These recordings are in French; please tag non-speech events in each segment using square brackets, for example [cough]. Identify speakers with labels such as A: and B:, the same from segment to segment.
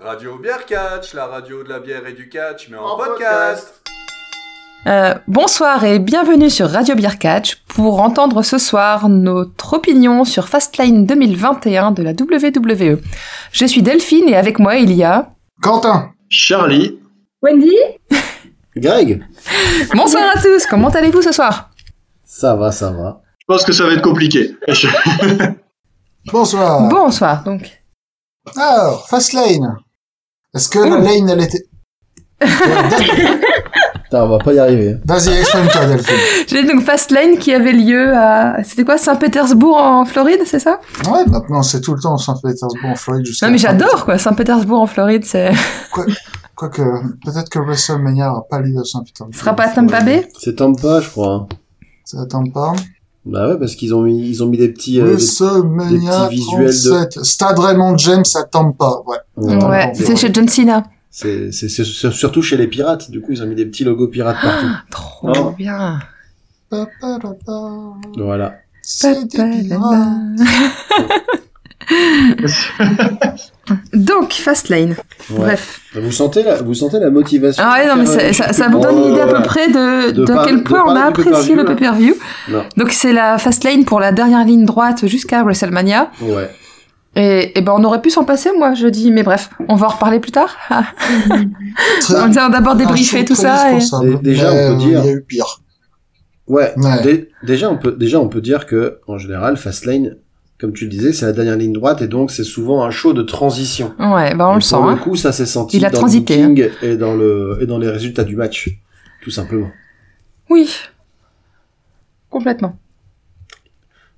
A: radio Bière Catch, la radio de la bière et du catch, mais en,
B: En
A: podcast.
C: Euh, bonsoir et bienvenue sur Radio Beer Catch pour entendre ce soir notre opinion sur Fastlane 2021 de la WWE. Je suis Delphine et avec moi il y a...
D: Quentin
B: Charlie,
E: Wendy
F: Greg
C: Bonsoir à tous, comment allez-vous ce soir
F: Ça va, ça va.
B: je pense que ça va être compliqué. Je-
D: Bonsoir
C: Bonsoir donc.
D: Alors, Fastlane Est-ce que la
C: Mm.
D: lane,
C: [laughs]
D: elle était... Vas-y,
F: Putain, on va pas y arriver.
D: vas-y, exprime-toi, Delphine.
C: J'ai donc Fastlane qui avait lieu à... C'était quoi Saint-Pétersbourg en Floride, c'est ça
D: Ouais, maintenant, c'est tout le temps Saint-Pétersbourg en Floride jusqu'à...
C: Non mais
D: la fin.
C: j'adore quoi, Saint-Pétersbourg en Floride, c'est...
D: Quoique, peut-être que WrestleMania n'aura pas lieu à Saint-Pétersbourg.
C: Ce sera pas à Tampa Bay
F: C'est Tampa, je crois. hein.
D: Ça attend pas.
F: Bah ouais, parce qu'ils ont mis, ils ont mis des petits. euh, des-
D: WrestleMania
F: des petits visuels de-
D: 37. Stade Raymond James à Tampa, ouais.
F: Ouais.
C: Ouais, c'est chez John Cena.
F: C'est c'est- c'est sur- surtout chez les pirates. Du coup, ils ont mis des petits logos pirates partout.
C: Ah. Trop
B: Oh.
C: bien.
D: Pa, pa, la, pa.
F: voilà.
D: C'est des pirates.
C: Donc, Fastlane.
F: Ouais. Bah,
C: Bref.
F: Vous sentez la, vous sentez la motivation
C: Ah ouais, non, mais ça,
F: Faire,
C: ça,
F: euh,
C: ça vous donne une idée à peu
F: Ouais.
C: près de,
F: De
C: de,
F: par-
C: quel
F: de
C: point on
F: parler
C: a
F: du
C: apprécié le pay-per-view.
F: Non.
C: Donc, c'est la Fastlane pour la dernière ligne droite jusqu'à WrestleMania.
F: Ouais.
C: Et, et ben, on aurait pu s'en passer, moi, je dis, mais bref, on va en reparler plus tard.
D: Très-
C: on va d'abord débriefer
D: un
C: tout
D: show
C: ça.
D: très
C: Et...
D: responsable.
F: Dé- déjà,
D: Mais,
F: on peut dire-
D: Il y a eu pire.
F: Ouais.
D: Ouais.
F: Dé- déjà, on peut, déjà, on peut dire que, en général, Fastlane, comme tu le disais, c'est la dernière ligne droite et donc c'est souvent un show de transition.
C: Ouais, ben, on le
F: Et
C: sent.
F: Pour
C: hein.
F: le coup, ça s'est senti
C: Il a
F: dans
C: transité, hein.
F: le booking et dans le et dans les résultats du match, tout simplement.
C: Oui. Complètement.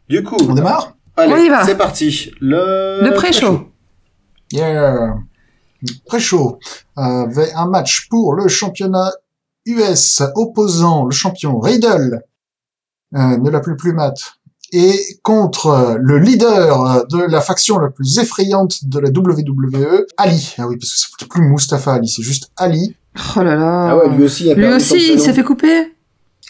F: Du coup,
D: On démarre
F: allez,
C: On y va.
F: c'est parti. Le,
C: Le pré-show.
D: Yeah Très chaud. Euh, Avec un match pour le championnat US opposant le champion Riddle, euh, ne l'appelez plus Matt, et contre euh, le leader euh, de la faction la plus effrayante de la WWE, Ali. Ah oui, parce que c'est plus Mustafa Ali, c'est juste Ali.
C: Oh là là.
F: Ah ouais, lui aussi, il a
C: Lui
F: perdu son
C: aussi, il
F: prénom.
C: s'est fait couper.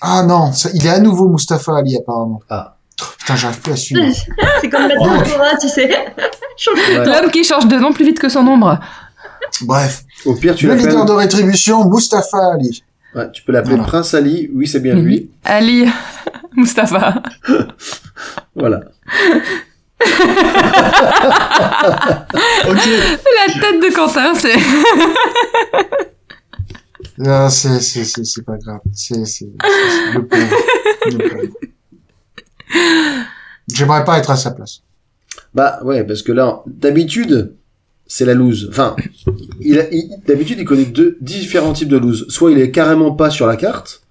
D: Ah non, ça- il est à nouveau Mustafa Ali apparemment.
F: Ah.
D: Putain, j'arrive plus à suivre.
E: [laughs]
F: [laughs]
E: C'est comme la
D: Oh.
E: diaspora, tu sais.
F: Ouais.
C: L'homme qui change de nom plus vite que son ombre.
D: Bref,
F: Au pire, tu
D: le
F: l'appelles.
D: leader de rétribution, Mustafa Ali.
F: Ouais, tu peux l'appeler
D: Voilà.
F: Prince Ali. Oui, c'est
C: Mhm.
F: bien lui.
C: Ali [laughs] Mustapha.
F: Voilà.
B: Ok,
C: La tête de Quentin, c'est...
D: Ah, c'est, c'est, c'est, c'est pas grave. C'est, c'est, c'est- c'est le pauvre. Le pauvre. J'aimerais pas être à sa place.
F: Bah ouais, parce que là, d'habitude, c'est la loose. Enfin, il a- il- d'habitude, il connaît deux différents types de loose. Soit il est carrément pas sur la carte.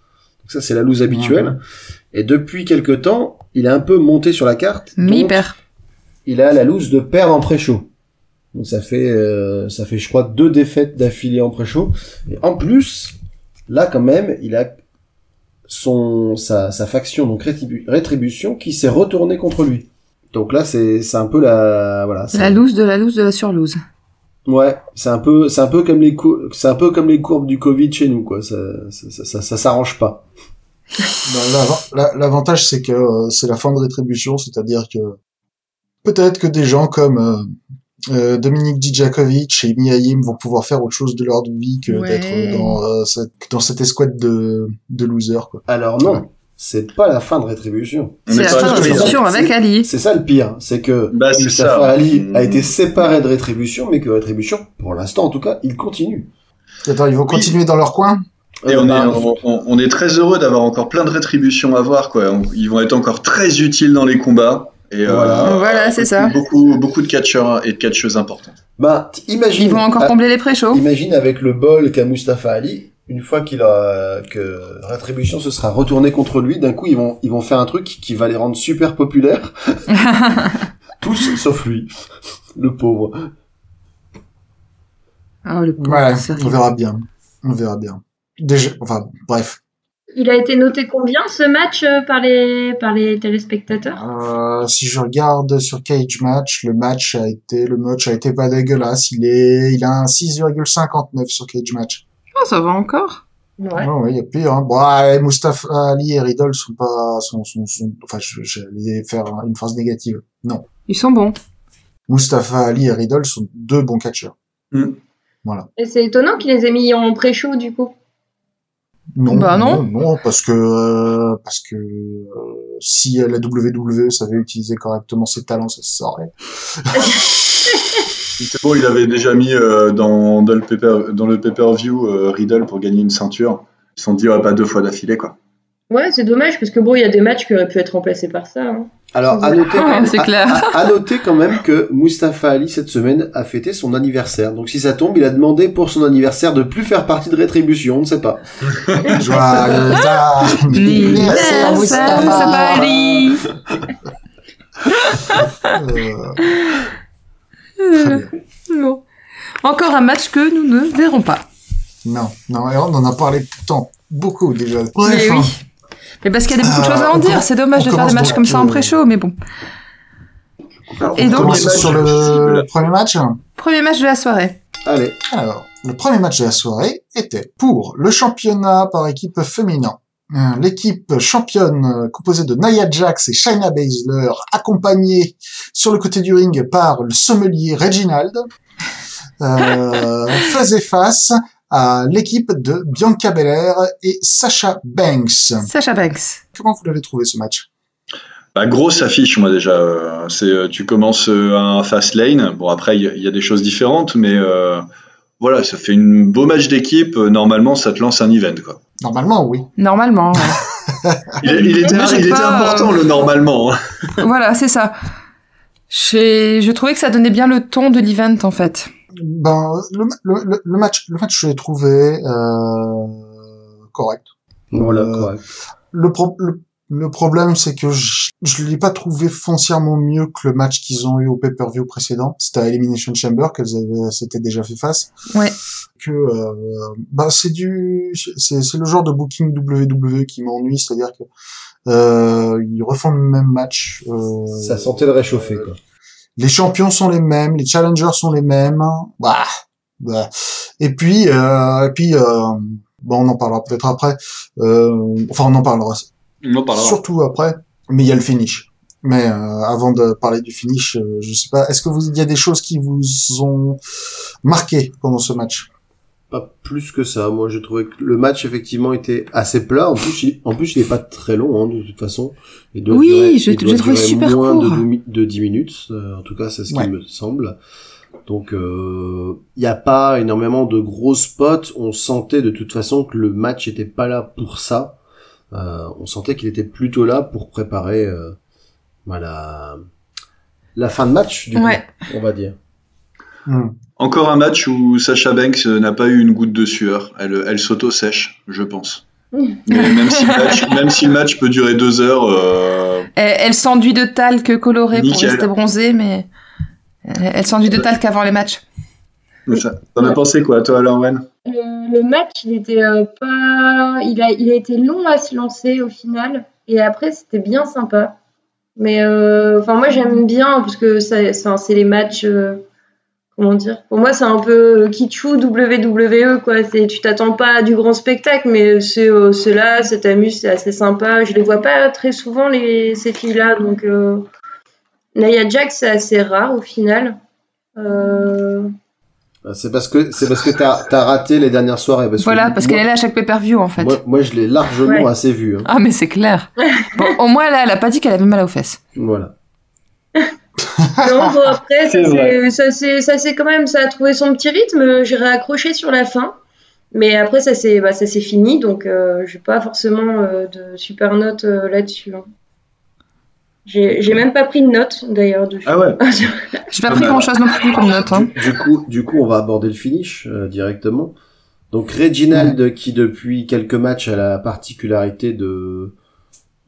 F: Donc ça, c'est la loose habituelle. Et depuis quelque temps, il est un peu monté sur la carte.
C: Mais
F: donc
C: hyper.
F: il a la loose de perdre en pré-show. Donc ça fait, euh, ça fait, je crois, deux défaites d'affilée en pré-show. Et en plus, là quand même, il a son, sa, sa faction, donc Rétribu- Rétribution, qui s'est retournée contre lui. Donc là, c'est, c'est un peu la, voilà. c'est-
C: La loose de la loose de la surloose.
F: Ouais, c'est un peu, c'est un peu comme les cou- c'est un peu comme les courbes du Covid chez nous, quoi. Ça, ça, ça, ça, ça s'arrange pas.
D: Bah, l'ava- la- L'avantage, c'est que euh, c'est la fin de rétribution, c'est-à-dire que peut-être que des gens comme euh, euh, Dominique Dijakovic et Miaim vont pouvoir faire autre chose de leur vie que
C: Ouais.
D: d'être dans, euh, cette, dans cette escouade de, de losers. Quoi.
F: Alors non, c'est pas la fin de Rétribution.
B: On
C: C'est
B: est
C: la
B: pas
C: fin de
B: sûr.
C: la discussion
F: C'est-
C: avec Ali.
F: C'est ça le pire, c'est que
B: Bah, c'est
F: Mustafa
B: ça. Mmh.
F: Ali a été séparé de Rétribution, mais que Rétribution, pour l'instant en tout cas, il continue.
D: Attends, ils vont continuer dans leur coin
B: et
F: Euh,
B: on, est,
F: bah,
B: on, on- on est très heureux d'avoir encore plein de rétributions à voir. Quoi. On- ils vont être encore très utiles dans les combats. Et euh,
F: Voilà.
C: Voilà, c'est ça.
B: Beaucoup, beaucoup de catcheurs et de catcheuses importants.
F: bah, t- imagine,
C: Ils vont encore
F: ah,
C: combler les pré-shows.
F: imagine avec le bol qu'a Mustafa Ali, une fois qu'il a que Rétribution se sera retourné contre lui, d'un coup ils vont ils vont faire un truc qui va les rendre
C: [laughs]
F: super populaires, tous sauf lui, le pauvre.
C: Ah, le pauvre,
D: Ouais,
C: c'est
D: on
C: rien.
D: verra bien. On verra bien. Déjà, enfin, bref.
E: Il a été noté combien ce match euh, par les, par les téléspectateurs
D: Euh, si je regarde sur Cage Match, le match a été, le match a été pas dégueulasse. Il est, il a un 6,59 sur Cage Match.
C: Oh, ça va encore.
E: Ouais.
D: Ah ouais, il y a pire, hein. Bon, ah, et Mustafa Ali et Riddle sont pas, sont, sont, sont- enfin, je- j'allais faire une phrase négative. Non.
C: Ils sont bons.
D: Mustafa Ali et Riddle sont deux bons catcheurs.
E: Et c'est étonnant qu'il les ait mis en pré-show du coup.
D: Non,
C: Bah non.
D: non, non, parce que euh, parce que euh, si la WWE savait utiliser correctement ses talents, ça se saurait.
B: C'est bon, il avait déjà mis euh, dans, dans le paper, dans le pay-per-view euh, Riddle pour gagner une ceinture. Ils se sont dit, ouais, pas deux fois d'affilée, quoi.
E: Ouais, c'est dommage parce que bon, il y a des matchs qui auraient pu être remplacés par ça. hein.
F: Alors, à noter,
C: Ouais, Ah, c'est
F: à-
C: clair.
D: Ah,
F: à- à noter quand même que Mustafa Ali, cette semaine, a fêté son anniversaire. Donc, si ça tombe, il a demandé pour son anniversaire de plus faire partie de Rétribution, on ne sait pas.
D: Joyeux
C: Anniversaire,
D: anniversaire,
C: Moussa
D: euh, Mustafa.
C: Bali.
D: Euh, très bien.
C: Non. Encore un match que nous ne verrons pas.
D: Non, non, et on en a parlé pourtant beaucoup déjà.
C: mais
D: Bref, hein.
C: oui. Mais parce qu'il y a des- beaucoup de
D: Euh,
C: choses à
D: on
C: en dire.
D: commence-
C: C'est dommage
D: on
C: de faire des
D: commence
C: matchs
D: donc,
C: comme ça en
D: euh,
C: pré-show, mais bon. Et
D: on
C: donc,
D: commence
C: les matchs,
D: sur le premier match.
C: Premier match de la soirée.
F: Allez.
D: Alors, le premier match de la soirée était pour le championnat par équipe féminin. Euh, L'équipe championne euh, composée de Nia Jax et Shayna Baszler, accompagnée sur le côté du ring par le sommelier Reginald, euh, faisait face à l'équipe de Bianca Belair et Sasha Banks.
C: Sacha Banks.
D: Comment vous l'avez trouvé ce match
B: Bah, grosse affiche, moi déjà. euh, C'est euh, tu commences euh, un fast lane. Bon après il y, a- il y a des choses différentes, mais euh, voilà, ça fait un beau match d'équipe. Euh, Normalement, ça te lance un event quoi.
D: Normalement, oui.
C: Normalement.
D: [laughs]
C: ouais.
B: Il, est- il était,
C: Ah, Moi, j'ai
B: il était
C: pas,
B: important
C: euh,
B: le normalement. hein.
C: voilà, c'est ça. J'ai- Je trouvais que ça donnait bien le ton de l'event, en fait.
D: Ben, le, le- le- le match, le match, je l'ai trouvé euh, correct.
F: Voilà,
D: Euh,
F: correct.
D: le, pro- le, le problème, c'est que je ne l'ai pas trouvé foncièrement mieux que le match qu'ils ont eu au pay-per-view précédent. C'était à Elimination Chamber qu'elles avaient- s'étaient déjà fait face.
C: Ouais.
D: Que euh, bah, c'est du c'est c'est le genre de booking WWE qui m'ennuie, c'est-à-dire que euh, ils refont le même match. euh,
F: Ça sentait le réchauffer, quoi.
D: les champions sont les mêmes, les challengers sont les mêmes. Bah, bah. Et puis, euh, et puis, euh, bon, on en parlera peut-être après. Euh, enfin, on en parlera
B: On en parlera.
D: Surtout après, mais il y a le finish. Mais euh, avant de parler du finish, euh, je sais pas, est-ce que vous il y a des choses qui vous ont marqué pendant ce match
F: Pas plus que ça. Moi, j'ai trouvé que le match, effectivement, était assez plat. En plus, il, en plus, il est pas très long, hein, de toute façon. Il doit
C: Oui,
F: durer-
C: je-
F: il doit
C: je trouvais
F: durer
C: super
F: moins
C: court.
F: De, dou- de 10 minutes. euh, en tout cas, c'est ce
D: Ouais.
F: qui me semble. Donc, euh, il n'y a pas énormément de gros spots. On sentait de toute façon que le match était pas là pour ça. Euh, on sentait qu'il était plutôt là pour préparer euh, voilà, la fin de match, du coup,
C: Ouais.
F: on va dire.
D: Hmm.
B: Encore un match où Sacha Banks euh, n'a pas eu une goutte de sueur. Elle, elle s'auto-sèche,
C: [laughs]
B: je pense. Mais même si, le match, même si le match peut durer deux heures, euh,
C: Elle, elle s'enduit de talc coloré pour
B: Nickel.
C: rester bronzée, mais... euh, Elle elle s'enduit de
F: Euh,
C: talc avant les matchs.
B: ça- t'en as pensé quoi toi, Lauren
E: Le, le match, il était euh, pas, il a, il a été long à se lancer au final. Et après, c'était bien sympa. Mais euh, enfin, moi, j'aime bien parce que ça, ça- c'est les matchs. euh, comment dire Pour moi, c'est un peu euh, kitschou WWE E, quoi. C'est, tu t'attends pas à du grand spectacle, mais c'est euh, c'est là, ça t'amuse, c'est assez sympa. Je les vois pas très souvent les ces filles-là, donc. Euh, Nia Jax, c'est assez rare au final. Euh,
F: Euh, C'est parce que c'est parce que t'as t'as raté les dernières soirées. Parce
C: voilà,
F: que
C: parce
F: moi-
C: qu'elle est là à chaque pay-per-view, en fait.
F: Moi, moi, je l'ai largement
E: Ouais.
F: assez vu. hein.
C: Ah, mais c'est clair. Bon, au moins, là, elle a pas dit qu'elle avait mal aux fesses.
F: Voilà.
B: [laughs]
E: Non, bon, après, ça
B: C'est
E: s'est- ça s'est ça s'est quand même, ça a trouvé son petit rythme. J'ai réaccroché sur la fin. Mais après, ça s'est bah, ça s'est fini. Donc, euh, j'ai pas forcément euh, de super note euh, là-dessus. hein. J'ai j'ai même pas pris de note, d'ailleurs. dessus.
B: Ah ouais.
C: J'ai pas
B: Ah
C: pris
B: bah.
C: grand-chose non plus comme note.
F: [laughs]
C: Hein.
F: Du, du coup, du coup, on va aborder le finish euh, directement. Donc Reginald, qui depuis quelques matchs a la particularité de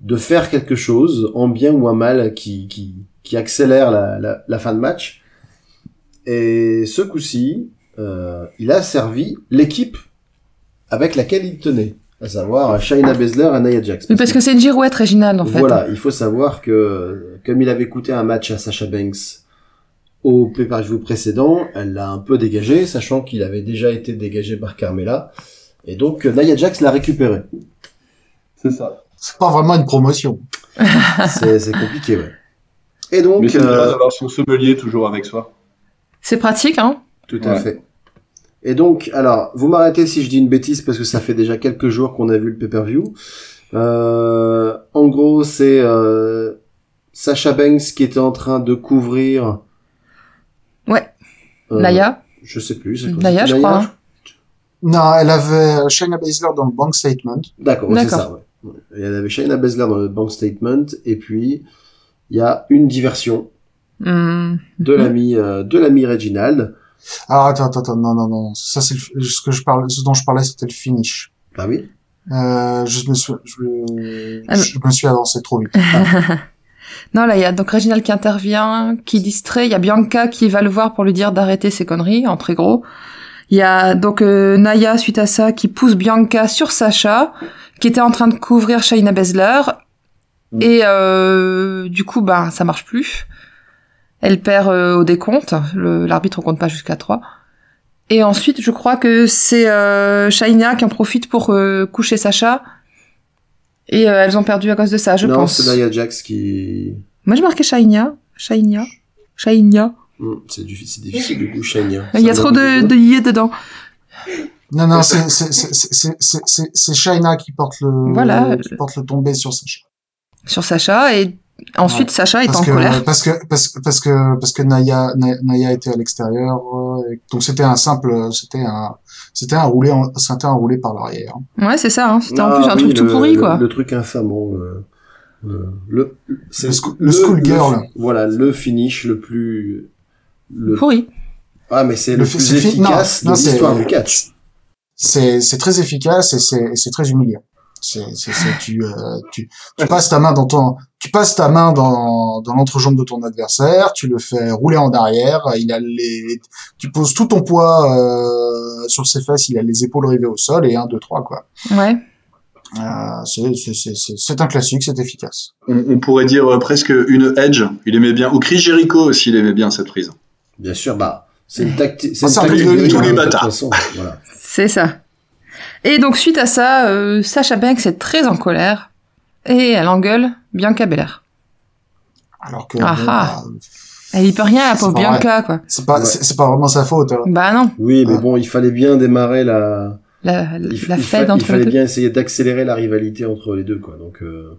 F: de faire quelque chose, en bien ou en mal, qui qui, qui accélère la, la, la fin de match. Et ce coup-ci, euh, il a servi l'équipe avec laquelle il tenait, à savoir Shayna Baszler et Nia Jax.
C: Oui, parce que c'est une girouette régionale, en fait.
F: Voilà, il faut savoir que euh, comme il avait coûté un match à Sasha Banks au pay-per-view précédent, elle l'a un peu dégagé, sachant qu'il avait déjà été dégagé par Carmela. Et donc euh, Nia Jax
C: [laughs]
F: l'a récupéré.
B: C'est ça.
D: C'est pas vraiment une promotion.
F: C'est c'est compliqué, ouais. Et donc,
B: Mais c'est
F: euh,
B: bien d'avoir son sommelier toujours avec soi.
C: C'est pratique, hein
F: tout à
B: Ouais.
F: fait. Et donc, alors, vous m'arrêtez si je dis une bêtise parce que ça fait déjà quelques jours qu'on a vu le pay-per-view. Euh, en gros, c'est euh, Sacha Banks qui était en train de couvrir.
C: Ouais.
F: Euh,
C: Naya
F: Je sais plus. c'est quoi,
C: Naya,
F: c'était
C: je crois. hein.
D: Non, elle avait Shayna Baszler dans le bank statement.
F: D'accord, ouais, c'est
C: D'accord.
F: ça. Ouais. Il y avait Shayna Baszler dans le bank statement, et puis il y a une diversion
C: Hmm.
F: de l'ami euh, de l'ami Reginald.
D: Alors attends, attends, attends, non, non, non. Ça c'est le- ce que je parlais, ce dont je parlais, c'était le finish.
F: Ah oui.
D: Euh, je me suis, je,
C: Ah, mais-
D: je me suis avancé trop vite.
C: Non, là, il y a donc Réginald qui intervient, qui distrait. Il y a Bianca qui va le voir pour lui dire d'arrêter ses conneries, en très gros. Il y a donc euh, Naya, suite à ça, qui pousse Bianca sur Sacha, qui était en train de couvrir Shayna Baszler.
F: Mm.
C: Et euh, du coup, ben, ça marche plus. Elle perd euh, au décompte. Le- L'arbitre ne compte pas jusqu'à 3. Et ensuite, je crois que c'est euh, Shayna qui en profite pour euh, coucher Sacha. Et euh, elles ont perdu à cause de ça, je
F: non,
C: pense.
F: c'est Nia Jax qui.
C: Moi, j'ai marqué Shainia. Shainia. Shainia.
F: Hmm, c'est du- c'est difficile du coup, hein. Shania.
C: Il y a trop de, de yé dedans.
D: Non, non, c'est, c'est, c'est, c'est, c'est, c'est- c'est Shayna qui porte le,
C: Voilà.
D: qui porte le tombé sur Sacha.
C: Sur Sacha. Et ensuite, Sacha est
D: Parce
C: en
D: que,
C: colère.
D: parce que, parce que, parce que, parce que Naya, Na- Naya était à l'extérieur, euh, et donc c'était un simple, c'était un, c'était un roulé, en- c'était un roulé par l'arrière.
C: Ouais, c'est ça. Hein. C'était en
F: Ah,
C: plus un
F: oui,
C: truc tout
F: le-
C: pourri,
F: le-
C: quoi.
F: Le truc infâme, bon, le, le, le, c'est
D: Le sco- le schoolgirl.
F: le- Voilà, le finish le plus. Le,
C: Pourri.
F: ah, mais c'est le,
D: Le fi-
F: plus
D: c'est fi- non,
F: efficace
D: non,
F: de
D: c'est-
F: l'histoire du catch.
D: c'est c'est très efficace et c'est et c'est très humiliant. C'est c'est c'est- tu, euh, tu tu passes ta main dans ton tu passes ta main dans dans l'entrejambe de ton adversaire, tu le fais rouler en arrière, il a les tu poses tout ton poids euh, sur ses fesses, il a les épaules rivées au sol et un deux trois quoi.
C: Ouais.
D: Euh, c'est c'est c'est- c'est c'est un classique, c'est efficace.
B: On, on pourrait dire euh, presque une edge. Il aimait bien. Ou Chris Jericho aussi, il aimait bien cette prise.
F: Bien sûr, bah, c'est une tactique. C'est
D: Ah,
F: une
D: c'est un
F: tactique
D: truc de
F: guerrière,
D: tous
B: les
F: de toute
B: bâtards.
F: façon, voilà.
C: C'est ça. Et donc, suite à ça, euh, Sacha Banks est très en colère. Et elle engueule Bianca Belair.
D: Alors que
C: Ah
D: bon,
C: ah.
D: bah,
C: Elle y peut rien, la
D: C'est
C: pauvre
D: pas vrai.
C: Bianca, quoi.
D: c'est pas
F: Ouais.
D: c'est c'est pas vraiment sa faute. hein.
C: Bah non.
F: Oui, mais
D: Ah.
F: bon, il fallait bien démarrer la.
C: La,
F: Il,
C: la
F: il fa-
C: fête
F: il
C: entre les
F: fallait
C: deux.
F: bien essayer d'accélérer la rivalité entre les deux, quoi. Donc, euh,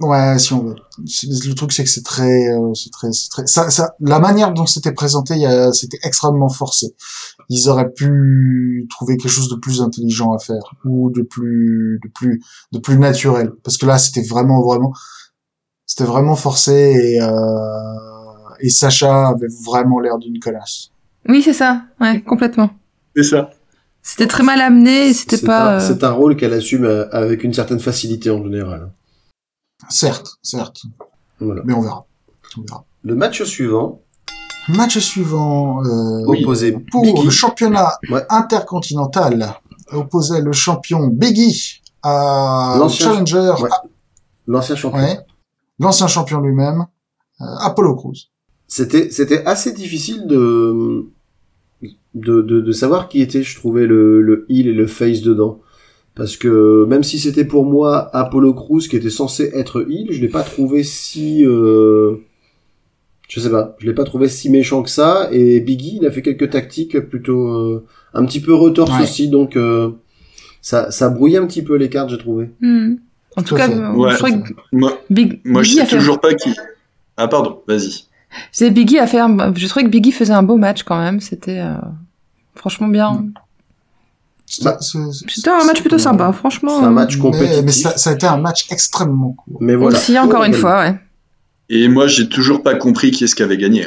D: Ouais, si on veut. C'est- Le truc c'est que c'est très, euh, c'est très, c'est très. Ça, ça, la manière dont c'était présenté, il y a- c'était extrêmement forcé. Ils auraient pu trouver quelque chose de plus intelligent à faire ou de plus, de plus, de plus naturel. Parce que là, c'était vraiment, vraiment, c'était vraiment forcé et euh, et Sacha avait vraiment l'air d'une connasse.
C: Oui, c'est ça. Ouais, complètement.
B: C'est ça.
C: C'était très mal amené. et C'était
F: c'est
C: pas.
F: un,
C: euh,
F: c'est un rôle qu'elle assume euh, avec une certaine facilité en général.
D: Certes, certes,
F: Voilà.
D: mais on verra. On verra.
F: Le match suivant
D: Match suivant. Euh,
F: opposait
D: pour
F: Big E.
D: le championnat
F: Ouais.
D: intercontinental opposait le champion Beggy à
F: L'ancien-
D: Challenger,
F: Ouais. l'ancien
D: ah,
F: champion.
D: ouais, l'ancien champion lui-même, euh, Apollo Crews.
F: C'était c'était assez difficile de, de de de savoir qui était, je trouvais le le heel et le face dedans. Parce que même si c'était pour moi Apollo Crews qui était censé être heel, je l'ai pas trouvé si euh, je sais pas, je l'ai pas trouvé si méchant que ça. Et Biggie, il a fait quelques tactiques plutôt euh, un petit peu retorse
D: Ouais.
F: aussi, donc euh, ça ça brouillait un petit peu les cartes, j'ai trouvé.
C: hmm. En tout
D: Tout à
C: cas,
D: fait.
C: euh,
B: Ouais.
C: je crois que
B: Moi,
C: Big,
B: moi je
C: Biggie
B: sais
C: a fait-
B: toujours pas qui. Ah, pardon, vas-y.
C: C'est Biggie à faire. Je trouvais que Biggie faisait un beau match quand même. C'était euh, franchement bien.
D: C'était
F: Bah,
D: c'est- c'est-
C: C'était un match plutôt
D: c'est-
C: sympa, franchement.
F: C'est un
C: euh,
F: match
D: Mais,
F: compétitif.
D: mais ça, ça a été un match extrêmement court.
F: Mais voilà.
C: Aussi, encore une fois, ouais.
B: Et moi, j'ai toujours pas compris qui est-ce qui avait gagné.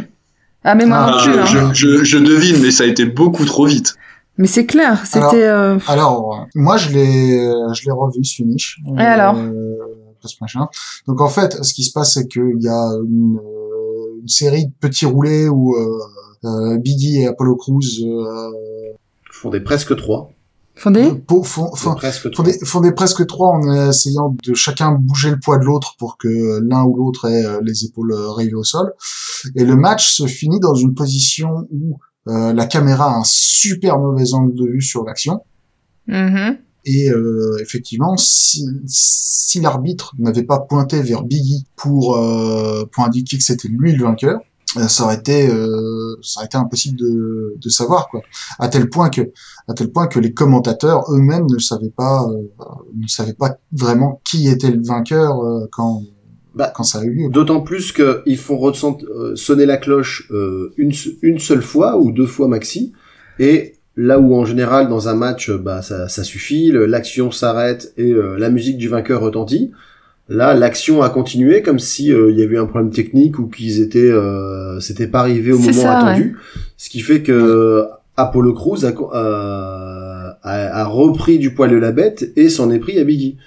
C: Ah, mais moi
D: Ah,
C: non
B: Ah,
C: plus. hein.
B: je, je- je devine, mais ça a été beaucoup trop vite.
C: Mais c'est clair,
D: Alors-
C: c'était. euh,
D: Alors, euh, moi, je l'ai, euh, je l'ai revu ce finish.
C: Et alors
D: de ce machin. Donc en fait, ce qui se passe, c'est qu'il y a une, euh, une série de petits roulés où euh, euh, Biggie et Apollo Crews euh,
F: Ils font des presque trois.
C: Fondé
D: pour- font-
F: Des
D: font-
F: presque
D: font
F: trois.
D: des, font des presque trois en essayant de chacun bouger le poids de l'autre pour que l'un ou l'autre ait euh, les épaules euh, rivées au sol. Et le match se finit dans une position où euh, la caméra a un super mauvais angle de vue sur l'action.
C: Mhm.
D: Et euh, effectivement, si, si l'arbitre n'avait pas pointé vers Biggie pour, euh, pour indiquer que c'était lui le vainqueur, euh, ça aurait été euh, ça aurait été impossible de, de savoir quoi à tel point que à tel point que les commentateurs eux-mêmes ne savaient pas euh, ne savaient pas vraiment qui était le vainqueur euh, quand
F: Bah,
D: quand ça a eu lieu
F: D'autant plus qu'ils font ressent- euh, sonner la cloche euh, une, se- une seule fois ou deux fois maxi. Et là où en général dans un match, euh, bah, ça, ça suffit, le- l'action s'arrête et euh, la musique du vainqueur retentit. Là, l'action a continué comme si euh, il y avait eu un problème technique ou qu'ils étaient, euh, c'était pas arrivé au
C: C'est
F: moment
C: ça,
F: attendu. Ce qui fait que Apollo Crews a, co- euh, a, a repris du poil de la bête et s'en est pris à Biggie.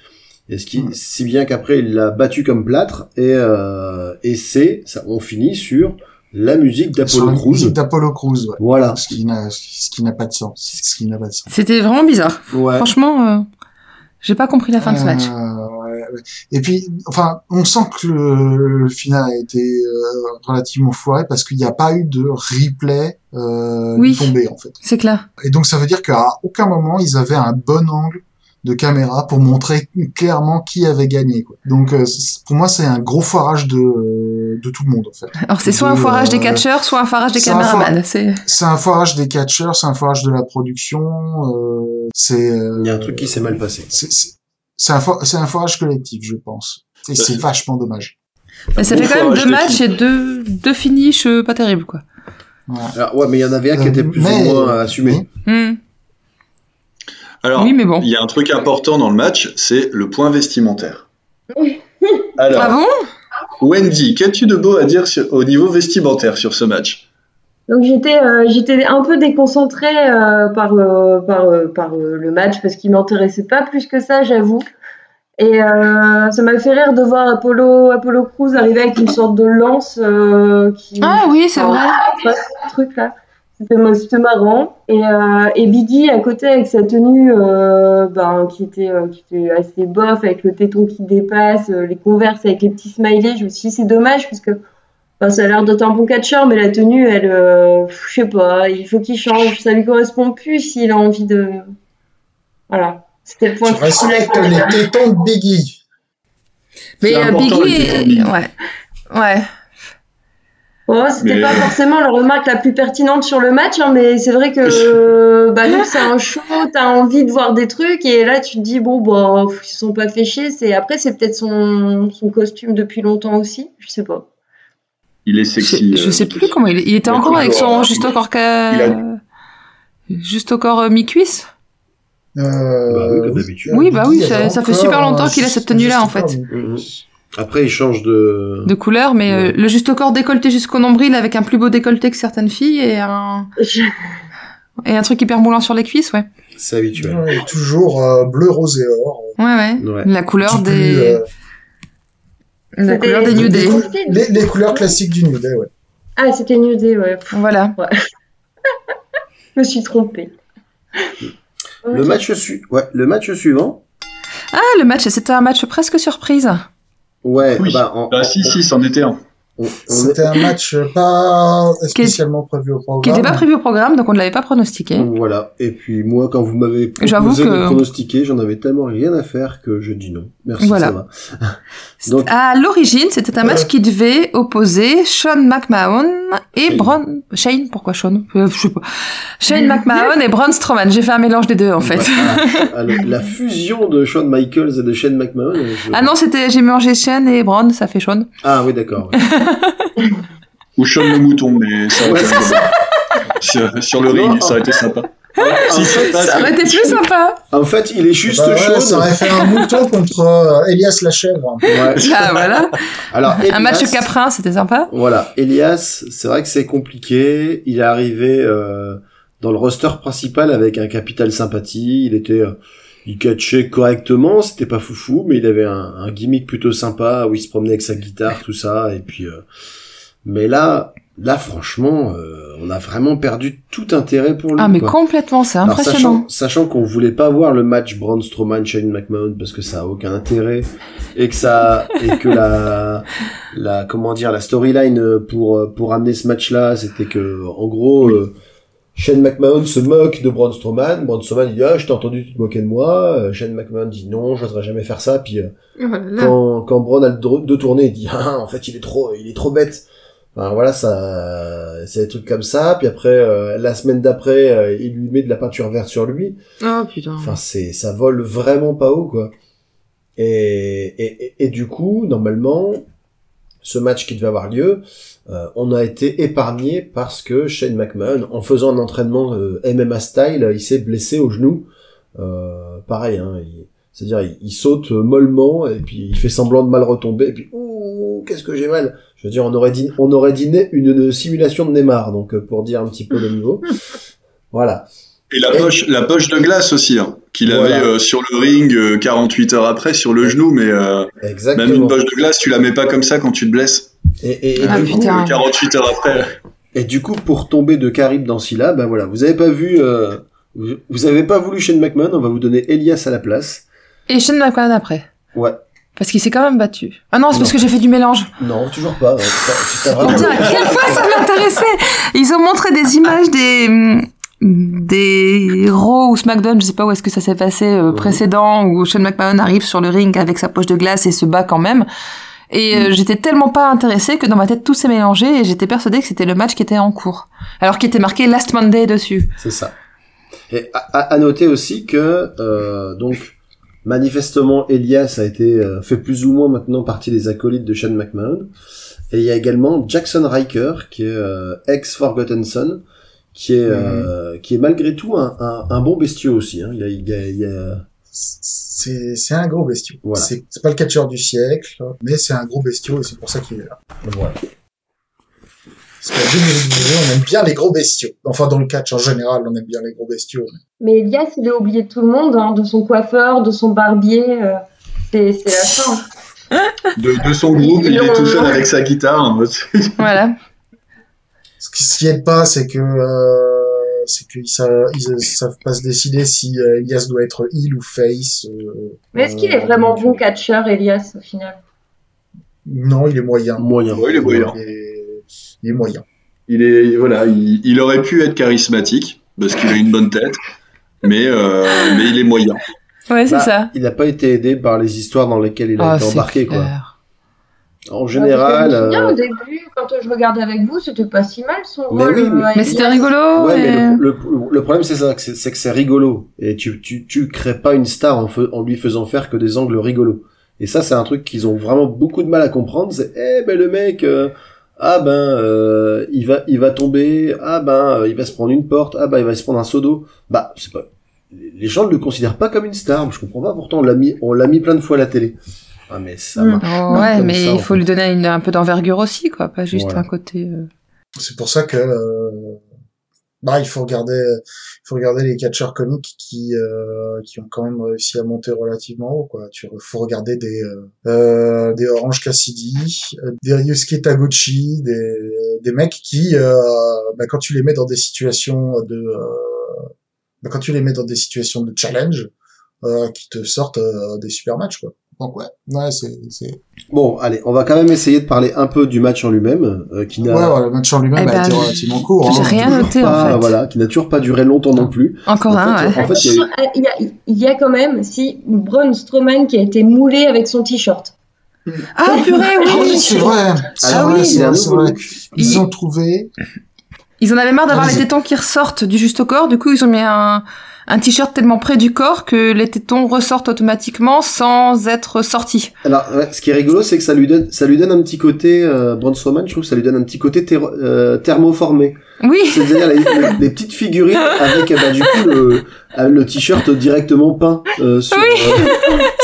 F: Et ce qui,
D: Mm.
F: si bien qu'après il l'a battu comme plâtre et, euh, et c'est, ça, on finit sur la musique
D: Sur
F: d'Apollo Ah.
D: la musique
F: Crews.
D: d'Apollo Crews ouais.
F: Voilà.
D: ce qui n'a ce qui n'a pas de sens ce qui n'a pas de sens
C: C'était vraiment bizarre.
F: Ouais.
C: Franchement, euh, j'ai pas compris la fin de ce match.
D: Euh, ouais, ouais. Et puis, enfin, on sent que le, le final a été euh, relativement foiré parce qu'il n'y a pas eu de replay euh,
C: Oui.
D: tombé en fait.
C: C'est clair.
D: Et donc ça veut dire qu'à aucun moment ils avaient un bon angle de caméra pour montrer clairement qui avait gagné. Quoi. Donc euh, c- pour moi c'est un gros foirage de, de tout le monde en fait.
C: Alors c'est soit un
D: D'où,
C: foirage des
D: euh,
C: catcheurs, soit un foirage des
D: c'est un
C: caméramans. C'est
D: C'est un foirage des catcheurs, c'est un foirage de la production, euh, c'est euh,
F: Il y a un truc qui s'est mal passé.
D: c'est- c'est- c'est un, fo- c'est un foirage collectif je pense. Et
B: Bah,
D: c'est
B: c'est-
D: vachement dommage.
C: Mais ça
B: Bon
C: fait quand même
B: foirage
C: deux
B: des
C: matchs et
B: filles.
C: deux, deux finishes euh, pas terribles, quoi.
D: Voilà.
F: Alors, ouais, mais il y en avait un qui
D: Euh,
F: était plus
D: mais-
F: ou moins assumé.
C: Hmm.
B: Alors,
C: Oui, mais bon.
B: il y a un truc important dans le match, c'est le point vestimentaire.
E: Oui.
B: [laughs] Alors,
C: Ah bon
B: Wendy, qu'as-tu de beau à dire sur- au niveau vestimentaire sur ce match
E: [laughs] Donc j'étais euh, j'étais un peu déconcentrée euh, par euh, par euh, par euh, le match parce qu'il m'intéressait pas plus que ça, j'avoue. Et euh, ça m'a fait rire de voir Apollo Apollo Crews arriver avec une sorte de lance euh, qui
C: Ah oui, c'est
E: Enfin,
C: vrai.
E: ouais, ce truc là. C'était mo- c'était marrant. Et, euh, et Biggie à côté avec sa tenue euh, ben, qui, était, euh, qui était assez bof, avec le téton qui dépasse, euh, les converses avec les petits smileys. Je me suis dit, c'est dommage parce que ben, ça a l'air d'être un bon catcheur, mais la tenue, elle, euh, pff, je sais pas, il faut qu'il change. Ça lui correspond plus s'il a envie de. Voilà. C'était le point
D: Tu
E: que je voulais
D: respectes les tétons de Biggie.
C: Mais
B: C'est
C: euh,
B: important,
C: Biggie
B: le
C: est...
B: Biggie.
C: Ouais. Ouais.
E: Oh, c'était
B: Mais-
E: pas forcément la remarque la plus pertinente sur le match, hein, mais c'est vrai
F: [laughs]
E: que bah, nous, c'est un show, t'as envie de voir des trucs, et là, tu te dis, bon, bah, pff, ils se sont pas fait chier. c'est- Après, c'est peut-être son, son costume depuis longtemps aussi, je sais pas. [laughs]
B: Il est
C: Je,
B: sexy.
C: je
B: euh,
C: sais plus comment il, il était
B: Il a
C: encore avec son
B: toujours-
C: juste au corps ca-
B: il
C: juste au corps euh, mi-cuisse.
D: Euh,
F: Bah oui, comme d'habitude.
C: Oui, bah oui,
D: Biggie
C: ça-
D: avait
C: ça fait
D: encore
C: super longtemps
D: un
C: qu'il a cette
D: juste-
C: tenue-là, en
D: juste
C: fait.
D: corps.
F: Mhm. Après, il change de...
C: de couleur, mais euh,
F: Ouais.
C: le juste au corps décolleté jusqu'au nombril avec un plus beau décolleté que certaines filles et un,
E: Je-
C: et un truc hyper moulant sur les cuisses, ouais.
F: C'est habituel.
D: Ouais, toujours euh, bleu, rose et or.
C: Ouais, ouais.
F: Ouais.
C: La couleur
D: Du
C: des,
D: plus, euh,
C: la couleur des
E: C'était-
C: New Day.
E: c'était-
D: les, les couleurs classiques du New Day, ouais.
E: Ah, c'était New Day, ouais, Pff,
C: Voilà.
E: je me suis trompée.
F: Le match, su... ouais, le match suivant...
C: Ah, le match, c'était un match presque surprise.
F: Ouais,
B: Oui.
F: bah, en-
B: Bah si, si, c'en était un.
F: on- on-
D: C'était un match euh, pas spécialement prévu au
C: Qui
D: programme.
C: n'était pas prévu au programme, donc on ne l'avait pas pronostiqué.
F: Donc Voilà. Et puis moi, quand vous m'avez
C: Mm. J'avoue
F: proposé
C: que-
F: de pronostiquer, j'en avais tellement rien à faire que je dis non. Merci,
C: Voilà.
F: ça va. Donc-
C: À l'origine, c'était un match qui devait opposer Sean McMahon et
F: Shane.
C: Braun... Shane, pourquoi Sean Euh, Je sais pas. Shane McMahon et Braun Strowman. J'ai fait un mélange des deux, en fait.
F: Voilà. Ah, le- la fusion de Shawn Michaels et de Shane McMahon. euh, je-
C: Ah non, c'était j'ai mangé Shane et Braun, ça fait Sean.
F: Ah
D: [laughs]
F: oui, d'accord.
B: Ou Sean le mouton, mais ça aurait
F: Ouais,
B: été
F: c'est
B: sur, sur le
F: Non.
B: ring, ça aurait été sympa.
F: en,
B: Si,
F: fait,
B: parce
C: Ça
B: que-
C: aurait été plus sympa.
F: en fait, il est juste
D: Bah ouais,
F: Shawn.
D: ça aurait fait un mouton contre euh, Elias la chèvre.
F: Ouais.
C: Là, Ah,
F: [laughs]
C: voilà.
F: Alors,
C: Un match
F: Elias-
C: caprin, c'était sympa.
F: Voilà, Elias, c'est vrai que c'est compliqué. Il est arrivé euh, dans le roster principal avec un capital sympathie. Il était, euh, il catchait correctement. C'était pas foufou, mais il avait un, un gimmick plutôt sympa où il se promenait avec sa guitare, tout ça. Et puis, euh, mais là, là, franchement, euh, on a vraiment perdu tout intérêt pour lui.
C: Ah, mais
F: quoi.
C: complètement, c'est
F: Alors,
C: impressionnant.
F: sachant sachant qu'on voulait pas voir le match Braun Strowman Shane McMahon parce que ça a aucun intérêt et
C: [laughs]
F: que ça et que la la comment dire la storyline euh, pour euh, pour amener ce match là c'était que en gros euh, Shane McMahon se moque de Braun Strowman Braun Strowman il dit ah je t'ai entendu tu te moquais de moi Euh, Shane McMahon dit non j'oserais jamais faire ça
C: Oh
F: puis euh, quand, quand Braun a le dro- de tourner, il dit ah, en fait il est trop il est trop bête. Enfin, voilà, ça, c'est des trucs comme ça. Puis après, euh, la semaine d'après, euh, il lui met de la peinture verte sur lui.
C: Oh putain.
F: Enfin, c'est, ça vole vraiment pas haut, quoi. Et, et, et, et du coup, normalement, ce match qui devait avoir lieu, euh, on a été épargné parce que Shane McMahon, en faisant un entraînement euh, MMA style, il s'est blessé au genou. Euh, pareil, hein, il- c'est-à-dire il, il saute mollement et puis il fait semblant de mal retomber et puis ouh qu'est-ce que j'ai mal. Je veux dire, on aurait dit, on aurait dit né- une, une simulation de Neymar, donc euh, pour dire un petit peu le
C: [laughs]
F: niveau. Voilà.
B: Et la poche, la poche de glace aussi, hein, qu'il
F: Voilà.
B: avait euh, sur le ring euh, 48 heures après, sur le genou, mais euh,
F: Exactement.
B: même une poche de glace, tu la mets pas comme ça quand tu te blesses.
F: Et, et- et
C: Ah,
F: du coup,
C: putain.
B: Euh, 48 heures après.
F: Et du coup, pour tomber de Carib dans Scylla, ben voilà, vous avez pas vu, euh, vous, vous avez pas voulu Shane McMahon, on va vous donner Elias à la place.
C: Et Shane McMahon après.
F: Ouais.
C: Parce qu'il s'est quand même battu. Ah non, c'est
F: Non.
C: parce que j'ai fait du mélange.
F: Non, toujours pas. ouais, tu t'as- tu t'as vraiment-
C: Putain, à quelle fois ça m'intéressait Ils ont montré des images des hum, des Raw ou SmackDown, je sais pas où est-ce que ça s'est passé euh,
F: Mhm.
C: précédent, où Shane McMahon arrive sur le ring avec sa poche de glace et se bat quand même. Et euh, j'étais tellement pas intéressée que dans ma tête tout s'est mélangé et j'étais persuadée que c'était le match qui était en cours, alors qu'il était marqué Last Monday dessus.
F: C'est ça. Et à, à- à noter aussi que euh, donc manifestement Elias a été euh, fait plus ou moins maintenant partie des acolytes de Shane McMahon. Et il y a également Jackson Riker qui est euh, ex Forgotten Son, qui est euh, qui est malgré tout un, un, un bon bestiau aussi. Hein. Il, a, il, a, il a-
D: C'est c'est un gros bestiau.
F: Voilà.
D: C'est c'est pas le catcheur du siècle, mais c'est un gros bestiau et c'est pour ça qu'il est là.
F: voilà.
D: Parce qu'à Jimmy Lee, on aime bien les gros bestiaux. Enfin, dans le catch en général, on aime bien les gros bestiaux.
E: Mais Elias, il a oublié de tout le monde, hein, de son coiffeur, de son barbier. euh, c'est c'est la fin.
B: De, de son groupe, il est tout seul avec sa guitare. en mode- [laughs]
C: Voilà.
D: Ce qui ce qui aide pas, c'est que euh, c'est qu'ils sa- ils, euh, savent pas se décider si euh, Elias doit être heel ou face. euh,
E: Mais est-ce qu'il
F: Euh,
E: est vraiment
F: donc,
E: bon catcheur, Elias, au final
D: non, il est moyen.
F: moyen.
B: Ouais, il est moyen.
D: Il est, il est moyen.
B: Il est, voilà, il, il aurait pu être charismatique parce qu'il a une bonne tête, mais euh, mais il est moyen.
C: Ouais, c'est
F: Bah,
C: ça. Oh,
F: Il n'a pas été aidé par les histoires dans lesquelles il a
C: Ah,
F: été embarqué. Quoi. En
E: Ah,
F: général,
E: parce que je me souviens,
F: euh,
E: au début, quand je regardais avec vous, c'était pas si mal son
F: Mais
E: rôle.
F: oui, mais-
E: euh, à
C: Mais c'était
E: Elias.
C: rigolo.
F: Ouais,
C: et-
F: mais le, le- le problème c'est ça, que c'est c'est que c'est rigolo et tu tu tu crées pas une star en, fe- en lui faisant faire que des angles rigolos. Et ça c'est un truc qu'ils ont vraiment beaucoup de mal à comprendre. C'est eh ben le mec euh, ah ben euh, il va il va tomber ah ben euh, il va se prendre une porte ah ben il va se prendre un seau d'eau. Bah c'est pas les gens ne le considèrent pas comme une star. Je comprends pas pourtant on l'a mis on l'a mis plein de fois à la télé. Ah mais ça
E: Mm.
F: marche.
C: Oh,
F: Non,
C: ouais,
F: comme
C: mais
F: ça, en
C: il faut
F: fait.
C: lui donner une- un peu d'envergure aussi, quoi. Pas juste
F: Voilà.
C: un côté. euh,
D: C'est pour ça que euh, bah, il faut regarder il faut regarder les catcheurs comiques qui euh, qui ont quand même réussi à monter relativement haut quoi. Tu faut regarder des euh, euh, des Orange Cassidy, euh, des Ryusuke Taguchi, des des mecs qui euh, bah, quand tu les mets dans des situations de euh, bah, quand tu les mets dans des situations de challenge euh, qui te sortent euh, des super matchs quoi. Donc ouais, ouais c'est c'est
F: Bon allez on va quand même essayer de parler un peu du match en lui-même euh, qui
D: ouais,
F: n'a
D: ouais, le match en lui-même
C: Eh
D: a
C: ben,
D: été relativement court.
C: j'ai
D: hein.
C: rien
F: toujours
C: noté, en
F: pas-
C: fait.
F: Voilà, qui n'a toujours pas duré longtemps non plus.
C: Encore
F: En
C: un,
F: fait,
C: ouais.
F: en fait, il y a eu-
E: Ah, il y, a, il y a quand même, si, Braun Strowman qui a été moulé avec son t-shirt.
C: Ah, purée,
D: Ah oui,
C: oui
D: c'est vrai. C'est
F: Alors,
D: vrai,
F: Ah oui,
D: Ah c'est
F: il a un
D: vrai, c'est
F: nouveau
D: vrai.
F: look.
D: Ils
C: Il-
D: ont trouvé.
C: Ils en avaient marre d'avoir
D: Vas-y.
C: les tétons qui ressortent du juste au corps. Du coup, ils ont mis un, un t-shirt tellement près du corps que les tétons ressortent automatiquement sans être sortis.
F: Alors, ouais, ce qui est rigolo, c'est que ça lui donne, ça lui donne un petit côté euh, Braun Strowman. Je trouve que ça lui donne un petit côté théro- euh, thermoformé.
C: Oui, [laughs]
F: C'est-à-dire les, les- les petites figurines avec euh, bah, du coup le, euh, le t-shirt directement peint euh, sur. euh,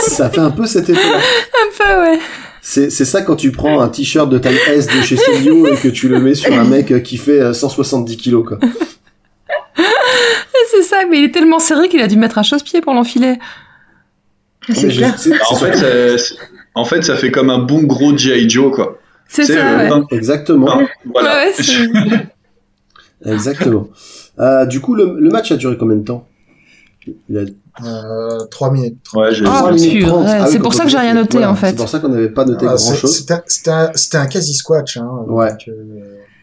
F: ça fait un peu cet effet-là.
C: un peu, ouais.
F: C'est c'est ça quand tu prends un t-shirt de taille S de chez Studio et que tu le mets sur un mec euh, qui fait euh, 170 kilos. Quoi.
C: C'est ça, mais il est tellement serré qu'il a dû mettre un chausse-pied pour l'enfiler.
F: Ah, Mais je- c'est- c'est
B: En fait,
F: surtout-
B: ça, c'est- en fait, ça fait comme un bon gros G.I. Joe, quoi.
C: C'est
B: Tu sais,
C: ça,
B: euh,
C: ouais.
B: non,
F: Exactement.
B: non, voilà. [laughs]
C: Ouais, ouais, c'est-
F: Exactement. Euh, du coup, le, le match a duré combien de temps Il a
D: Euh, 3 minutes.
B: Ouais, j'ai-
C: Ah,
F: Trois minutes
C: purée,
F: trente. Ah oui,
C: c'est
F: quand
C: pour
F: on
C: ça que j'ai
F: fait-
C: rien noté,
F: voilà,
C: en fait.
F: C'est pour ça qu'on n'avait pas noté
D: Ah,
F: grand
D: c'est-
F: chose.
D: C'était un- c'était un, c'était un quasi squash. Hein,
F: Ouais.
D: donc, euh,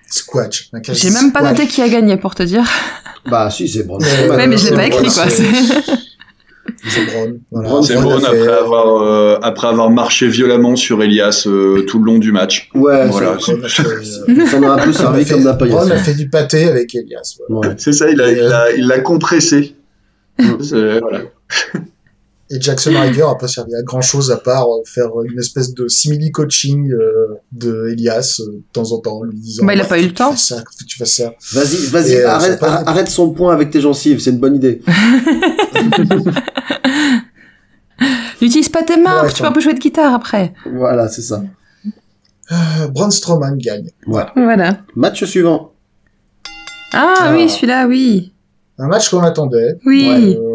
D: squash. un quasi
C: J'ai même pas
D: squash.
C: noté qui a gagné, pour te dire.
F: Bah si, c'est Braun
D: Ouais,
F: Strowman.
C: Ouais, mais je l'ai
D: euh,
C: pas écrit,
D: voilà,
C: quoi.
D: c'est-
C: C'est-
D: C'est Braun. Voilà.
F: Braun,
B: C'est
F: Braun
B: Braun
F: a
B: après
F: fait-
B: avoir, euh, après avoir marché violemment sur Elias euh, tout le long du match.
F: Ouais,
B: Voilà,
F: ça-
D: Braun a fait-
F: ça m'a un peu servi comme la
D: Braun a
F: paillasse.
D: fait du pâté avec Elias. voilà.
F: Ouais.
B: C'est ça, il a- il a- il l'a compressé. C'est- euh, voilà.
D: Et
C: Mm.
D: Jackson Ryder a pas servi à grand chose à part euh, faire une espèce de simili coaching de Elias euh, de temps en temps, lui disant. "Ah,
C: Bah, il a pas eu le
D: Tu
C: temps.
D: fais ça, faut que tu fasses ça.
F: Vas-y, vas-y,
D: Et, euh, c'est
F: arrête,
D: pas-
F: arrête son point avec tes gencives, c'est une bonne idée.
C: [laughs] N'utilise pas tes mains,
D: Ouais,
C: tu peux un peu jouer de guitare après.
F: Voilà, c'est ça.
D: Euh, Braun Strowman gagne.
C: Voilà.
F: Match suivant.
C: Ah,
D: Ah.
C: oui, celui-là, oui.
D: Un match qu'on attendait.
C: Oui.
D: euh,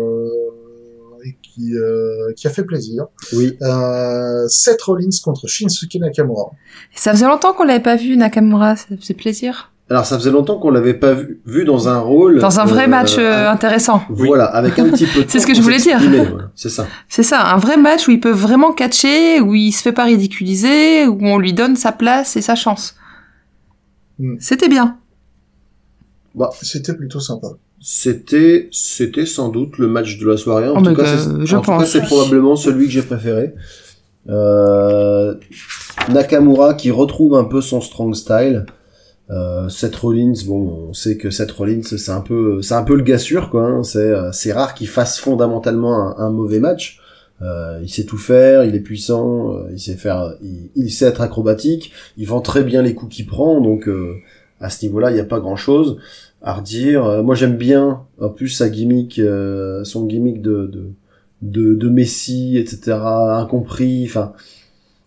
D: et qui, euh, qui a fait plaisir.
F: Oui.
D: Euh, Seth Rollins contre Shinsuke Nakamura.
C: Ça faisait longtemps qu'on l'avait pas vu, Nakamura, ça faisait plaisir.
F: Alors, ça faisait longtemps qu'on l'avait pas vu, vu dans un rôle.
C: Dans un vrai
F: euh,
C: match euh, intéressant.
F: Voilà, avec un petit peu de
C: [laughs] C'est ce
F: temps
C: que je
F: pour
C: voulais dire.
F: s'exprimer, voilà, C'est ça.
C: C'est ça, un vrai match où il peut vraiment catcher, où il se fait pas ridiculiser, où on lui donne sa place et sa chance.
D: Mm.
C: C'était bien.
D: C'était plutôt sympa.
F: C'était, c'était sans doute le match de la soirée.
C: Oh,
F: En tout
C: mais
F: cas,
C: que-
F: c'est-
C: je
F: en tout cas,
C: pense,
F: c'est
C: oui.
F: probablement celui que j'ai préféré. Euh, Nakamura qui retrouve un peu son strong style. Euh, Seth Rollins, bon, on sait que Seth Rollins, c'est un peu, c'est un peu le gars sûr, quoi. hein. C'est, euh, c'est rare qu'il fasse fondamentalement un, un mauvais match. Euh, il sait tout faire, il est puissant, euh, il sait faire, il, il sait être acrobatique, il vend très bien les coups qu'il prend, donc euh, à ce niveau-là, il n'y a pas grand-chose à redire. Euh, moi, j'aime bien, en plus, sa gimmick, euh, son gimmick de, de, de, de Messi, etc., incompris, enfin,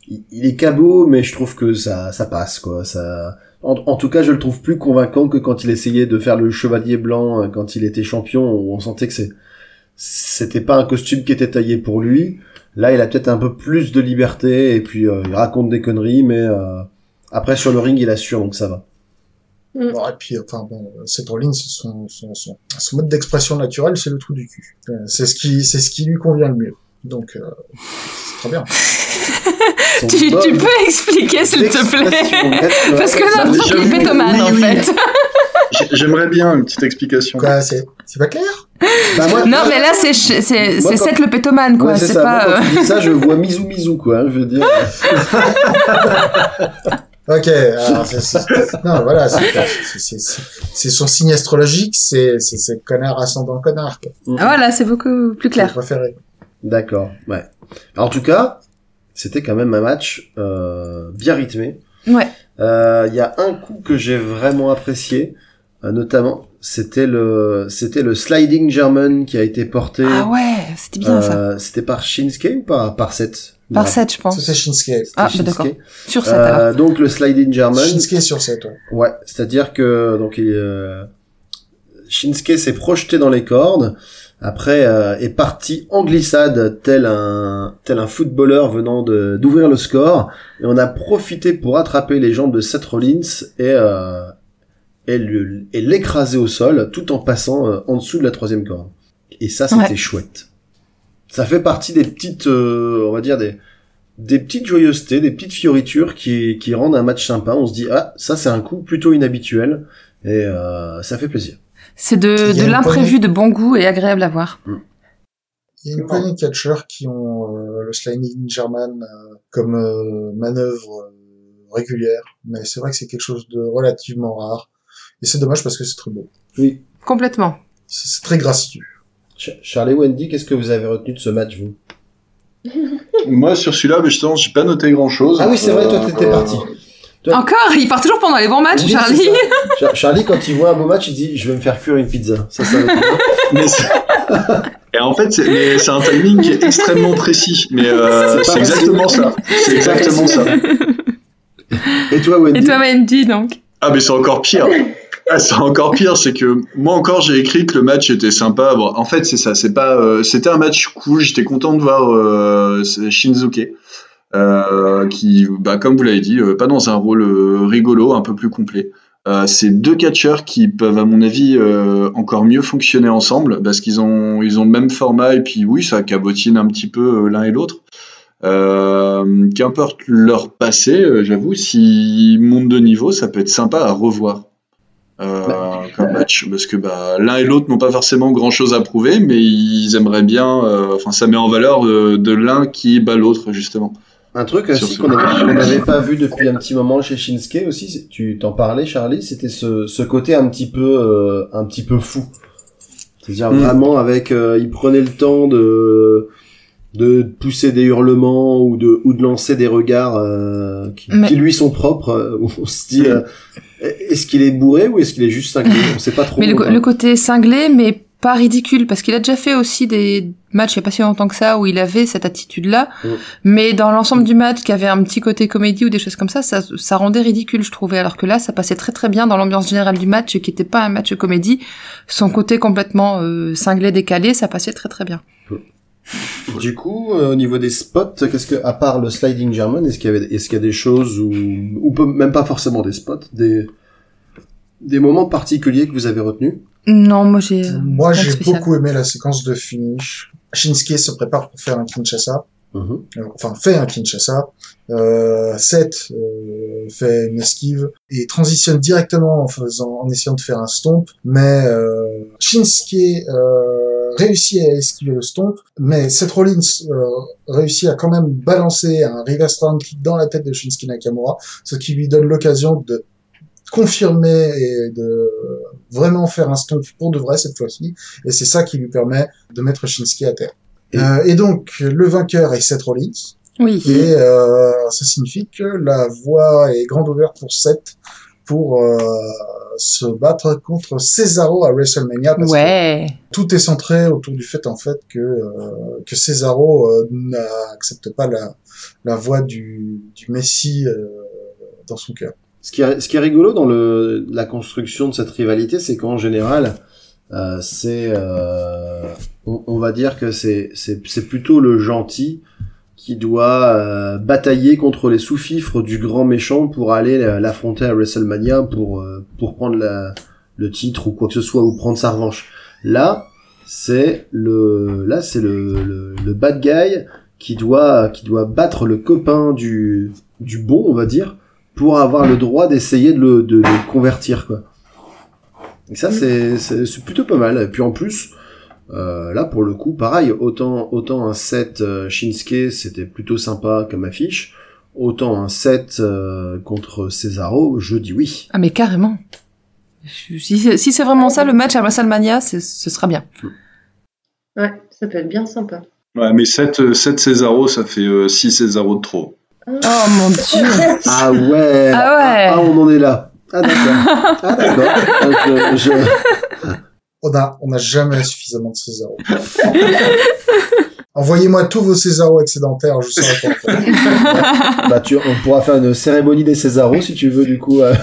F: il, il est cabot, mais je trouve que ça, ça passe, quoi, ça... En, en tout cas, je le trouve plus convaincant que quand il essayait de faire le chevalier blanc euh, quand il était champion, où on sentait que c'est, c'était pas un costume qui était taillé pour lui. Là, il a peut-être un peu plus de liberté et puis euh, il raconte des conneries, mais euh, après sur le ring, il assure donc
C: [laughs]
F: ça va.
D: Bon, et puis, enfin, bon, Seth Rollins, son, son, son, son mode d'expression naturel, c'est le trou du cul. Euh, C'est ce qui, c'est ce qui lui convient le mieux. Donc, euh, c'est très bien.
F: Son
C: Tu, tu
F: mode
C: peux expliquer, [laughs] s'il te
F: d'expression
C: plaît
F: naturelle.
C: Parce que là,
F: Ça,
C: on
B: mais
C: qu'il est
B: j'avoue,
C: pétomane,
B: oui,
C: en
B: oui.
C: fait.
B: J'ai- J'aimerais bien une petite explication.
D: Quoi, c'est, c'est pas clair?
F: bah, moi-
C: Non, mais là, c'est c'est- c'est
F: Moi, quand-
C: Seth le pétomane, quoi.
F: Ouais,
C: c'est
F: ça.
C: pas...
F: Moi,
C: euh,
F: quand tu dis ça,
C: [laughs]
F: je vois misou misou, quoi. hein, Je veux dire.
D: Ok, alors, c'est, c'est- non, voilà, c'est, c'est, c'est, c'est- c'est son signe astrologique, c'est, c'est, c'est connard ascendant connard, quoi.
F: Mm.
C: ah, Voilà, c'est beaucoup plus
D: C'est
C: clair.
D: préféré.
F: D'accord. Ouais. Alors, en tout cas, c'était quand même un match euh, bien rythmé.
C: Ouais.
F: Euh, Il y a un coup que j'ai vraiment apprécié, euh, notamment, c'était le, c'était le sliding German qui a été porté.
C: Ah ouais, c'était bien, ça.
F: euh, C'était par Shinsuke ou par par Seth
C: Par
F: Non,
C: 7, je pense.
D: C'était Shinsuke.
F: c'était
C: Ah, bah,
F: Shinsuke.
C: d'accord. Sur 7, alors.
F: Euh, donc le sliding German.
D: Shinsuke sur cette, ouais.
F: Ouais, c'est-à-dire que donc il, euh, Shinsuke s'est projeté dans les cordes, après euh, est parti en glissade tel un tel un footballeur venant de d'ouvrir le score et on a profité pour attraper les jambes de Seth Rollins et euh, et le- et l'écraser au sol tout en passant euh, en dessous de la troisième corde. Et ça c'était
C: Ouais.
F: chouette. Ça fait partie des petites euh, on va dire des des petites joyeusetés, des petites fioritures qui, qui rendent un match sympa. On se dit, ah, ça c'est un coup plutôt inhabituel. Et euh, ça fait plaisir.
C: C'est
D: Il y
C: de,
D: a
C: de
D: une
C: l'imprévu de bon goût et agréable à voir.
D: Il y a une poignée de catcheurs qui ont euh, le sliding German euh, comme euh, manœuvre euh, régulière, mais c'est vrai que c'est quelque chose de relativement rare. Et c'est dommage parce que c'est très beau.
F: Oui.
C: Complètement.
D: C'est c'est très gracieux.
F: Charlie Wendy, qu'est-ce que vous avez retenu de ce match, vous
B: Moi, sur celui-là, mais justement, j'ai pas noté grand-chose.
F: Ah oui, c'est vrai, toi
B: Euh,
F: t'étais parti.
C: Encore, il part toujours pendant les bons matchs,
F: Oui, c'est
C: Ah, Charlie.
F: ça.
C: [laughs]
F: Char- Charlie, quand il voit un beau match, il dit, je vais me faire cuire une pizza. Ça, [laughs] ça va être bien.
B: [laughs] Mais c'est- Et en fait, c'est mais c'est un timing qui est extrêmement précis. Mais euh,
F: C'est
B: c'est
F: pas
B: exactement ça. C'est
C: [laughs]
B: exactement ça.
F: Et toi, Wendy
C: Et toi, Wendy, donc
B: Ah, mais c'est encore pire. Ah, c'est encore pire, c'est que moi encore j'ai écrit que le match était sympa. Bon, en fait, c'est ça, c'est pas, euh, c'était un match cool. J'étais content de voir euh, Shinzuke, euh, qui, bah, comme vous l'avez dit, euh, pas dans un rôle euh, rigolo, un peu plus complet. Euh, c'est deux catcheurs qui peuvent, à mon avis, euh, encore mieux fonctionner ensemble parce qu'ils ont, ils ont le même format et puis oui, ça cabotine un petit peu euh, l'un et l'autre. Euh, Qu'importe leur passé, euh, j'avoue, s'ils montent de niveau, ça peut être sympa à revoir. euh, comme match parce que bah, l'un et l'autre n'ont pas forcément grand chose à prouver, mais ils aimeraient bien. euh, Enfin, ça met en valeur euh, de l'un qui bat l'autre justement.
F: Un truc aussi
B: Sur
F: qu'on
B: ce-
F: n'avait pas vu depuis un petit moment chez Shinsuke aussi, c'est- tu t'en parlais Charlie, c'était ce, ce côté un petit peu euh, un petit peu fou. C'est-à-dire
B: Mm.
F: vraiment avec euh, il prenait le temps de de pousser des hurlements ou de ou de lancer des regards euh, qui,
C: Mais-
F: qui lui sont propres euh, [laughs] où on se dit euh,
B: Mm.
F: est-ce qu'il est bourré ou est-ce qu'il est juste cinglé On sait pas trop.
C: Mais le,
F: enfin.
C: le côté cinglé, mais pas ridicule, parce qu'il a déjà fait aussi des matchs il n'y a pas si longtemps que ça où il avait cette attitude-là.
F: Mm.
C: Mais dans l'ensemble du match, qui avait un petit côté comédie ou des choses comme ça, ça, ça rendait ridicule, je trouvais. Alors que là, ça passait très très bien dans l'ambiance générale du match, qui n'était pas un match comédie. Son côté complètement euh, cinglé, décalé, ça passait très très bien.
F: Du coup, euh, au niveau des spots, qu'est-ce que, à part le sliding German, est-ce qu'il y avait, est-ce qu'il y a des choses ou, ou peu- même pas forcément des spots, des, des moments particuliers que vous avez retenus?
C: Non, moi j'ai. euh,
D: Moi,
C: rien de
D: j'ai
C: spécial.
D: beaucoup aimé la séquence de finish. Shinsuke se prépare pour faire un Kinshasa. Euh, enfin fait un Kinshasa, euh, Seth euh, fait une esquive et transitionne directement en faisant, en essayant de faire un stomp, mais euh, Shinsuke euh, réussit à esquiver le stomp, mais Seth Rollins euh, réussit à quand même balancer un reverse round kick dans la tête de Shinsuke Nakamura, ce qui lui donne l'occasion de confirmer et de vraiment faire un stomp pour de vrai cette fois-ci, et c'est ça qui lui permet de mettre Shinsuke à terre.
F: Et-
D: Euh, et donc le vainqueur est Seth Rollins,
C: Oui.
D: et euh, ça signifie que la voie est grande ouverte pour Seth pour euh, se battre contre Cesaro à WrestleMania parce
C: Ouais.
D: que tout est centré autour du fait en fait que euh, que Cesaro euh, n'accepte pas la la voie du du Messie euh, dans son cœur.
F: Ce qui est, ce qui est rigolo dans le, la construction de cette rivalité, c'est qu'en général, euh, c'est, euh, on, on va dire que c'est, c'est, c'est plutôt le gentil qui doit euh, batailler contre les sous-fifres du grand méchant pour aller euh, l'affronter à WrestleMania pour euh, pour prendre la, le titre ou quoi que ce soit ou prendre sa revanche. Là, c'est le, là c'est le, le, le bad guy qui doit qui doit battre le copain du du bon, on va dire pour avoir le droit d'essayer de le, de, de le convertir quoi. Et
C: Mm.
F: ça c'est c'est c'est plutôt pas mal. Et puis en plus euh, là pour le coup pareil autant autant un set euh, Shinsuke c'était plutôt sympa comme affiche autant un set euh, contre Cesaro je dis oui.
C: Ah mais carrément. Je- Si, c'est- si c'est vraiment ça le match à WrestleMania, c'est- ce sera bien.
E: Ouais, ça peut être bien sympa.
B: Ouais, mais 7, 7 Césaro, ça fait 6 Césaro de trop. [laughs]
E: Ah,
C: Oh mon dieu. [laughs]
F: Ah ouais.
C: Ah ouais.
F: ah, on en est là.
C: [laughs]
F: Ah d'accord. ah d'accord. Ah, je- je...
D: On a on n'a jamais suffisamment de Cesaro. Envoyez-moi tous vos Cesaro excédentaires, je saurai quoi en faire.
F: Bah, tu, on pourra faire une cérémonie des Césaros si tu veux, du coup. euh.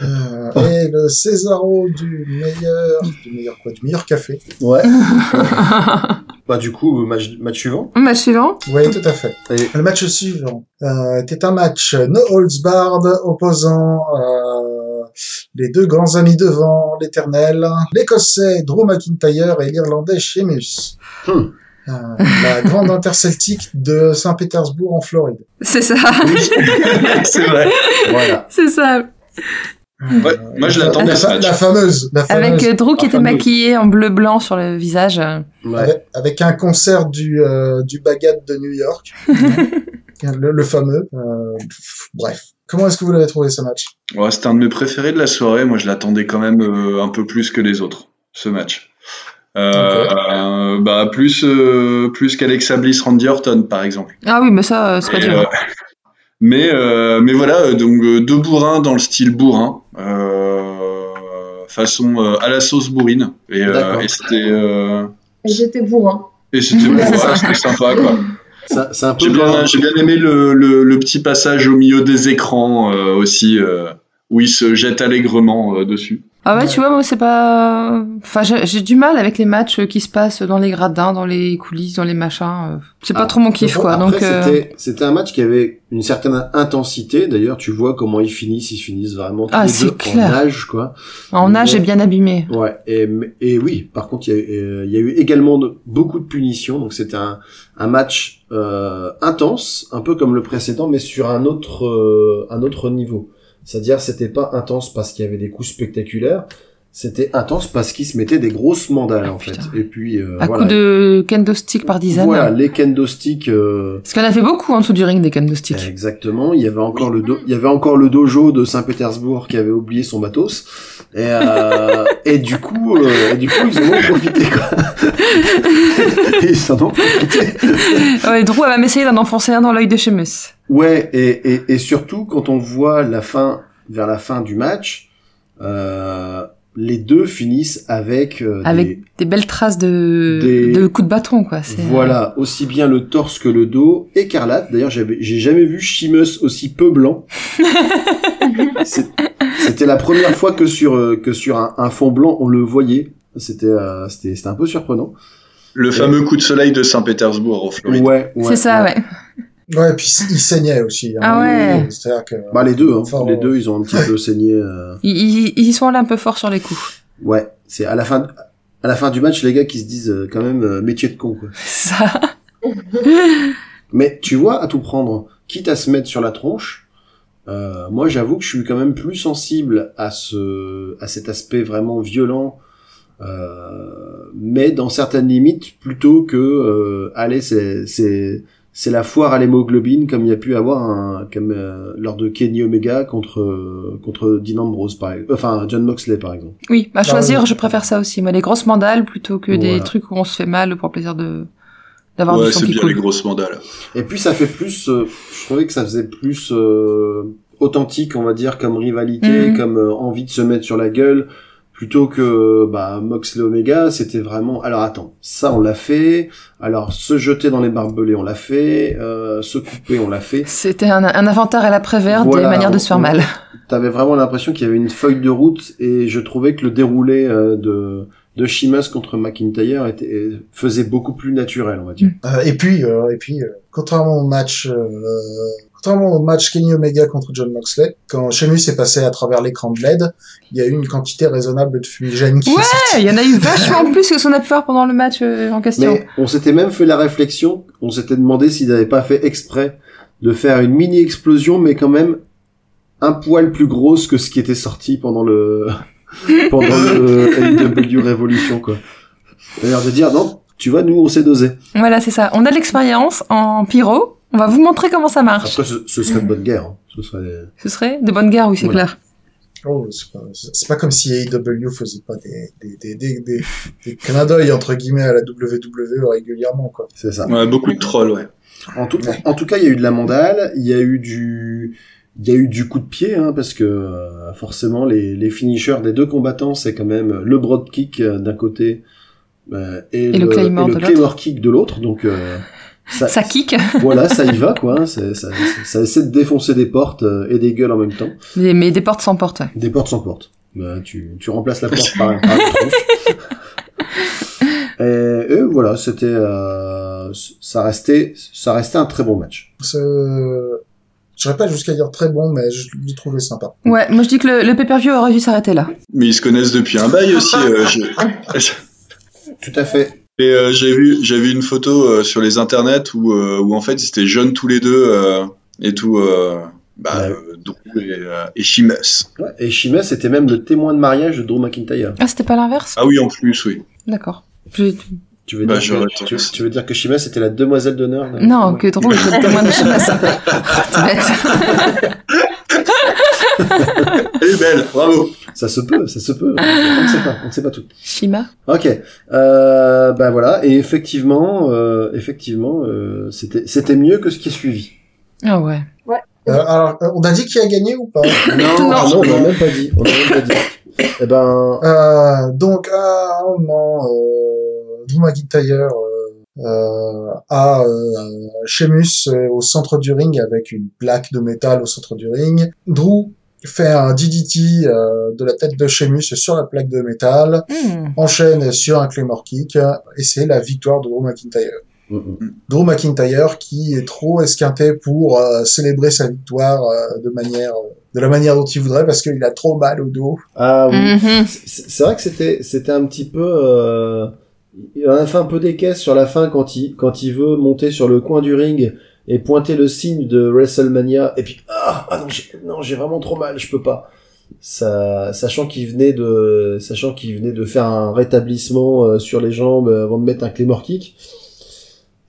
D: Euh, et le Cesaro du meilleur, du meilleur quoi, du meilleur café.
C: [laughs]
F: Ouais. bah, du coup, match, match suivant.
C: Match suivant.
D: Oui, tout à fait.
F: Et-
D: Le match suivant euh, était un match no holds barred opposant euh, les deux grands amis devant l'éternel, l'écossais Drew McIntyre et l'irlandais Sheamus.
F: Hmm.
D: Euh, la grande interceltique de Saint-Pétersbourg en Floride.
C: C'est ça,
B: [laughs] c'est vrai.
F: Voilà.
C: c'est ça.
B: Ouais, moi, je l'attendais,
D: Euh, La,
B: ce
D: fa-
B: match.
D: la fameuse, la fameuse.
C: Avec euh, Drew qui
B: Ah,
C: était
B: fameux.
C: maquillé en bleu blanc sur le visage. euh.
F: Ouais.
D: avec, avec un concert du euh, du Bagat de
C: [laughs]
D: New York, le, le fameux. Euh, pff, bref, comment est-ce que vous l'avez trouvé ce match
B: Ouais, c'était un de mes préférés de la soirée. Moi, je l'attendais quand même euh, un peu plus que les autres, ce match. Euh,
D: Ok.
B: euh, bah, plus euh, plus qu'Alexa Bliss, Randy Orton, par exemple.
C: Ah oui, mais ça, euh, c'est pas
B: Et,
C: dur.
B: euh, mais euh, mais voilà, euh, donc euh, deux bourrins dans le style bourrin, euh, façon euh, à la sauce bourrine. Et, euh,
F: D'accord.
B: et c'était euh,
E: J'étais bourrin.
B: et c'était
C: Ouais,
B: ouais, c'était sympa quoi.
F: Ça- C'est un peu
B: J'ai bien,
F: bien.
B: j'ai bien aimé le, le- le petit passage au milieu des écrans euh, aussi, euh, où il se jette allègrement euh, dessus.
C: Ah ouais,
D: Ouais.
C: tu vois, moi, c'est pas... Enfin, j'ai j'ai du mal avec les matchs euh, qui se passent dans les gradins, dans les coulisses, dans les machins. euh. C'est pas
F: Ah,
C: trop mon kiff,
F: Bon,
C: quoi.
F: après,
C: donc, euh,
F: c'était, c'était un match qui avait une certaine intensité. D'ailleurs, tu vois comment ils finissent. Ils finissent vraiment tous
C: Ah,
F: les
C: c'est
F: deux
C: clair.
F: en âge, quoi.
C: en âge, j'ai
F: Ouais.
C: bien abîmé.
F: Ouais. Et, et oui, par contre, il y, a, eu- euh, il y a eu également de- beaucoup de punitions. Donc, c'était un, un match euh, intense, un peu comme le précédent, mais sur un autre, euh, un autre niveau. C'est-à-dire, c'était pas intense parce qu'il y avait des coups spectaculaires. C'était intense parce qu'ils se mettaient des grosses mandales,
C: Ah,
F: en fait.
C: putain.
F: Et puis, euh,
C: À
F: voilà.
C: coup de kendo stick par dizaine.
F: Voilà, les kendo sticks. euh,
C: Parce qu'on a fait beaucoup en dessous du ring des kendo sticks.
F: Exactement. Il y avait encore le do- il y avait encore le dojo de Saint-Pétersbourg qui avait oublié son matos. Et, euh, et du coup, euh, et du coup, ils en ont profité quoi. ils en ont profité.
C: Ah ouais, Drew elle va m'essayer d'en enfoncer un dans l'œil de Sheamus.
F: Ouais. Et, et, et surtout quand on voit la fin vers la fin du match, euh, les deux finissent avec, euh,
C: Avec des belles traces de,
F: des-
C: de coups de bâton, quoi.
F: des-
C: c'est-
F: voilà aussi bien le torse que le dos écarlate. D'ailleurs, j'avais- j'ai jamais vu Chimus aussi
C: [laughs]
F: peu blanc. C'est- C'était la première fois que sur euh, que sur un, un fond blanc on le voyait. C'était euh, c'était c'était un peu surprenant.
B: Le fameux coup de soleil de Saint-Pétersbourg en Floride.
F: Ouais, ouais,
C: euh, C'est ça, ouais.
D: Ouais, et puis il saignait aussi. hein.
C: Ah ouais.
D: C'est-à-dire que...
F: Bah les deux, hein.
D: Enfin,
F: les
D: on-
F: deux ils ont un petit peu saigné. euh,
C: Ils, ils, ils sont allés un peu fort sur les coups. [laughs]
F: Ouais, c'est à la fin à la fin du match les gars qui se disent euh, quand même euh, métier de con quoi.
C: Ça.
F: Mais tu vois à tout prendre, quitte à se mettre sur la tronche. euh, moi j'avoue que je suis quand même plus sensible à ce à cet aspect vraiment violent Euh, mais dans certaines limites plutôt que euh, allez c'est c'est c'est la foire à l'hémoglobine comme il y a pu avoir un, comme euh, lors de Kenny Omega contre euh, contre Dean Ambrose par exemple. enfin John Moxley par exemple
C: Oui, à choisir,
D: oui.
C: je préfère ça aussi. Moi, les grosses mandales plutôt que des
F: Voilà.
C: trucs où on se fait mal pour le plaisir de d'avoir
B: Ouais,
C: du sang
B: c'est
C: qui
B: bien
C: coule.
B: les grosses mandales.
F: et puis ça fait plus euh, je trouvais que ça faisait plus euh, authentique on va dire comme rivalité
C: Mhm.
F: comme euh, envie de se mettre sur la gueule plutôt que bah, Moxley Omega, c'était vraiment alors attends, ça on l'a fait, alors se jeter dans les barbelés on l'a fait, euh, se couper on l'a fait,
C: C'était un, un inventaire à l'après-vert
F: Voilà,
C: des manières de se faire
F: on-
C: [laughs] mal.
F: T'avais vraiment l'impression qu'il y avait une feuille de route et je trouvais que le déroulé euh, de de Sheamus contre McIntyre était, faisait beaucoup plus naturel, on va dire.
D: Euh, et puis, euh, et puis euh, contrairement au match... euh, Contrairement au match Kenny Omega contre John Moxley, quand Sheamus est passé à travers l'écran de LED, il y a eu une quantité raisonnable de fumigène qui est
C: Ouais,
D: sortie.
C: il y en a eu vachement plus que ce qu'on a pu voir pendant le match euh, en question.
F: Mais on s'était même fait la réflexion, on s'était demandé s'ils n'avaient pas fait exprès de faire une mini explosion, mais quand même un poil plus grosse que ce qui était sorti pendant le [laughs] pendant le NW Revolution quoi. D'ailleurs de dire non, tu vois nous on s'est dosé.
C: Voilà, c'est ça. On a de l'expérience en pyro. On va vous montrer comment ça marche.
F: Après ce, ce serait de bonne guerre, hein. ce serait
C: Ce serait de bonnes guerres, oui, c'est
F: Voilà.
C: clair.
D: Oh, c'est pas, c'est pas comme si AEW faisait pas des, des, des, des, des, des clins d'œil, entre guillemets, à la WWE régulièrement, quoi.
F: c'est ça.
B: Ouais, beaucoup de trolls, ouais.
F: En tout,
D: Ouais.
F: en tout cas, il y a eu de la mandale, il y a eu du, il y a eu du coup de pied, hein, parce que euh, forcément les, les finishers des deux combattants, c'est quand même le broad kick euh, d'un côté euh, et,
C: le claymore de l'autre.
F: claymore kick de l'autre, donc euh,
C: Ça kick,
F: [laughs] voilà, ça y va quoi. hein, c'est- ça, ça essaie de défoncer des portes euh, et des gueules en même temps,
C: mais mais des portes sans porte. ouais.
F: des portes sans porte. Bah, tu, tu remplaces la porte par, un- par
C: [laughs]
F: une tronche. Et, et voilà, c'était, euh, ça restait, ça restait un très bon match.
D: Ce... euh, Je pas jusqu'à dire très bon, mais je l'ai trouvé sympa.
C: Ouais, moi je dis que le, le pay-per-view aurait dû s'arrêter là.
B: Mais ils se connaissent depuis un bail aussi. euh, je-
F: Tout à fait.
B: Et euh, j'ai vu, j'ai vu une photo euh, sur les internets où, euh, où en fait ils étaient jeunes tous les deux euh, et tout. Euh, bah,
F: Ouais.
B: euh, Drew et, euh, et Sheamus.
F: Et Chimes était même le témoin de mariage de Drew McIntyre.
C: Ah, c'était pas l'inverse
B: Ah oui, en plus, oui.
C: D'accord. Je-
F: Tu veux,
B: Bah,
F: dire,
B: j'aurais
F: que, tu,
B: tendance.
F: tu veux dire que Chimes était la demoiselle d'honneur d'un-
C: Non,
F: Ouais.
C: que drôle, était témoin [laughs] de Sheamus. T'es bête.
B: Elle est belle, bravo.
F: Ça se peut, ça se peut. On ne sait pas, on ne sait pas tout.
C: Shima.
F: Ok. Euh, bah voilà. Et effectivement, euh, effectivement, euh, c'était, c'était mieux que ce qui est suivi.
C: Ah ouais.
D: Euh, alors, euh, on a dit qui a gagné ou pas
F: Non,
C: Non.
F: ah non, on l'a même pas dit. On l'a même pas dit. Eh ben,
D: euh, Donc, à un moment, euh, Drew McIntyre euh, euh, a euh, Sheamus euh, au centre du ring avec une plaque de métal au centre du ring. Drew faire un DDT euh, de la tête de Sheamus sur la plaque de métal,
C: Hmm.
D: enchaîne sur un Claymore Kick, et c'est la victoire de Drew McIntyre.
F: Mhm.
D: Drew McIntyre qui est trop esquinté pour euh, célébrer sa victoire euh, de manière de la manière dont il voudrait parce qu'il a trop mal au dos.
F: Ah oui.
C: Mhm.
F: C'est c'est vrai que c'était c'était un petit peu. euh, il en a fait un peu des caisses sur la fin quand il quand il veut monter sur le coin du ring et pointer le signe de WrestleMania et puis ah, ah non j'ai non j'ai vraiment trop mal je peux pas. Ça, sachant qu'il venait de sachant qu'il venait de faire un rétablissement euh, sur les jambes avant de mettre un claymore kick.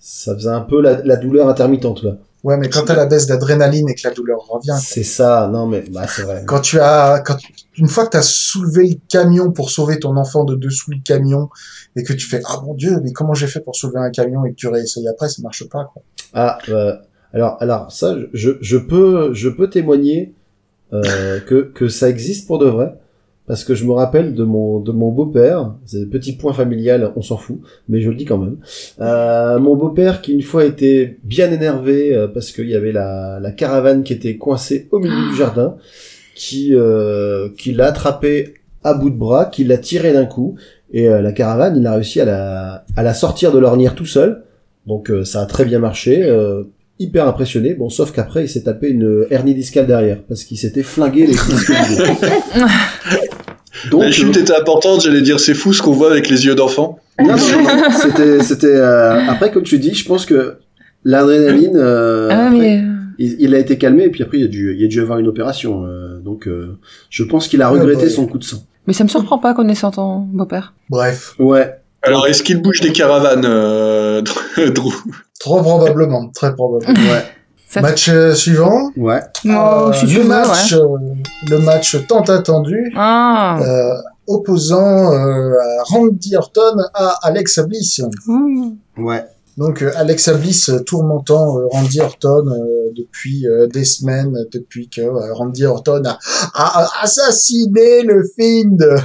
F: Ça faisait un peu la, la douleur intermittente là.
D: Ouais, mais quand t'as la baisse d'adrénaline et que la douleur revient,
F: C'est ça, non mais bah c'est vrai.
D: quand tu as, quand, une fois que tu as soulevé le camion pour sauver ton enfant de dessous le camion et que tu fais ah mon dieu mais comment j'ai fait pour soulever un camion et que tu réessayes après ça marche pas quoi.
F: Ah, euh, alors, alors ça, je, je peux, je peux témoigner euh, que, que ça existe pour de vrai, parce que je me rappelle de mon, de mon beau-père. C'est un petit point familial, on s'en fout, mais je le dis quand même. Euh, mon beau-père qui une fois était bien énervé euh, parce qu'il y avait la, la caravane qui était coincée au milieu du jardin, qui, euh, qui l'a attrapé à bout de bras, qui l'a tiré d'un coup, et euh, la caravane, il a réussi à la, à la sortir de l'ornière tout seul. Donc euh, ça a très bien marché, euh, hyper impressionné. Bon, sauf qu'après il s'est tapé une hernie discale derrière parce qu'il s'était flingué les disques. du dos. Donc
B: La chute
F: euh,
B: était importante, j'allais dire c'est fou ce qu'on voit avec les yeux d'enfant.
F: non, non, non, non, c'était c'était euh, après comme tu dis, je pense que l'adrénaline euh,
C: Ah,
F: après,
C: mais...
F: il, il a été calmé et puis après il a dû il a dû avoir une opération. euh, donc euh, je pense qu'il a
D: Ouais,
F: regretté
D: bah,
F: son coup de sang.
C: mais ça me surprend pas connaissant ton beau-père.
D: Bref,
F: Ouais.
B: Alors est-ce qu'il bouge des caravanes, euh, [laughs] Drew
D: trop probablement, très probablement.
F: Ouais.
C: Ça-
D: match euh, suivant.
F: Ouais.
C: Oh,
D: Euh,
C: je suis
D: le
C: toujours,
D: match, euh, le match tant attendu.
C: ouais. Ah.
D: euh, opposant euh, à Randy Orton à Alexa Bliss.
E: [laughs]
C: Ouh.
F: Ouais.
D: Donc euh, Alexa Bliss euh, tourmentant euh, Randy Orton euh, depuis euh, des semaines, euh, depuis que euh, Randy Orton a, a- a assassiné le Fiend euh,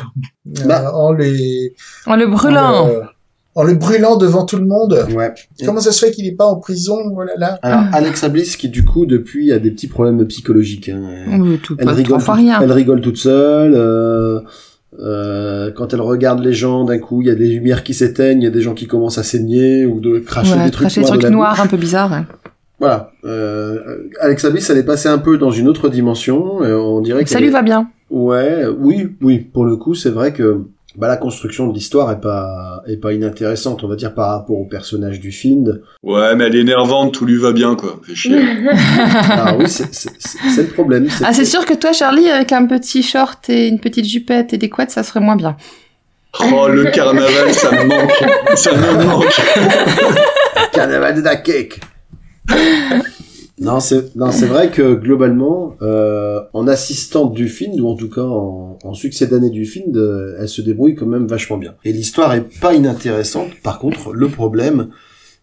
F: Bah.
D: en les
C: En Ah, le brûlant.
D: en
F: Euh,
D: le, en le brûlant devant tout le monde.
F: Ouais.
D: Comment ça se fait qu'il n'est pas en prison Voilà là. [laughs]
C: Ah.
F: Alors Alexa Bliss qui du coup depuis a des petits problèmes psychologiques. hein.
C: Ouh, Oh, tout,
F: elle
C: pas,
F: rigole,
C: trois fois
F: toute-
C: rien.
F: elle rigole toute seule. euh, euh, quand elle regarde les gens, d'un coup, il y a des lumières qui s'éteignent, il y a des gens qui commencent à saigner ou de cracher
C: Ouais,
F: des trucs
C: cracher des
F: noirs. de
C: trucs
F: la bouche.
C: noirs un peu bizarres. ouais.
F: Voilà. Euh, Alexa Bliss, elle est passée un peu dans une autre dimension. euh, on dirait
C: Ça
F: qu'elle
C: lui
F: est-
C: va bien.
F: Ouais, oui, oui. Pour le coup, c'est vrai que bah, la construction de l'histoire est pas est pas inintéressante, on va dire par rapport au personnage du film.
B: Ouais, mais elle est énervante, tout lui va bien quoi. Fait chier.
F: Ah oui, c'est c'est- c'est- c'est le problème.
C: Ah, c'est
F: que-
C: sûr que toi, Charlie, avec un petit short et une petite jupette et des couettes, ça serait moins bien.
B: Oh le carnaval, ça me manque, ça
F: Ah,
B: me manque.
F: Carnaval de la cake. Non, c'est non, c'est vrai que globalement, euh, en assistante du film ou en tout cas en, en succès d'année du film, euh, elle se débrouille quand même vachement bien. Et l'histoire est pas inintéressante. Par contre, le problème,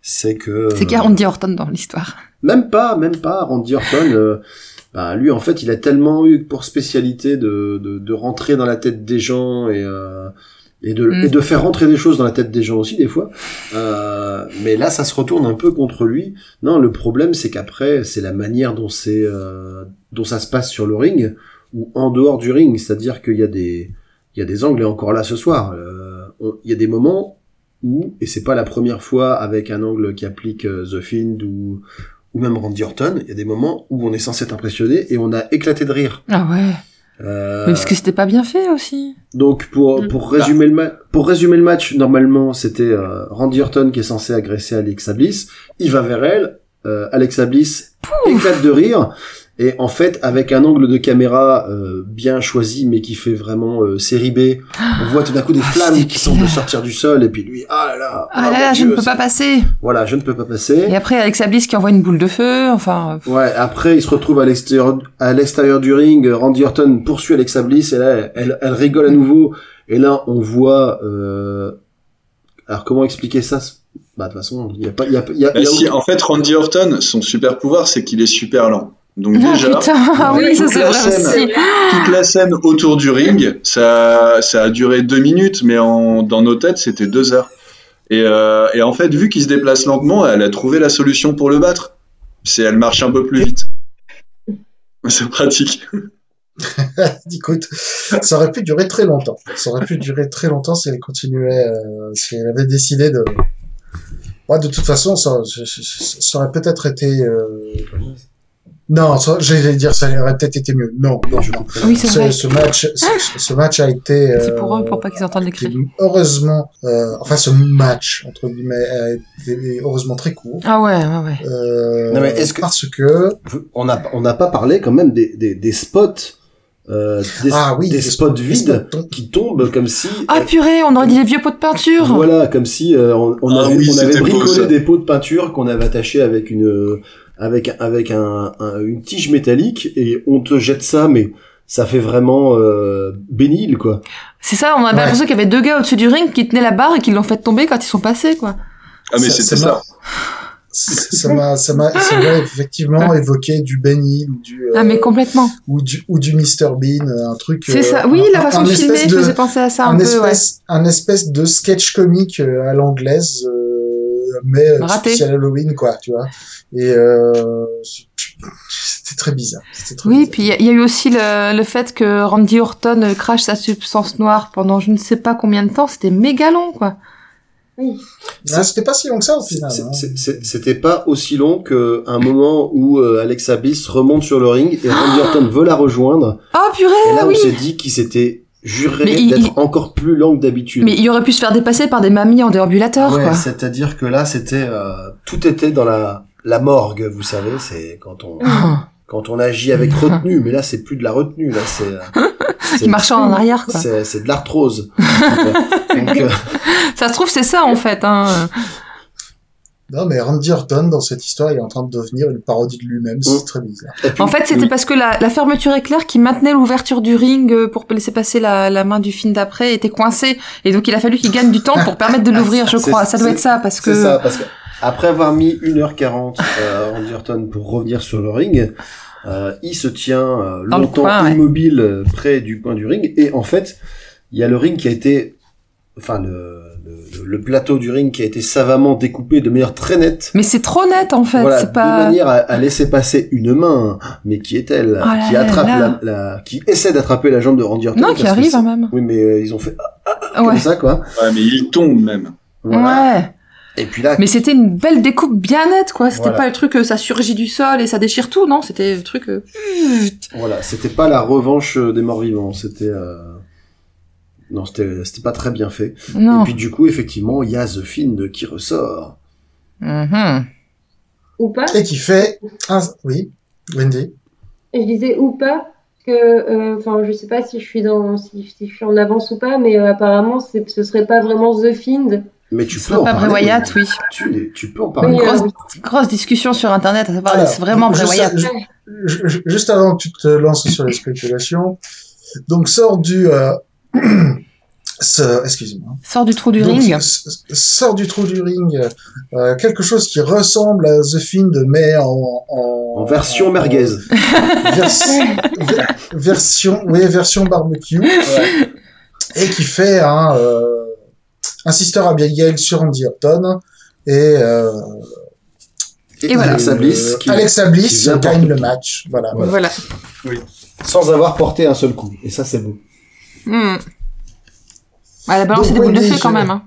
F: c'est que
C: C'est qu'il y a Randy Orton dans l'histoire.
F: même pas, même pas. Randy Orton, euh, ben, lui en fait, il a tellement eu pour spécialité de, de, de rentrer dans la tête des gens et, euh, et, de,
C: Mm.
F: et de faire rentrer des choses dans la tête des gens aussi des fois. Euh, mais là, ça se retourne un peu contre lui. Non, le problème, c'est qu'après, c'est la manière dont c'est euh, dont ça se passe sur le ring ou en dehors du ring, c'est-à-dire qu'il y a des il y a des angles et encore là ce soir, euh, on- il y a des moments où et c'est pas la première fois avec un angle qui applique euh, The Fiend ou ou même Randy Orton, il y a des moments où on est censé être impressionné et on a éclaté de rire.
C: Ah ouais.
F: Euh,
C: Mais parce que c'était pas bien fait aussi.
F: donc pour pour résumer le match, pour résumer le match, normalement c'était euh, Randy Orton qui est censé agresser Alexa Bliss, il va vers elle, euh, Alexa Bliss éclate de rire et en fait avec un angle de caméra euh, bien choisi mais qui fait vraiment euh, série B, on voit tout d'un coup des
C: Ah,
F: flammes
C: c'est
F: qui
C: clair.
F: semblent sortir du sol et puis lui ah là là
C: Ah
F: mon
C: là là, je ne
F: Dieu,
C: peux
F: ça-
C: pas passer.
F: voilà je ne peux pas passer
C: Et après, Alexa Bliss qui envoie une boule de feu. Enfin, pff,
F: Ouais, après, il se retrouve à l'extérieur, à l'extérieur du ring. euh, Randy Orton poursuit Alexa Bliss et là, elle, elle rigole à nouveau. Et là, on voit, euh... alors comment expliquer ça? Bah, de toute façon, il y a pas, il y a, il y a,
B: Bah,
F: il y a
B: si,
F: aucun-
B: en fait Randy Orton, son super pouvoir c'est qu'il est super lent. Donc
C: Ah
B: déjà,
C: putain, ah oui, ça
B: toute
C: c'est
B: la
C: vrai
B: scène.
C: aussi.
B: toute la scène autour du ring, ça, ça a duré deux minutes, mais en, dans nos têtes, c'était deux heures. Et, euh, et en fait, vu qu'il se déplace lentement, elle a trouvé la solution pour le battre. C'est elle marche un peu plus vite. C'est pratique.
D: Écoute, ça aurait pu durer très longtemps. Ça aurait pu durer très longtemps si elle continuait, euh, si elle avait décidé de. Ouais, de toute façon, ça, ça- ça- ça aurait peut-être été. euh, Non, ça- j'allais dire, ça aurait peut-être été mieux. Non, non,
F: Je
D: non.
C: Oui, c'est
D: Ce,
C: vrai. Ah
D: ce match, ce, ce match a été.
C: C'est pour eux,
D: euh,
C: pour pas qu'ils entendent les
D: qui,
C: cris.
D: heureusement, euh, enfin, ce match entre guillemets a été heureusement très court.
C: Ah ouais, ouais, ouais.
D: Euh,
F: Non, mais est-ce que-
D: parce que
F: On n'a on n'a pas parlé quand même des, des, des spots, euh, des,
D: ah oui
F: des spots vides
D: spots,
F: qui tombent comme si.
C: Ah purée, on aurait dit les vieux pots de peinture.
F: Euh, Voilà, comme si euh, on, on
B: Ah
F: avait,
B: oui,
F: on avait
B: c'était beau,
F: bricolé
B: ça.
F: des pots de peinture qu'on avait attachés avec une euh, avec avec un, un- une tige métallique et on te jette ça, mais ça fait vraiment euh, bénil quoi.
C: C'est ça, on avait
D: Ouais.
C: l'impression qu'il y avait deux gars au-dessus du ring qui tenaient la barre et qui l'ont fait tomber quand ils sont passés, quoi.
B: Ah, mais
D: Ça-
B: c'était
D: ça
B: ça.
D: m'a- Ça ça m'a, ça m'a, ça m'a effectivement évoqué du Benny ou du, euh,
C: Ah, mais complètement.
D: ou du, ou du Mr Bean, un truc.
C: C'est
D: euh,
C: ça. Oui,
D: un-
C: la
D: un-
C: façon
D: un
C: de filmer
D: espèce de-
C: faisait penser à ça un,
D: un
C: peu,
D: espèce, un espèce de sketch comique euh, à l'anglaise, euh, mais euh,
C: Raté.
D: spécial Halloween, quoi, tu vois. Et euh, c'était très bizarre. C'était très
C: ouais. Oui,
D: bizarre.
C: puis il y a- il y, a eu aussi le, le fait que Randy Orton euh, crache sa substance noire pendant je ne sais pas combien de temps, c'était méga long, quoi.
D: Ah, c'était pas si long que ça au
F: C'est-
D: final. hein.
F: c'est- c'est- c'est- C'était pas aussi long que un moment où euh, Alexa Bliss remonte sur le ring et Randy Orton veut la rejoindre.
C: Oh purée,
F: Et là,
C: Ah oui
F: on s'est dit qu'il s'était juré
C: Mais il-
F: d'être
C: il-
F: encore plus long que d'habitude.
C: Mais il aurait pu se faire dépasser par des mamies en déambulateur,
F: Ouais,
C: quoi. [laughs]
F: c'est-à-dire que là, c'était euh, tout était dans la la morgue, vous savez, c'est quand on
C: Ah,
F: quand on agit
C: [laughs]
F: avec retenue, mais là c'est plus de la retenue, là c'est euh, c'est-
C: Il marchait en arrière, quoi.
F: [laughs] c'est c'est de l'arthrose.
C: [laughs]
F: Donc euh,
C: Ça se trouve, c'est ça, en fait. Hein.
D: Non, mais Randy Orton dans cette histoire, il est en train de devenir une parodie de lui-même. C'est
F: Oh.
D: très bizarre.
F: et puis-
C: En fait, c'était
F: oui.
C: parce que la, la fermeture éclair qui maintenait l'ouverture du ring euh, pour laisser passer la, la main du film d'après était coincée. Et donc, il a fallu qu'il gagne du temps pour permettre
F: [laughs]
C: de l'ouvrir, je
F: Ah, C'est-
C: crois. Ça doit
F: c'est-
C: être ça, parce que...
F: c'est ça parce que après avoir mis 1h40 euh, Randy Orton pour revenir sur le ring, euh, il se tient euh,
C: Dans le
F: longtemps
C: coin, ouais.
F: immobile euh, près du coin du ring et en fait, il y a le ring qui a été enfin le le- le plateau du ring qui a été savamment découpé de manière très nette
C: Mais c'est trop net, en fait.
F: voilà,
C: c'est pas...
F: de manière à, à laisser passer une main, mais qui est-elle
C: Oh là
F: Qui
C: là
F: attrape
C: là.
F: la, la- qui essaie d'attraper la jambe de Randy Orton
C: Non, qui
F: parce que
C: arrive,
F: c'est-
C: hein, même.
F: Oui, mais euh, ils ont fait ah, comme
C: Ouais.
F: ça quoi.
B: Ouais, mais il tombe même.
F: Voilà.
C: Ouais.
F: Et puis là,
C: Mais c'était une belle découpe bien nette, quoi. C'était
F: Voilà.
C: pas le truc euh, ça surgit du sol et ça déchire tout, non. C'était le truc... euh,
F: voilà, c'était pas la revanche euh, des morts vivants, c'était euh, non, c'était c'était pas très bien fait.
C: Non.
F: Et puis du coup, effectivement, il y a The Find qui ressort.
C: Mhm.
E: Ou pas
D: Et qui fait, un... oui, Wendy.
E: Et je disais ou pas, parce que, euh, enfin, je sais pas si je suis dans, si, si je suis en avance ou pas, mais euh, apparemment, c'est, ce serait pas vraiment The Find.
F: Mais tu hein.
C: Ce
F: peux
C: serait
F: en
C: pas
F: parler.
C: Bray Wyatt, oui.
F: Tu, tu peux en
E: Oui,
F: parler.
E: euh,
C: Grosse, grosse discussion sur Internet, à savoir,
D: Alors,
C: c'est vraiment Bray
D: juste- euh,
C: Wyatt.
D: ju- ju- Juste avant que tu te lances sur les spéculations, donc sort du, euh, [clears throat] ce- excusez-moi,
C: Sort du trou du
D: Donc,
C: ring.
D: s- s- sort du trou du ring, euh, quelque chose qui ressemble à The Find mais en, en,
F: En version
D: en-
F: merguez.
D: vers- ver- version, oui, version barbecue, et qui fait un, euh, un sister Abigail sur Andy Orton et, euh,
C: Et voilà.
F: Alexa Bliss
D: euh,
F: qui-
D: Alexa
F: qui
D: Bliss
F: vient
D: gagne
F: porter-
D: le match. Voilà.
F: Voilà.
C: Voilà.
F: sans avoir porté un seul coup. Et ça, c'est beau.
C: Hmm. Ouais, la balance
D: Donc,
C: des boules de
D: Wendy,
C: feu quand
D: je-
C: même. Hein.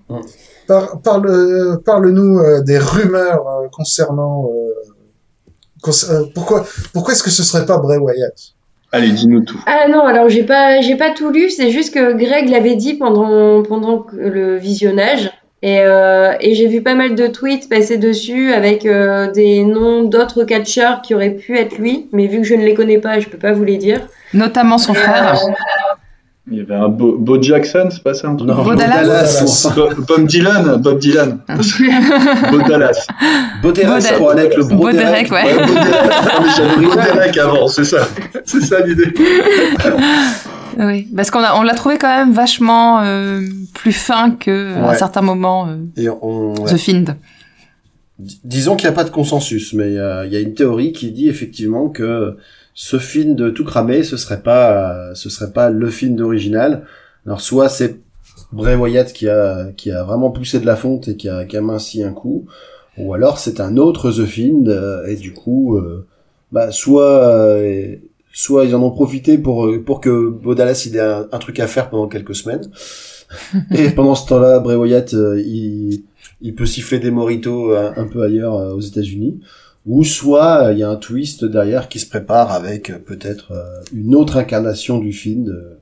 D: Par- parle, parle-nous euh, des rumeurs euh, concernant. euh, concer- euh, pourquoi, pourquoi est-ce que ce serait pas Bray Wyatt
B: [laughs] Allez, dis-nous tout.
E: Ah non, alors j'ai pas, j'ai pas tout lu, c'est juste que Greg l'avait dit pendant, pendant que- le visionnage. Et, euh, et j'ai vu pas mal de tweets passer dessus avec euh, des noms d'autres catcheurs qui auraient pu être lui, mais vu que je ne les connais pas, je peux pas vous les dire.
C: Notamment son frère.
D: Euh,
B: Il y avait un Bo, Bo Jackson, c'est pas ça un truc
F: Non,
C: Bo Dallas.
F: Dallas,
D: Bo
F: enfin.
B: Bo- Bob Dylan, Bob Dylan. Bo Dallas.
F: Bodérec,
C: Bodérec.
F: je crois, avec le
C: Bodérec, ouais.
B: Ouais, Bo Dallas. Non, mais j'avais Bo Derek avant, c'est ça. C'est ça l'idée.
C: Oui. Parce qu'on a, on l'a trouvé quand même vachement euh, plus fin que à
F: Ouais.
C: certains moments euh,
F: Et on, ouais.
C: The Find. [laughs]
F: Dis- Disons qu'il n'y a pas de consensus, mais euh, il y a une théorie qui dit effectivement que ce film de tout cramer, ce serait pas, euh, ce serait pas le film d'original. Alors soit c'est Bray Wyatt qui a, qui a vraiment poussé de la fonte et qui a, qui a minci un coup, ou alors c'est un autre The Fiend euh, et du coup, euh, bah, soit, euh, soit ils en ont profité pour euh, pour que Bodalas il ait un, un truc à faire pendant quelques semaines. Et pendant ce temps-là, Bray Wyatt, euh, il, il peut siffler des moritos un, un peu ailleurs euh, aux États-Unis. Ou soit euh, il y a un twist derrière qui se prépare avec euh, peut-être euh, une autre incarnation du film de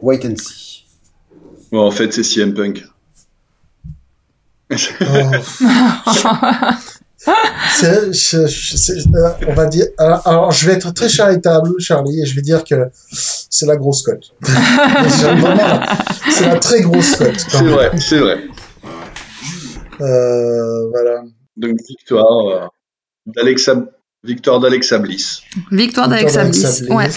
F: Wait and See.
B: Bon, en fait, c'est CM Punk.
D: Euh, c'est- je- je- c'est- euh, on va dire. Alors, alors, je vais être très charitable, Charlie, et je vais dire que c'est la grosse
B: [laughs]
D: cote. Déjà, vraiment, c'est la très grosse cote. quand
B: C'est
D: même.
B: vrai, c'est vrai.
D: Euh, voilà.
B: Donc, victoire euh, d'Alexa victoire d'Alexa Bliss.
C: Victoire d'Alexa Bliss. Ouais.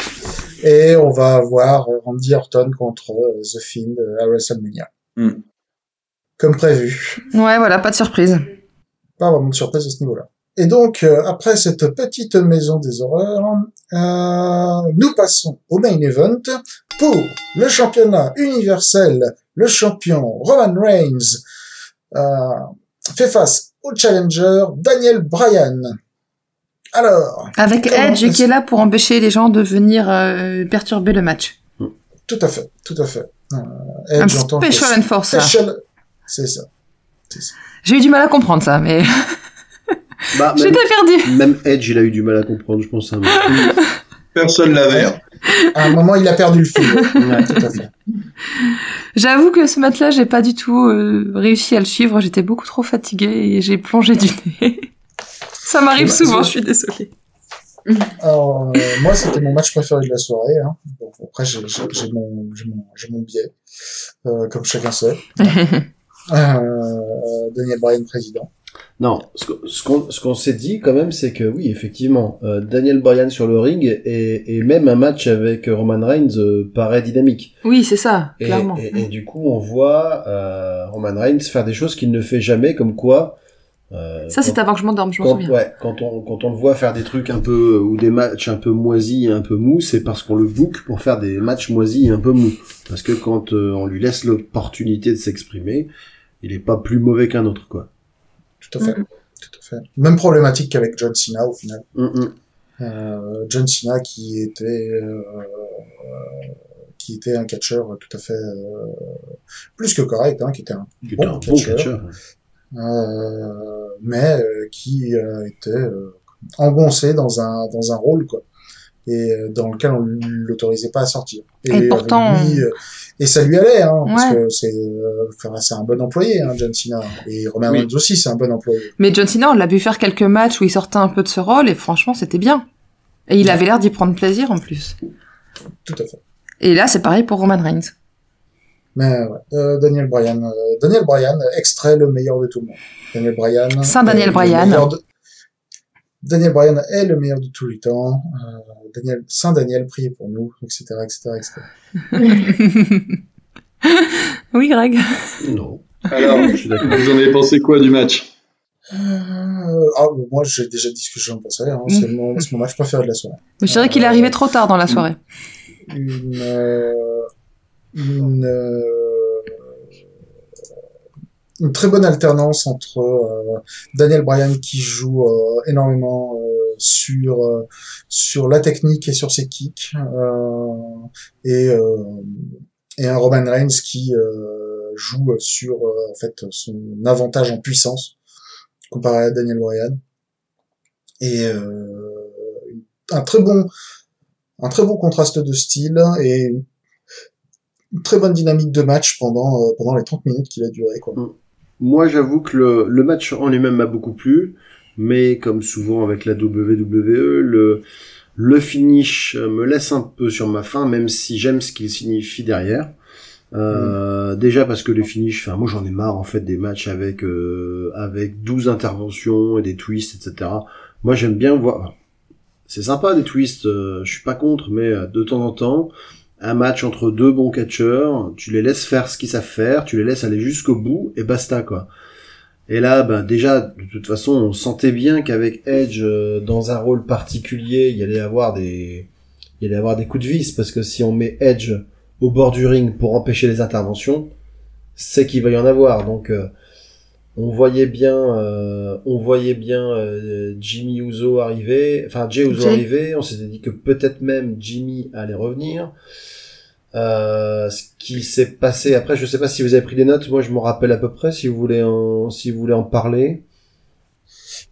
D: Et on va avoir euh, Randy Orton contre euh, The Fiend euh, à WrestleMania.
B: Hmm.
D: Comme prévu.
C: Ouais, voilà, pas de surprise.
D: pas vraiment de surprise à ce niveau-là. Et donc, euh, après cette petite maison des horreurs, euh, nous passons au main event pour le championnat universel. Le champion Roman Reigns euh, fait face au challenger Daniel Bryan. Alors,
C: Avec
D: Comment
C: Edge
D: est-ce-
C: qui est là pour empêcher les gens de venir euh, perturber le match.
D: tout à fait, tout à fait. Euh,
C: Un
D: Edge en tant que
C: special enforcer.
D: special- C'est ça. C'est ça.
C: J'ai eu du mal à comprendre ça, mais
D: Ah,
F: Bah,
C: [laughs]
F: même,
C: j'étais perdu.
F: même Edge, il a eu du mal à comprendre, je pense. hein.
B: Personne l'avait. hein.
D: À un moment, il a perdu le fil.
F: Ouais.
D: tout à fait.
C: J'avoue que ce match-là, j'ai pas du tout euh, réussi à le suivre. J'étais beaucoup trop fatiguée et j'ai plongé du nez. [laughs] ça m'arrive
D: Bah,
C: souvent,
D: c'est-
C: je suis désolée.
D: Alors, euh, moi, c'était mon match préféré de la soirée. Hein. Bon, après, j'ai j'ai- j'ai mon, j'ai mon, j'ai mon biais, euh, comme chacun sait. Euh, Daniel Bryan, président.
F: Non, ce que- ce qu'on ce qu'on s'est dit quand même, c'est que oui, effectivement, euh, Daniel Bryan sur le ring et, et même un match avec Roman Reigns euh, paraît dynamique.
C: [laughs] Oui, c'est ça,
F: Et,
C: clairement. Mmh.
F: et- euh, et du coup, on voit euh, Roman Reigns faire des choses qu'il ne fait jamais, comme quoi. euh,
C: Ça, c'est
F: quand-
C: avant que je m'endorme, je m'en
F: quand,
C: souviens.
F: ouais, quand on quand on le voit faire des trucs un peu euh, ou des matchs un peu moisis et un peu mous, c'est parce qu'on le book pour faire des matchs moisis et un peu mous. Parce que quand euh, on lui laisse l'opportunité de s'exprimer, il est pas plus mauvais qu'un autre, quoi.
D: Tout à fait. Tout à fait. Même problématique qu'avec John Cena, au final.
F: Hum, hum.
D: Euh, John Cena, qui était, euh, qui était un catcheur tout à fait euh, plus que correct, hein, qui était un
F: Putain,
D: Bon
F: un bon
D: catcheur.
F: catcheur.
D: euh, mais euh, qui euh, était euh, engoncé dans un dans un rôle quoi et euh, dans lequel on l'autorisait pas à sortir
C: Et
D: avec
C: pourtant-
D: lui, euh, et ça lui allait hein, parce
C: Ouais.
D: que c'est euh, enfin, c'est un bon employé hein, John Cena et Roman
B: Oui.
D: Reigns aussi c'est un bon employé
C: Mais John Cena, on l'a vu faire quelques matchs où il sortait un peu de ce rôle et franchement, c'était bien. Et il avait l'air d'y prendre plaisir en plus.
D: tout à fait
C: Et là, c'est pareil pour Roman Reigns.
D: mais ouais, euh, Daniel Bryan euh, Daniel Bryan extrait le meilleur de tout le monde Daniel Bryan
C: Saint Daniel
D: est le
C: Bryan.
D: meilleur de- Daniel Bryan est le meilleur de tous les temps euh, Daniel Saint Daniel priez pour nous etc etc etc
E: Euh, [laughs]
C: oui, Greg.
F: Non,
B: Alors,
F: je suis d'accord.
B: [laughs] vous en avez pensé quoi du match
D: Euh, ah, bon, moi, j'ai déjà dit ce que j'en pensais. Hein. C'est
C: Mm.
D: mon, c'est mon match préféré de la soirée.
C: Mais je dirais qu'il est arrivé trop tard dans la soirée.
D: Une, euh, une, euh, une très bonne alternance entre euh, Daniel Bryan qui joue euh, énormément euh, sur euh, sur la technique et sur ses kicks euh, et euh, et un Roman Reigns qui euh, joue sur euh, en fait son avantage en puissance comparé à Daniel Bryan et euh, un très bon un très bon contraste de style et une très bonne dynamique de match pendant euh, pendant les 30 minutes qu'il a duré quoi.
F: Moi, j'avoue que le, le match en lui-même m'a beaucoup plu, mais comme souvent avec la WWE, le, le finish euh, me laisse un peu sur ma faim, même si j'aime ce qu'il signifie derrière. Euh, Déjà parce que les finish, enfin moi j'en ai marre en fait des matchs avec euh, avec 12 interventions et des twists, etc. Moi j'aime bien voir. C'est sympa des twists, euh, je suis pas contre, mais euh, de temps en temps, un match entre deux bons catcheurs, tu les laisses faire ce qu'ils savent faire, tu les laisses aller jusqu'au bout et basta quoi. Et là, ben déjà, de toute façon, on sentait bien qu'avec Edge euh, dans un rôle particulier, il y allait avoir des, il y allait avoir des coups de vis parce que si on met Edge au bord du ring pour empêcher les interventions, c'est qu'il va y en avoir. Donc euh, on voyait bien, euh, on voyait bien euh, Jimmy Uso arriver, enfin Jay Uso
C: Jay.
F: arriver. On s'était dit que peut-être même Jimmy allait revenir. Euh, ce qui s'est passé après, je sais pas si vous avez pris des notes. Moi, je m'en rappelle à peu près. Si vous voulez, en, si vous voulez en parler.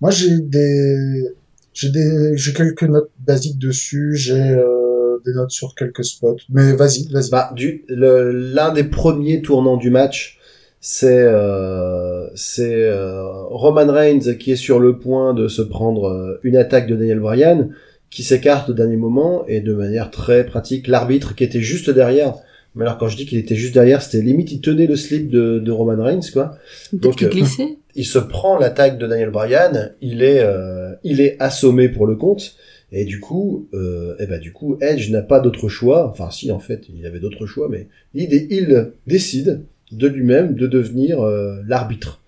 D: Moi, j'ai des, j'ai des, j'ai quelques notes basiques dessus. J'ai euh, des notes sur quelques spots. Mais vas-y, vas-y.
F: Bah, du, le- l'un des premiers tournants du match, c'est euh, c'est euh, Roman Reigns qui est sur le point de se prendre euh, une attaque de Daniel Bryan, qui s'écarte au dernier moment et de manière très pratique, l'arbitre qui était juste derrière. Mais alors quand je dis qu'il était juste derrière, c'était limite il tenait le slip de, de Roman Reigns quoi.
C: Peut-être
F: Donc,
C: qu'il
F: euh,
C: glissait.
F: Il se prend l'attaque de Daniel Bryan, il est euh, il est assommé pour le compte. Et du coup, euh, eh ben du coup, Edge n'a pas d'autre choix. Enfin, si en fait, il avait d'autres choix, mais il, dé- il décide de lui-même de devenir euh, l'arbitre.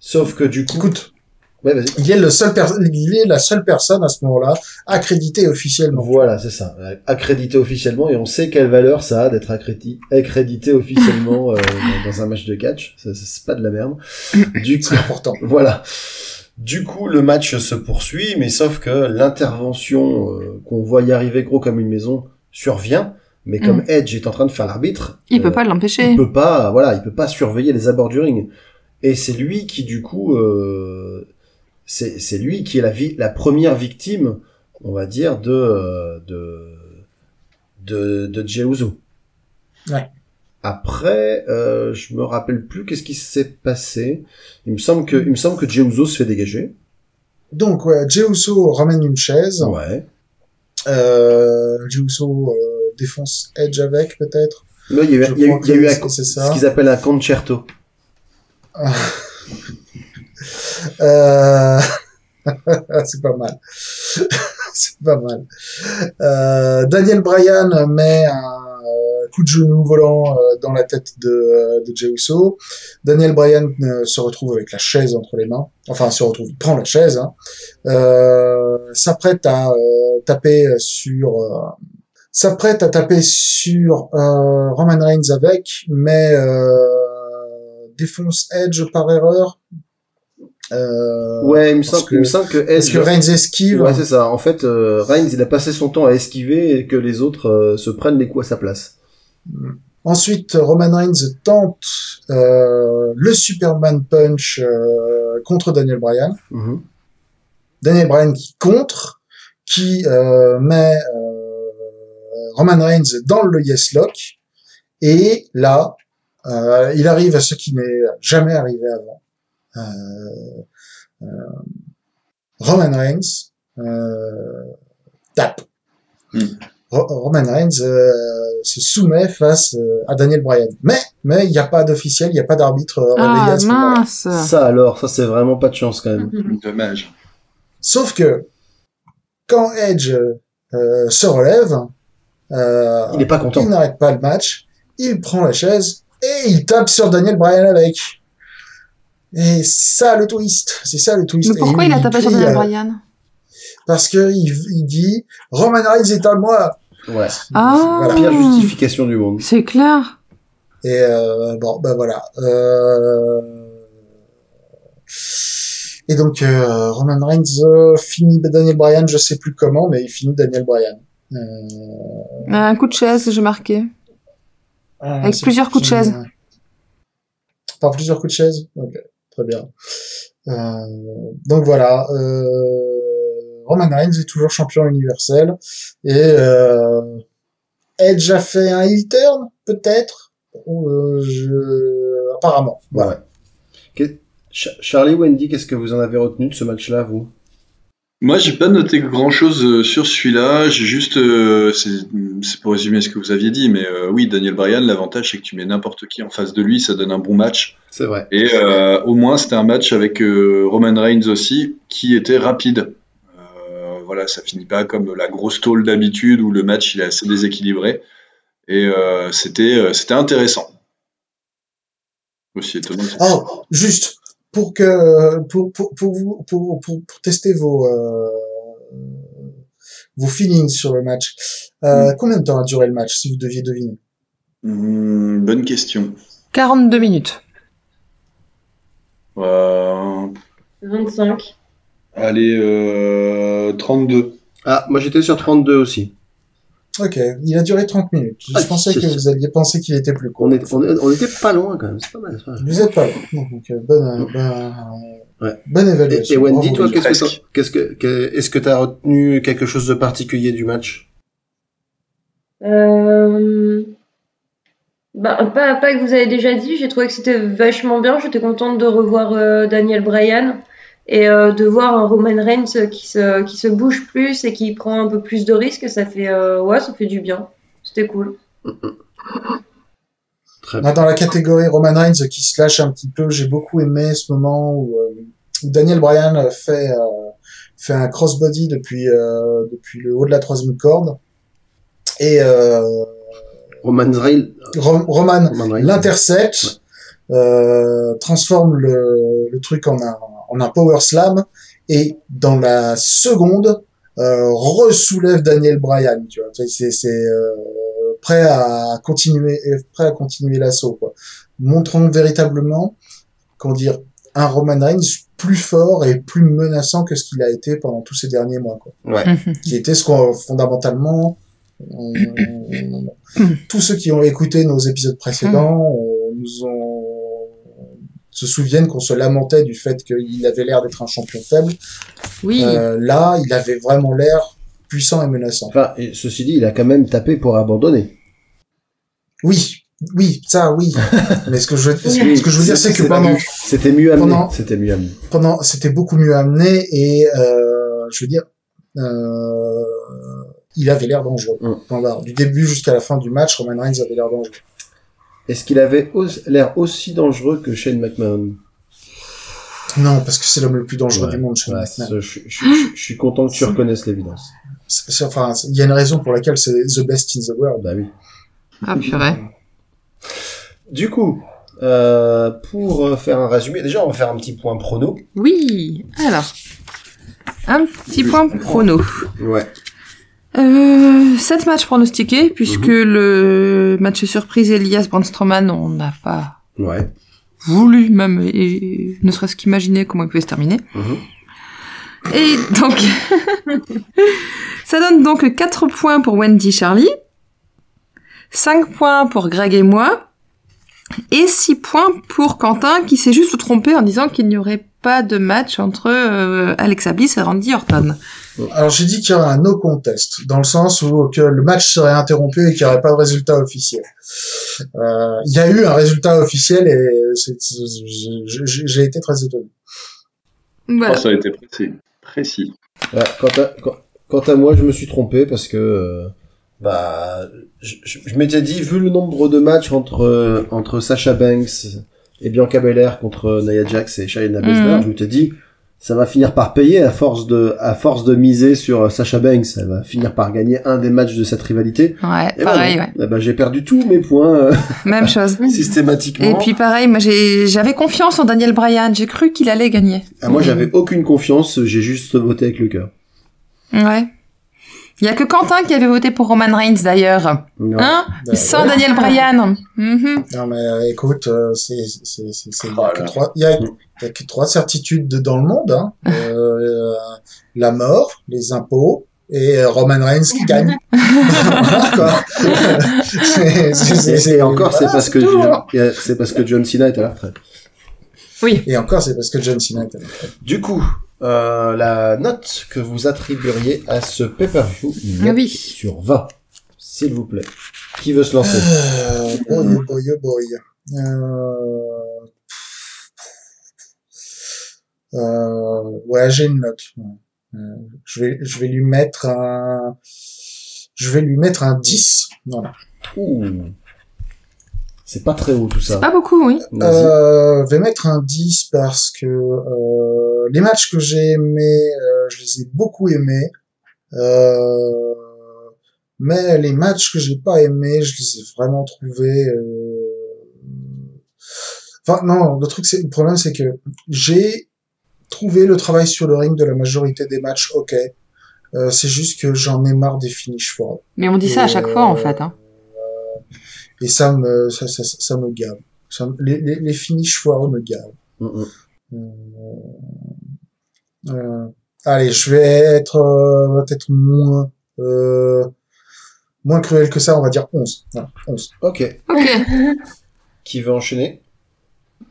F: Sauf que du coup,
D: Écoute,
F: ouais, vas-y.
D: il est le seul, per- il est la seule personne à ce moment-là accréditée officiellement.
F: Voilà, c'est ça. Accrédité officiellement, et on sait quelle valeur ça a d'être accrédité, accrédité officiellement euh, dans- dans un match de catch. Ça, ça, C'est pas de la merde. Du coup,
D: C'est important.
F: voilà. Du coup, le match se poursuit, mais sauf que l'intervention euh, qu'on voit y arriver gros comme une maison survient. Mais comme
C: Mm.
F: Edge est en train de faire l'arbitre,
C: Il
F: euh,
C: peut pas l'empêcher.
F: il peut pas, voilà, il peut pas surveiller les abords du ring. Et c'est lui qui, du coup, euh, c'est c'est lui qui est la, vi- la première victime, on va dire, de euh, de de, de Jey Uso.
D: Ouais.
F: Après, euh, je me rappelle plus qu'est-ce qui s'est passé. Il me semble que il me semble que Jey Uso se fait dégager.
D: Donc, ouais, Jey Uso ramène une chaise.
F: Ouais.
D: Euh, Jey Uso euh, défonce Edge avec, peut-être.
F: Là, il y a eu,
D: Je
F: il y a eu-
D: crois
F: il y a eu
D: que
F: un-
D: c'est- c'est ça.
F: ce qu'ils appellent un concerto.
D: Euh... [laughs] c'est pas mal. c'est pas mal. Euh, Daniel Bryan met un euh, coup de genou volant euh, dans la tête de, de Jey Uso. Daniel Bryan euh, se retrouve avec la chaise entre les mains. Enfin, se retrouve, il prend la chaise. Hein. Euh, s'apprête à euh, taper sur... euh, s'apprête à taper sur euh, Roman Reigns avec, mais euh, défonce Edge par erreur. Euh,
F: ouais, il me
D: parce
F: semble que,
D: que-
F: il me semble que
D: Est-ce que
F: Edge-
D: Reigns esquive
F: Ouais, c'est ça. En fait, euh, Reigns, il a passé son temps à esquiver et que les autres euh, se prennent les coups à sa place.
D: Ensuite, Roman Reigns tente euh, le Superman Punch euh, contre Daniel Bryan.
F: Mhm.
D: Daniel Bryan qui contre, qui euh, met euh, Roman Reigns dans le Yes Lock. Et là, euh, il arrive à ce qui n'est jamais arrivé avant. Euh, euh, Roman Reigns euh, tape.
A: Mm.
D: Ro- Roman Reigns euh, se soumet face euh, à Daniel Bryan. Mais mais il n'y a pas d'officiel, il n'y a pas d'arbitre euh, relayé
C: Ah
D: à ce moment-là.
C: mince.
F: Ça alors, ça c'est vraiment pas de chance quand même.
B: Dommage.
D: Sauf que quand Edge euh, se relève, euh,
F: Il est pas
D: il
F: content.
D: n'arrête pas le match, il prend la chaise et il tape sur Daniel Bryan avec. Et c'est ça le twist, c'est ça le twist.
C: Mais pourquoi
D: Et
C: il a tapé sur
D: crie,
C: Daniel
D: euh,
C: Bryan
D: Parce que il, il dit Roman Reigns est à moi.
F: Ouais.
C: Ah.
D: Voilà.
F: Pire justification du monde.
C: C'est clair.
D: Et euh, bon, ben voilà. Euh... Et donc euh, Roman Reigns euh, finit Daniel Bryan, je sais plus comment, mais il finit Daniel Bryan. Euh,
C: Un coup de chaise, j'ai marqué.
D: Ah,
C: Avec
D: c'est-
C: plusieurs coups de
D: c'est-
C: chaise.
D: Par plusieurs coups de chaise Ok, très bien. Euh, donc voilà, euh, Roman Reigns est toujours champion universel. Et euh, Edge a fait un heel turn, peut-être Euh, je... Apparemment, voilà.
F: Ouais. Que- Cha- Charlie Wendy, qu'est-ce que vous en avez retenu de ce match-là, vous
B: Moi, j'ai pas noté grand chose sur celui-là. J'ai juste, euh, c'est c'est pour résumer ce que vous aviez dit, mais euh, oui, Daniel Bryan, l'avantage c'est que tu mets n'importe qui en face de lui, ça donne un bon match.
F: C'est vrai.
B: Et euh, au moins, c'était un match avec euh, Roman Reigns aussi, qui était rapide. Euh, voilà, ça finit pas comme la grosse tôle d'habitude où le match il est assez déséquilibré. Et euh, c'était, euh, c'était intéressant. Aussi étonnant. que-
D: Oh, juste pour que pour pour pour vous pour pour, pour tester vos euh, vos feelings sur le match.
F: Mm.
D: Euh, Combien de temps a duré le match si vous deviez deviner
B: Hmm, bonne question.
C: 42 minutes.
B: Euh,
E: 25.
B: allez, euh, 32.
F: Ah, moi j'étais sur 32 aussi.
D: Ok, il a duré 30 minutes. Je
F: Ah,
D: pensais
F: c'est-
D: que vous alliez penser qu'il était plus court.
F: On, est, on, est- on était pas loin quand même, c'est pas mal. c'est pas mal.
D: Vous êtes pas bon. Donc, euh, bonne, bonne,
F: Ouais.
D: bonne
F: Et,
D: évaluation.
F: et Wendy,
D: Bravo.
F: toi, qu'est-ce que
B: presque.
F: t'en- qu'est-ce que, que- est-ce que t'as retenu quelque chose de particulier du match
E: Euh... Bah, pas, pas que vous avez déjà dit, j'ai trouvé que c'était vachement bien. J'étais contente de revoir euh, Daniel Bryan et euh, de voir un Roman Reigns qui se, qui se bouge plus et qui prend un peu plus de risques. Ça fait, euh, ouais, ça fait du bien. C'était cool.
F: Très
D: Là, dans la catégorie Roman Reigns qui se lâche un petit peu, j'ai beaucoup aimé ce moment où, euh, où Daniel Bryan fait, euh, fait un crossbody depuis, euh, depuis le haut de la troisième corde. Et euh,
F: Roman Reigns.
D: Ro- Roman
F: Roman Reigns.
D: l'intercepte, euh, transforme le, le truc en un, en un power slam, et dans la seconde, euh, ressoulève Daniel Bryan, tu vois. C'est- C'est, c'est euh, prêt à continuer, prêt à continuer l'assaut, quoi. Montrant véritablement, comment dire, un Roman Reigns plus fort et plus menaçant que ce qu'il a été pendant tous ces derniers mois, quoi
F: Ouais.
D: qui était ce qu'on fondamentalement on- tous ceux qui ont écouté nos épisodes précédents on- nous ont se souviennent qu'on se lamentait du fait qu'il avait l'air d'être un champion faible.
C: [laughs] Oui.
D: Euh, là, il avait vraiment l'air puissant et menaçant.
F: Enfin, et ceci dit, il a quand même tapé pour abandonner.
D: Oui, oui, ça, oui. Mais ce que je, ce,
E: Oui,
D: ce que je veux dire, c'est que pendant,
F: C'était mieux amené.
D: pendant-
F: C'était mieux amené.
D: pendant, c'était beaucoup mieux amené et euh, je veux dire, euh, il avait l'air dangereux.
F: Mm.
D: Point barre. Du début jusqu'à la fin du match, Roman Reigns avait l'air dangereux.
F: Est-ce qu'il avait os- l'air aussi dangereux que Shane McMahon
D: Non, parce que c'est l'homme le plus dangereux
F: Ouais,
D: du monde, Shane
F: Voilà,
D: McMahon.
F: ce- je, je- je- je suis content que tu reconnaisses l'évidence.
D: C'est- c'est- Enfin, c'est- il y a une raison pour laquelle c'est the best in the world.
F: Bah oui.
C: Ah purée.
F: Du coup, euh, pour euh, faire un résumé, déjà on va faire un petit point prono.
C: Oui. Alors, un petit point prono.
F: Ouais.
C: Euh, sept matchs pronostiqués, puisque le match surprise Elias Brandstrom, on n'a pas
F: Ouais.
C: voulu même, et, ne serait-ce qu'imaginer comment il pouvait se terminer.
F: Mhm.
C: Et donc, [laughs] ça donne donc 4 points pour Wendy Charlie, 5 points pour Greg et moi, et 6 points pour Quentin qui s'est juste trompé en disant qu'il n'y aurait pas de match entre euh, Alexa Bliss et Randy Orton.
D: Alors, j'ai dit qu'il y aurait un no contest, dans le sens où que le match serait interrompu et qu'il n'y aurait pas de résultat officiel. Euh, il y a eu un résultat officiel et c'est- c'est- j'ai- j'ai j'ai été très étonné.
C: Voilà.
B: Oh, ça a été précis. Précis.
F: Ouais, quant, à, quand- quant à moi, je me suis trompé parce que euh, bah, je, je- je m'étais dit, vu le nombre de matchs entre, euh, entre Sasha Banks et Bianca Belair contre Nia Jax et Shayna Baszler,
C: Mhm.
F: je m'étais dit, ça va finir par payer à force de, à force de miser sur Sasha Banks. Elle va finir par gagner un des matchs de cette rivalité.
C: Ouais,
F: Et
C: pareil,
F: bah,
C: ouais.
F: non. Eh bah, j'ai perdu tous mes points euh, [laughs]
C: Même chose.
F: systématiquement.
C: Et puis pareil, moi j'ai- j'avais confiance en Daniel Bryan, j'ai cru qu'il allait gagner.
F: Ah, moi, j'avais aucune confiance, j'ai juste voté avec le cœur.
C: Ouais. Il y a que Quentin qui avait voté pour Roman Reigns d'ailleurs.
F: Ouais.
C: Hein
D: Bah,
C: Sans
D: ouais.
C: Daniel Bryan. Mhm.
D: Non, mais euh, écoute, euh, c'est, c'est, c'est, c'est- il y a
B: Oh
D: que
B: là.
D: trois- il y a- il y a que trois certitudes dans le monde. Hein. Euh, la mort, les impôts et euh, Roman Reigns qui gagne. [laughs] Voilà, quoi. [laughs] C'est- c'est-
F: Et,
D: c'est-
F: et
D: c'est-
F: encore, c'est
D: voilà,
F: parce que
D: tout.
F: [laughs] John- et, euh, c'est parce que John Cena est à la retraite.
D: Et encore, c'est parce que John Cena est là.
F: Du coup, euh, la note que vous attribueriez à ce pay-per-view une note
C: Oui.
F: sur 20, s'il vous plaît. Qui veut se lancer
D: Euh, boy, oh boy, oh boy. Euh... euh, Ouais, j'ai une note. Euh, je vais, je vais lui mettre un, je vais lui mettre un 10. Voilà.
F: Ouh. C'est pas très haut tout ça.
C: Pas beaucoup, oui.
F: Vas-y.
D: Euh, je vais mettre un 10 parce que euh, les matchs que j'ai aimés, euh, je les ai beaucoup aimés. Euh, mais les matchs que j'ai pas aimés, je les ai vraiment trouvés. euh, Enfin non, le truc, c'est le problème, c'est que j'ai trouvé le travail sur le ring de la majorité des matchs. Ok, Euh, c'est juste que j'en ai marre des finishes forts.
C: Mais on dit ça à chaque fois en
D: Euh,
C: fait. Hein.
D: Et ça me, ça, ça, ça me gave. Ça me- les, les, les finishes foireux me gavent.
F: Mm, mm.
D: Euh, allez, je vais être euh, peut-être moins euh, moins cruel que ça, on va dire 11. Voilà, 11.
F: Ok.
C: Ok.
F: Qui veut enchaîner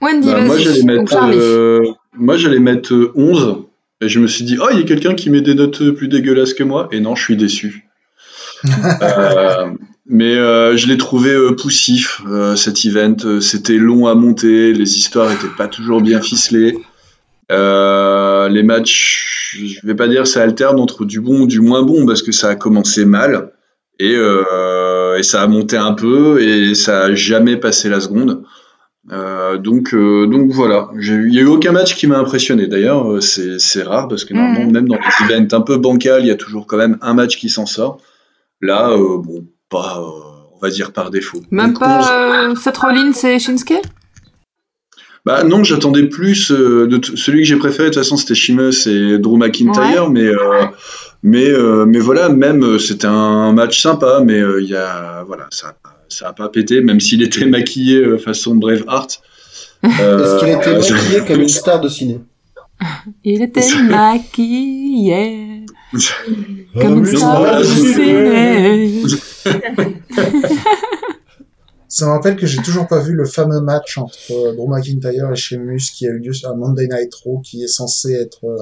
C: Wendy,
B: Bah,
C: vas-y.
B: moi, j'allais
C: Ou
B: mettre,
C: Charlie.
B: euh, moi, j'allais mettre euh, 11. Et je me suis dit, oh, il y a quelqu'un qui met des notes euh, plus dégueulasses que moi. Et non, je suis déçu. Euh, mais euh, je l'ai trouvé euh, poussif, euh, cet event. Euh, C'était long à monter. Les histoires n'étaient pas toujours bien ficelées. Euh, les matchs, je vais pas dire ça alterne entre du bon ou du moins bon parce que ça a commencé mal et, euh, et ça a monté un peu et ça a jamais passé la seconde. Euh, donc, euh, donc voilà, J'ai eu- il n'y a eu aucun match qui m'a impressionné. D'ailleurs, euh, c'est c'est rare parce que normalement,
C: Mm.
B: même dans les events un peu bancals, il y a toujours quand même un match qui s'en sort. Là, euh, bon, pas, euh, on va dire par défaut.
C: Même
B: Donc, 11.
C: pas euh, Seth Rollins et Shinsuke
B: Bah non, j'attendais plus euh, de t- celui que j'ai préféré. De toute façon, c'était Sheamus et Drew McIntyre, mais euh, mais euh, mais voilà, même euh, c'était un match sympa, mais euh, il y a voilà, ça ça a pas pété, même s'il était maquillé euh, façon
C: [laughs]
B: Braveheart.
F: Est-ce qu'il était
B: Euh, [laughs]
F: maquillé comme une star de ciné
C: Il était maquillé comme une
B: Ah Euh, oui,
C: star
B: voilà,
C: de
B: je-
F: Euh,
C: ciné.
D: Ça me rappelle que j'ai toujours pas vu le fameux match entre euh, Drew McIntyre et Sheamus qui a eu lieu à Monday Night Raw, qui est censé être euh,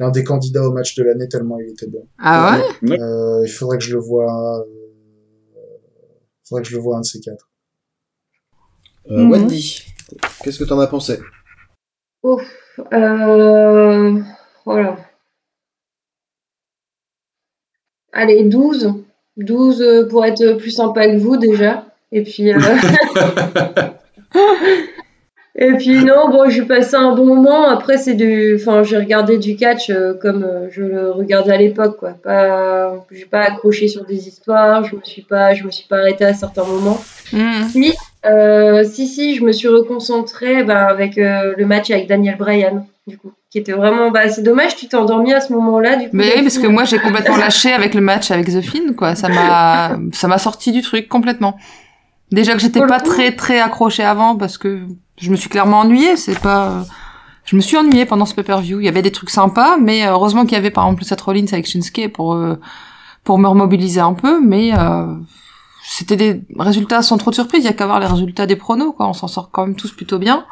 D: l'un des candidats au match de l'année tellement il était bon.
C: Ah ouais
D: Euh, il faudrait que je le vois. Euh, faudrait que je le vois un de ces quatre.
F: Euh,
C: Mhm.
F: Wendy, qu'est-ce que t'en as pensé
E: Euh, voilà. Allez, 12. 12 euh, pour être plus sympa que vous déjà. Et puis. euh, Et puis non, bon, j'ai passé un bon moment. Après, c'est du, enfin, j'ai regardé du catch euh, comme euh, je le regardais à l'époque, quoi. Pas, j'ai pas accroché sur des histoires. Je me suis pas, je me suis pas arrêtée à certains moments.
C: Mm.
E: Euh, si, si, je me suis reconcentrée bah, avec euh, le match avec Daniel Bryan, du coup, qui était vraiment. Bah, c'est dommage, tu t'es endormi à ce moment-là, du coup.
C: Mais oui, parce que
E: Delphine.
C: moi j'ai complètement lâché avec le match avec The Finn, quoi. Ça m'a, ça m'a sorti du truc complètement. Déjà que j'étais pas très très accrochée avant parce que je me suis clairement ennuyée. C'est pas, je me suis ennuyée pendant ce pay-per-view. Il y avait des trucs sympas, mais euh, heureusement qu'il y avait par exemple cette Rollins avec Shinsuke pour euh, pour me remobiliser un peu. Mais euh, c'était des résultats sans trop de surprise. Il y a qu'à voir les résultats des pronos, quoi. On s'en sort quand même tous plutôt bien.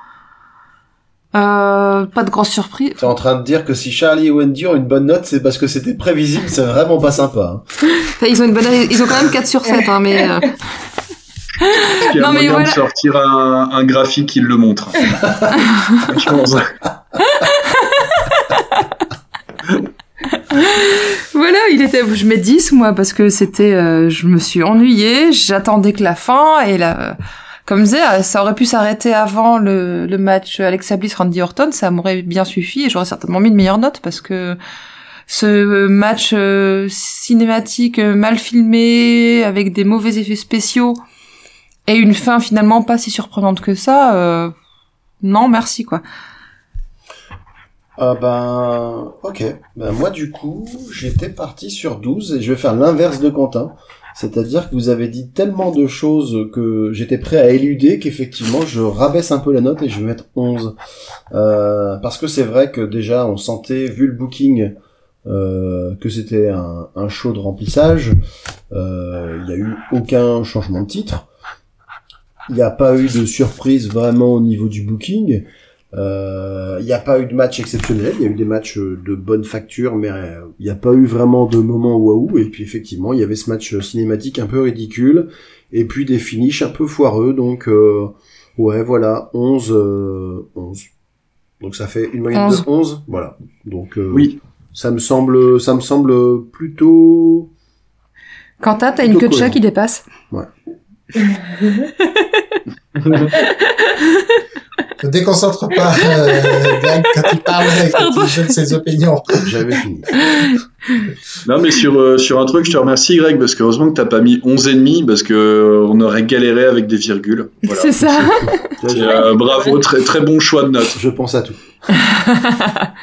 C: Euh, pas de grosses surprises.
F: T'es en train de dire que si Charlie et Wendy ont une bonne note, c'est parce que c'était prévisible, c'est vraiment pas sympa. hein.
C: Enfin, ils ont une bonne, ils ont quand même 4 sur 7, hein, mais. euh,
B: Est-ce qu'il y a
C: Non, mais
B: moyen
C: voilà.
B: de sortir un, un graphique qui
C: [laughs]
B: le montre Je pense.
C: Voilà, il était. Je mets 10 moi parce que c'était. euh, je me suis ennuyée. J'attendais que la fin et là, euh, comme je disais, euh, ça aurait pu s'arrêter avant le, le match Alexa Bliss Randy Orton. Ça m'aurait bien suffi et j'aurais certainement mis une meilleure note parce que ce match euh, cinématique euh, mal filmé avec des mauvais effets spéciaux et une fin finalement pas si surprenante que ça. euh, non, merci quoi.
F: Ah ben, ok. Ben moi du coup, j'étais parti sur 12 et je vais faire l'inverse de Quentin. C'est-à-dire que vous avez dit tellement de choses que j'étais prêt à éluder qu'effectivement je rabaisse un peu la note et je vais mettre 11. Euh, parce que c'est vrai que déjà on sentait, vu le booking, euh, que c'était un, un show de remplissage. Euh, Il n'y a eu aucun changement de titre. Il n'y a pas eu de surprise vraiment au niveau du booking. Euh, Il n'y a pas eu de match exceptionnel, il y a eu des matchs euh, de bonne facture, mais euh, il n'y a pas eu vraiment de moment waouh. Et puis effectivement, il y avait ce match euh, cinématique un peu ridicule, et puis des finishes un peu foireux. Donc euh, ouais, voilà, 11, euh, 11. Donc ça fait une moyenne
C: 11.
F: de 11, voilà. Donc euh,
B: Oui.
F: ça me semble, ça me semble plutôt.
C: Quentin, t'as une
F: Plutôt
C: queue de chat
F: cohérent.
C: qui dépasse.
D: Ne déconcentre pas euh, Glenn, quand il parle et quand
C: Pardon.
D: il donne ses opinions.
F: J'avais fini.
B: Non, mais sur, euh, sur un truc, je te remercie, Greg, parce que heureusement que t'as pas mis 11 et demi, parce que euh, on aurait galéré avec des virgules. Voilà.
C: [laughs] C'est ça.
B: Et, euh, bravo, très, très bon choix de notes.
F: Je pense à tout.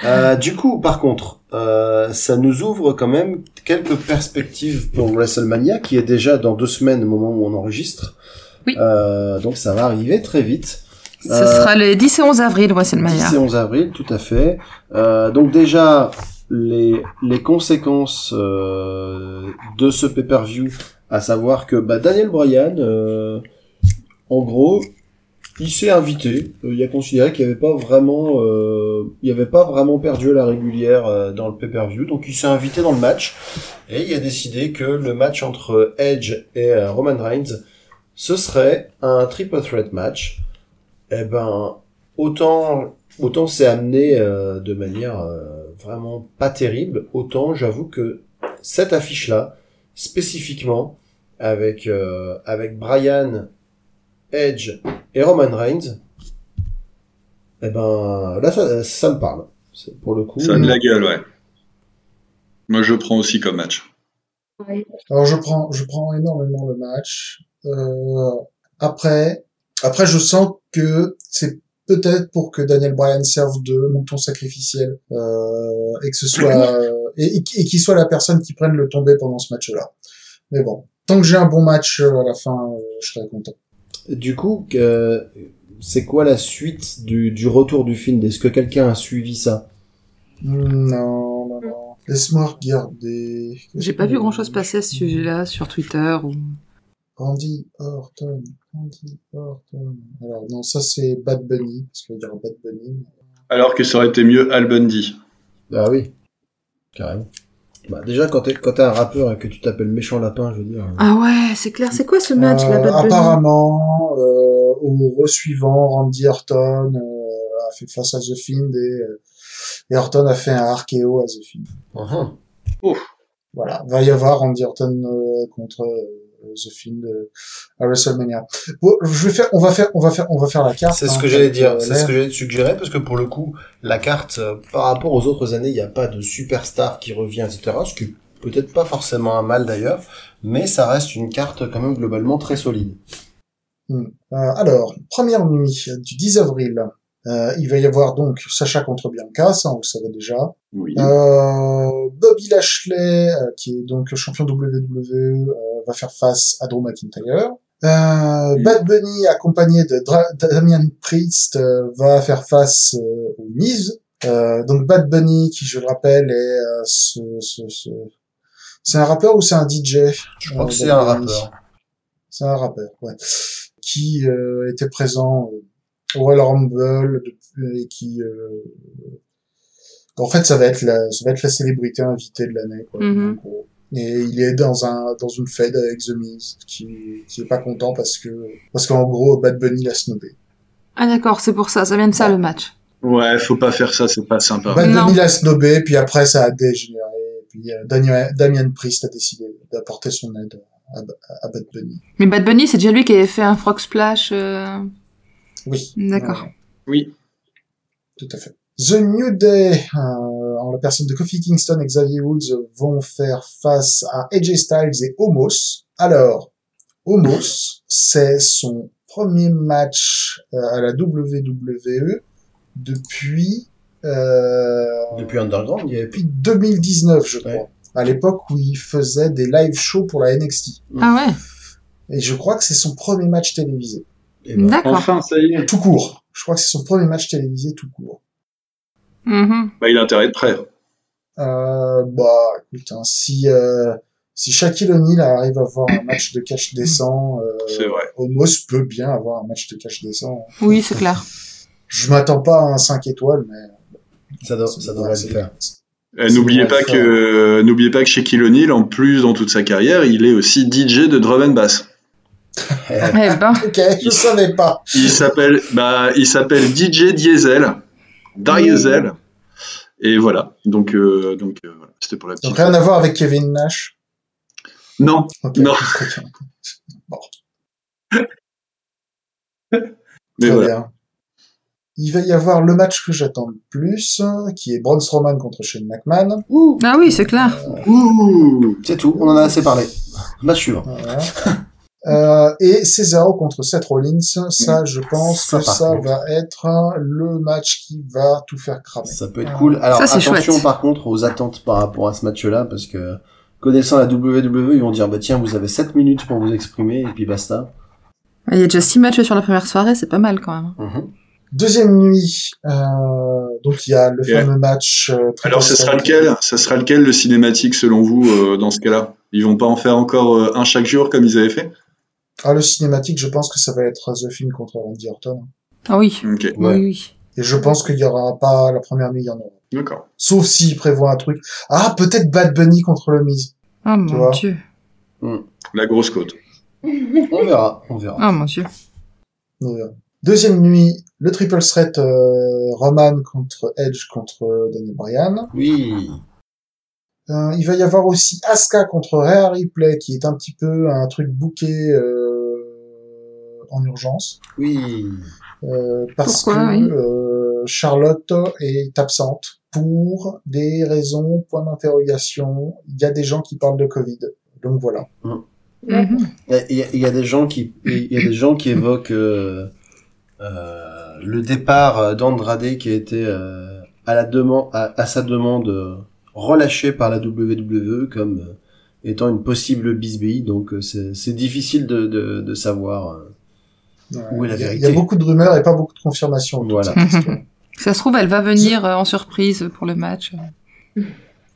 F: Euh, du coup, par contre, euh, ça nous ouvre quand même quelques perspectives pour WrestleMania, qui est déjà dans deux semaines au moment où on enregistre.
C: Oui.
F: Euh, donc ça va arriver très vite.
C: Ce
F: Euh,
C: sera les 10 et 11 avril, WrestleMania.
F: 10 et 11 avril, tout à fait. Euh, donc déjà, les, les conséquences euh, de ce pay-per-view, à savoir que bah, Daniel Bryan, euh, en gros, il s'est invité. Euh, il a considéré qu'il n'y avait pas vraiment, euh, il y avait pas vraiment perdu à la régulière euh, dans le pay-per-view, donc il s'est invité dans le match et il a décidé que le match entre Edge et euh, Roman Reigns, ce serait un triple threat match. Eh ben, autant autant c'est amené euh, de manière euh, vraiment pas terrible, autant j'avoue que cette affiche là spécifiquement avec euh, avec Brian Edge et Roman Reigns eh ben là ça, ça me parle. C'est- Pour le coup,
B: Ça a de la gueule, ouais. Moi, je prends aussi comme match.
E: Ouais.
D: Alors je prends, je prends énormément le match. Euh, après, après je sens que c'est peut-être pour que Daniel Bryan serve de mouton sacrificiel euh, et que ce soit euh, et, et qu'il soit la personne qui prenne le tombé pendant ce match-là. Mais bon, tant que j'ai un bon match euh, à la fin, euh, je serai content.
F: du coup, que- c'est quoi la suite du, du retour du film Est-ce que quelqu'un a suivi ça
D: Non, non, non. Laisse-moi regarder.
C: J'ai pas vu grand chose passer à ce sujet-là sur Twitter. Ou...
D: Randy Orton, Randy Orton. Alors non, ça c'est Bad Bunny parce qu'il y a Bad Bunny.
B: Alors que ça aurait été mieux Al Bundy.
F: Ah oui, carrément. Bah déjà quand t'es quand t'es un rappeur et que tu t'appelles méchant lapin, je veux dire. euh,
C: Ah ouais, c'est clair. C'est quoi ce match,
D: Euh,
C: la Bad Bunny
D: apparemment, euh, au re-suivant, Randy Orton euh, a fait face à The Fiend et, euh, et Orton a fait un archéo à The Fiend.
F: Mhm.
D: Voilà, va y avoir Randy Orton euh, contre euh, The Fiend euh, à WrestleMania. Bon, je vais faire, on va faire, on va faire, on va faire la carte.
F: C'est ce
D: hein,
F: que j'allais
D: avec,
F: dire,
D: euh,
F: c'est ce que j'allais te suggérer, parce que pour le coup, la carte, euh, par rapport aux autres années, il n'y a pas de superstar qui revient, etc. Ce qui est peut-être pas forcément un mal d'ailleurs, mais ça reste une carte quand même globalement très solide.
D: Euh, alors, première nuit du 10 avril, euh, il va y avoir donc Sacha contre Bianca, ça on le savait déjà.
B: Oui.
D: Euh, Bobby Lashley, euh, qui est donc champion WWE, euh, va faire face à Drew McIntyre. Euh,
B: Oui.
D: Bad Bunny, accompagné de Dra- Damian Priest, euh, va faire face euh, au Miz. Euh, donc Bad Bunny, qui je le rappelle, est euh, ce, ce, ce... c'est un rappeur ou c'est un DJ
F: Je crois
D: Euh,
F: que c'est
D: Bad
F: un
D: Bunny.
F: rappeur.
D: C'est un rappeur, ouais. Qui euh, était présent euh, au Royal Rumble de- et qui, euh, en fait, ça va être la, ça va être la célébrité invitée de l'année, quoi.
C: Mhm.
D: en gros. Et il est dans un, dans une fête avec The Miz, qui, qui est pas content parce que, parce qu'en gros, Bad Bunny l'a snobé.
C: Ah d'accord, c'est pour ça. Ça vient de ça, le match.
B: Ouais, faut pas faire ça, c'est pas sympa.
D: Bad
C: Non.
D: Bunny l'a snobé, puis après, ça a dégénéré. Et puis, euh, Daniel- Damien Priest a décidé d'apporter son aide à, à Bad Bunny.
C: Mais Bad Bunny, c'est déjà lui qui avait fait un frog splash. euh,
D: Oui.
C: D'accord.
B: Oui.
D: Euh, Tout à fait. The New Day, euh, en la personne de Kofi Kingston et Xavier Woods, euh, vont faire face à AJ Styles et Homos. Alors, Homos, c'est son premier match euh, à la WWE depuis, euh,
F: Depuis Underground, il y avait...
D: depuis 2019, je crois.
F: Ouais.
D: À l'époque où il faisait des live shows pour la NXT.
C: Ah ouais,
D: Et je crois que c'est son premier match télévisé.
F: eh ben,
D: bah,
C: d'accord.
B: Enfin, ça y est.
D: Tout court. Je crois que c'est son premier match télévisé tout court. oh.
C: Mhm.
B: Bah, il a intérêt de près.
D: Euh, bah, écoute, hein, si, euh, si Shaquille O'Neal arrive à avoir un match de cash décent,
B: C'est
D: euh,
B: vrai.
D: Homos peut bien avoir un match de cash décent.
C: Oui, c'est
D: [laughs]
C: clair.
D: Je m'attends pas à un 5 étoiles, mais
F: ça, doit, ça devrait le faire.
B: Eh,
D: C'est
B: N'oubliez
D: vrai,
B: pas
D: ça.
B: que euh, n'oubliez pas que Shaquille O'Neal, en plus dans toute sa carrière, il est aussi DJ de drum and bass.
F: Eh,
C: Eh ben,
D: Ok, je savais pas.
B: Il s'appelle bah il s'appelle DJ Diesel,
F: Mmh.
B: Diesel. Et voilà. Donc euh, donc euh, voilà. c'était pour la petite.
D: Donc rien à voir avec Kevin Nash.
B: Non.
D: Ok.
B: Non.
D: Ok.
B: [laughs] Mais
D: Très
B: voilà.
D: bien. Il va y avoir le match que j'attends le plus, euh, qui est Braun Strowman contre Shane McMahon.
C: ah oui, c'est clair.
B: Ouh.
F: [laughs] C'est tout, on en a assez parlé. Match suivant.
D: Voilà. [laughs] Euh, et Cesaro contre Seth Rollins, ça, je pense
F: Ça,
D: que
F: par
D: ça
F: contre.
D: va être euh, le match qui va tout faire cramer.
F: Ça peut être cool. Alors
C: Ça, c'est
F: attention
C: chouette.
F: par contre aux attentes par rapport à ce match-là, parce que E, connaissant la WWE, ils vont dire bah tiens, vous avez 7 minutes pour vous exprimer et puis basta.
C: Il y a déjà six matchs sur la première soirée, c'est pas mal quand même.
D: Deuxième nuit, euh, donc il y a le
B: Yeah.
D: fameux match. euh, triple
B: Alors, ce sera
D: threat.
B: lequel Ça sera lequel le cinématique selon vous euh, dans ce cas-là Ils vont pas en faire encore euh, un chaque jour comme ils avaient fait
D: Ah, le cinématique, je pense que ça va être The Film contre Randy Orton.
C: Ah oui.
B: Ok,
F: Ouais.
C: Oui, oui.
D: Et je pense qu'il y aura pas la première nuit, il y en aura.
B: d'accord.
D: Sauf s'il prévoit un truc. Ah, peut-être Bad Bunny contre le Miz.
C: Oh mon
D: vois.
C: dieu.
B: La grosse côte.
F: On verra, on verra.
C: Oh mon dieu.
D: On verra. Euh, Deuxième nuit, le triple threat euh, Roman contre Edge contre euh, Daniel Bryan.
F: Oui.
D: Euh, il va y avoir aussi Asuka contre Rhea Ripley, qui est un petit peu un truc bouqué euh, en urgence.
F: Oui.
D: Euh, parce
C: Pourquoi,
D: que
C: oui.
D: euh, Charlotte est absente pour des raisons, point d'interrogation. Il y a des gens qui parlent de Covid. Donc voilà.
C: Mhm.
F: Il y a- il y, a- il y a des gens qui, il y a des gens qui évoquent euh, euh, le départ euh, d'Andrade qui a été euh, à la demande, à, à sa demande euh, relâché par la WWE comme euh, étant une possible bisbille. Donc euh, c'est c'est difficile de, de, de savoir. euh, Où est la
D: Il y a- Il y a
F: vérité
D: beaucoup de rumeurs et pas beaucoup de confirmations. autour de
F: Voilà.
C: [laughs]
D: cette histoire.
C: Ça se trouve, elle va venir euh, en surprise pour le
D: [laughs]
C: match.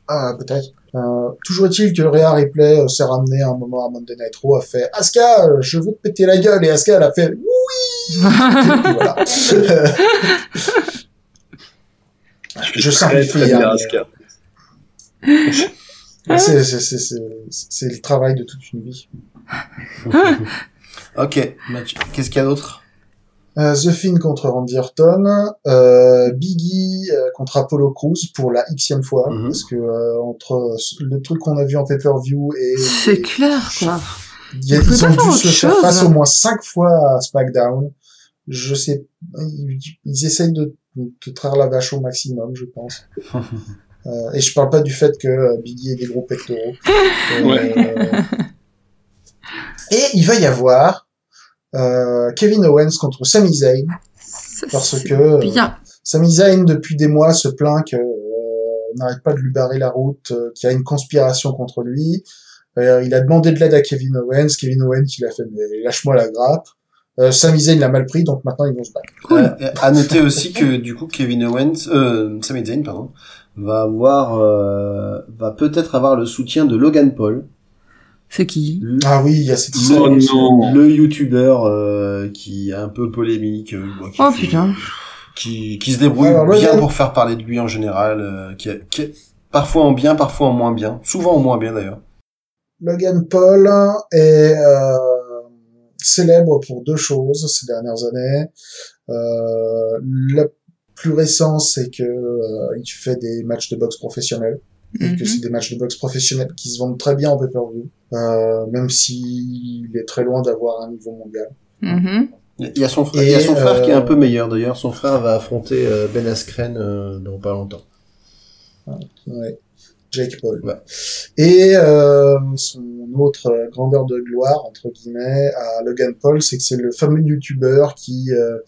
D: Ah, peut-être. Euh, toujours est-il que Rhea Ripley euh, s'est ramenée à un moment à Monday Night Raw, a fait « Asuka, euh, je veux te péter la gueule !» Et Asuka, elle a fait « Oui !» Et voilà. Je simplifie. hein, [laughs] mais c'est- c'est- c'est- C'est c'est le travail de toute une vie.
F: ok. match. Qu'est-ce qu'il y a d'autre
D: Euh, The Finn contre Randy Orton, euh, Biggie contre Apollo Crews pour la xème fois,
F: Mhm.
D: parce que euh, entre le truc qu'on a vu en pay-per-view et...
C: C'est clair, quoi.
D: Il y a-
C: Vous pouvez
D: ils
C: pas
D: ont
C: faire
D: dû
C: autre
D: se faire
C: chose,
D: face
C: hein.
D: au moins cinq fois à SmackDown. Je sais, ils, ils essayent de te traire la vache au maximum,
C: [laughs]
D: je pense. Euh, et je parle pas du fait que euh, Biggie ait des gros
C: [laughs]
D: pectoraux. Euh, Et il va y avoir euh, Kevin Owens contre Sami Zayn
C: Ça,
D: parce
C: c'est
D: que euh,
C: Bien.
D: Sami Zayn depuis des mois se plaint que euh, on n'arrête pas de lui barrer la route, euh, qu'il y a une conspiration contre lui. Euh, il a demandé de l'aide à Kevin Owens. Kevin Owens, il a fait mais lâche-moi la grappe. Euh, Sami Zayn l'a mal pris, donc maintenant ils vont se battre.
C: Cool.
F: Euh, à noter aussi que du coup Kevin Owens, euh, Sami Zayn pardon, va avoir, euh, va peut-être avoir le soutien de Logan Paul,
C: C'est qui
F: le,
D: Ah oui, il y a cette histoire.
B: Oh
F: le,
B: non.
F: le youtubeur euh, qui est un peu polémique, euh, bon, qui,
C: Oh
F: fait-
C: putain.
F: qui, qui se débrouille
D: Alors,
F: bien
D: Logan-
F: pour faire parler de lui en général, euh, qui, est- qui est parfois en bien, parfois en moins bien, souvent en moins bien d'ailleurs.
D: Logan Paul est euh, célèbre pour deux choses ces dernières années. Euh, la plus récente, c'est que euh, il fait des matchs de boxe professionnels. et que
C: Mhm.
D: c'est des matchs de boxe professionnels qui se vendent très bien en pay-per-view, euh, même s'il est très loin d'avoir un niveau mondial.
C: Mhm.
F: Il y a- il y a son frère, il y a
D: Et,
F: son frère
D: euh,
F: qui est un peu meilleur d'ailleurs. Son frère va affronter euh, Ben Askren euh, dans pas longtemps.
D: Ouais. Jake Paul.
F: Ouais.
D: Et euh, son autre euh, grandeur de gloire, entre guillemets, à Logan Paul, c'est que c'est le fameux YouTuber qui euh,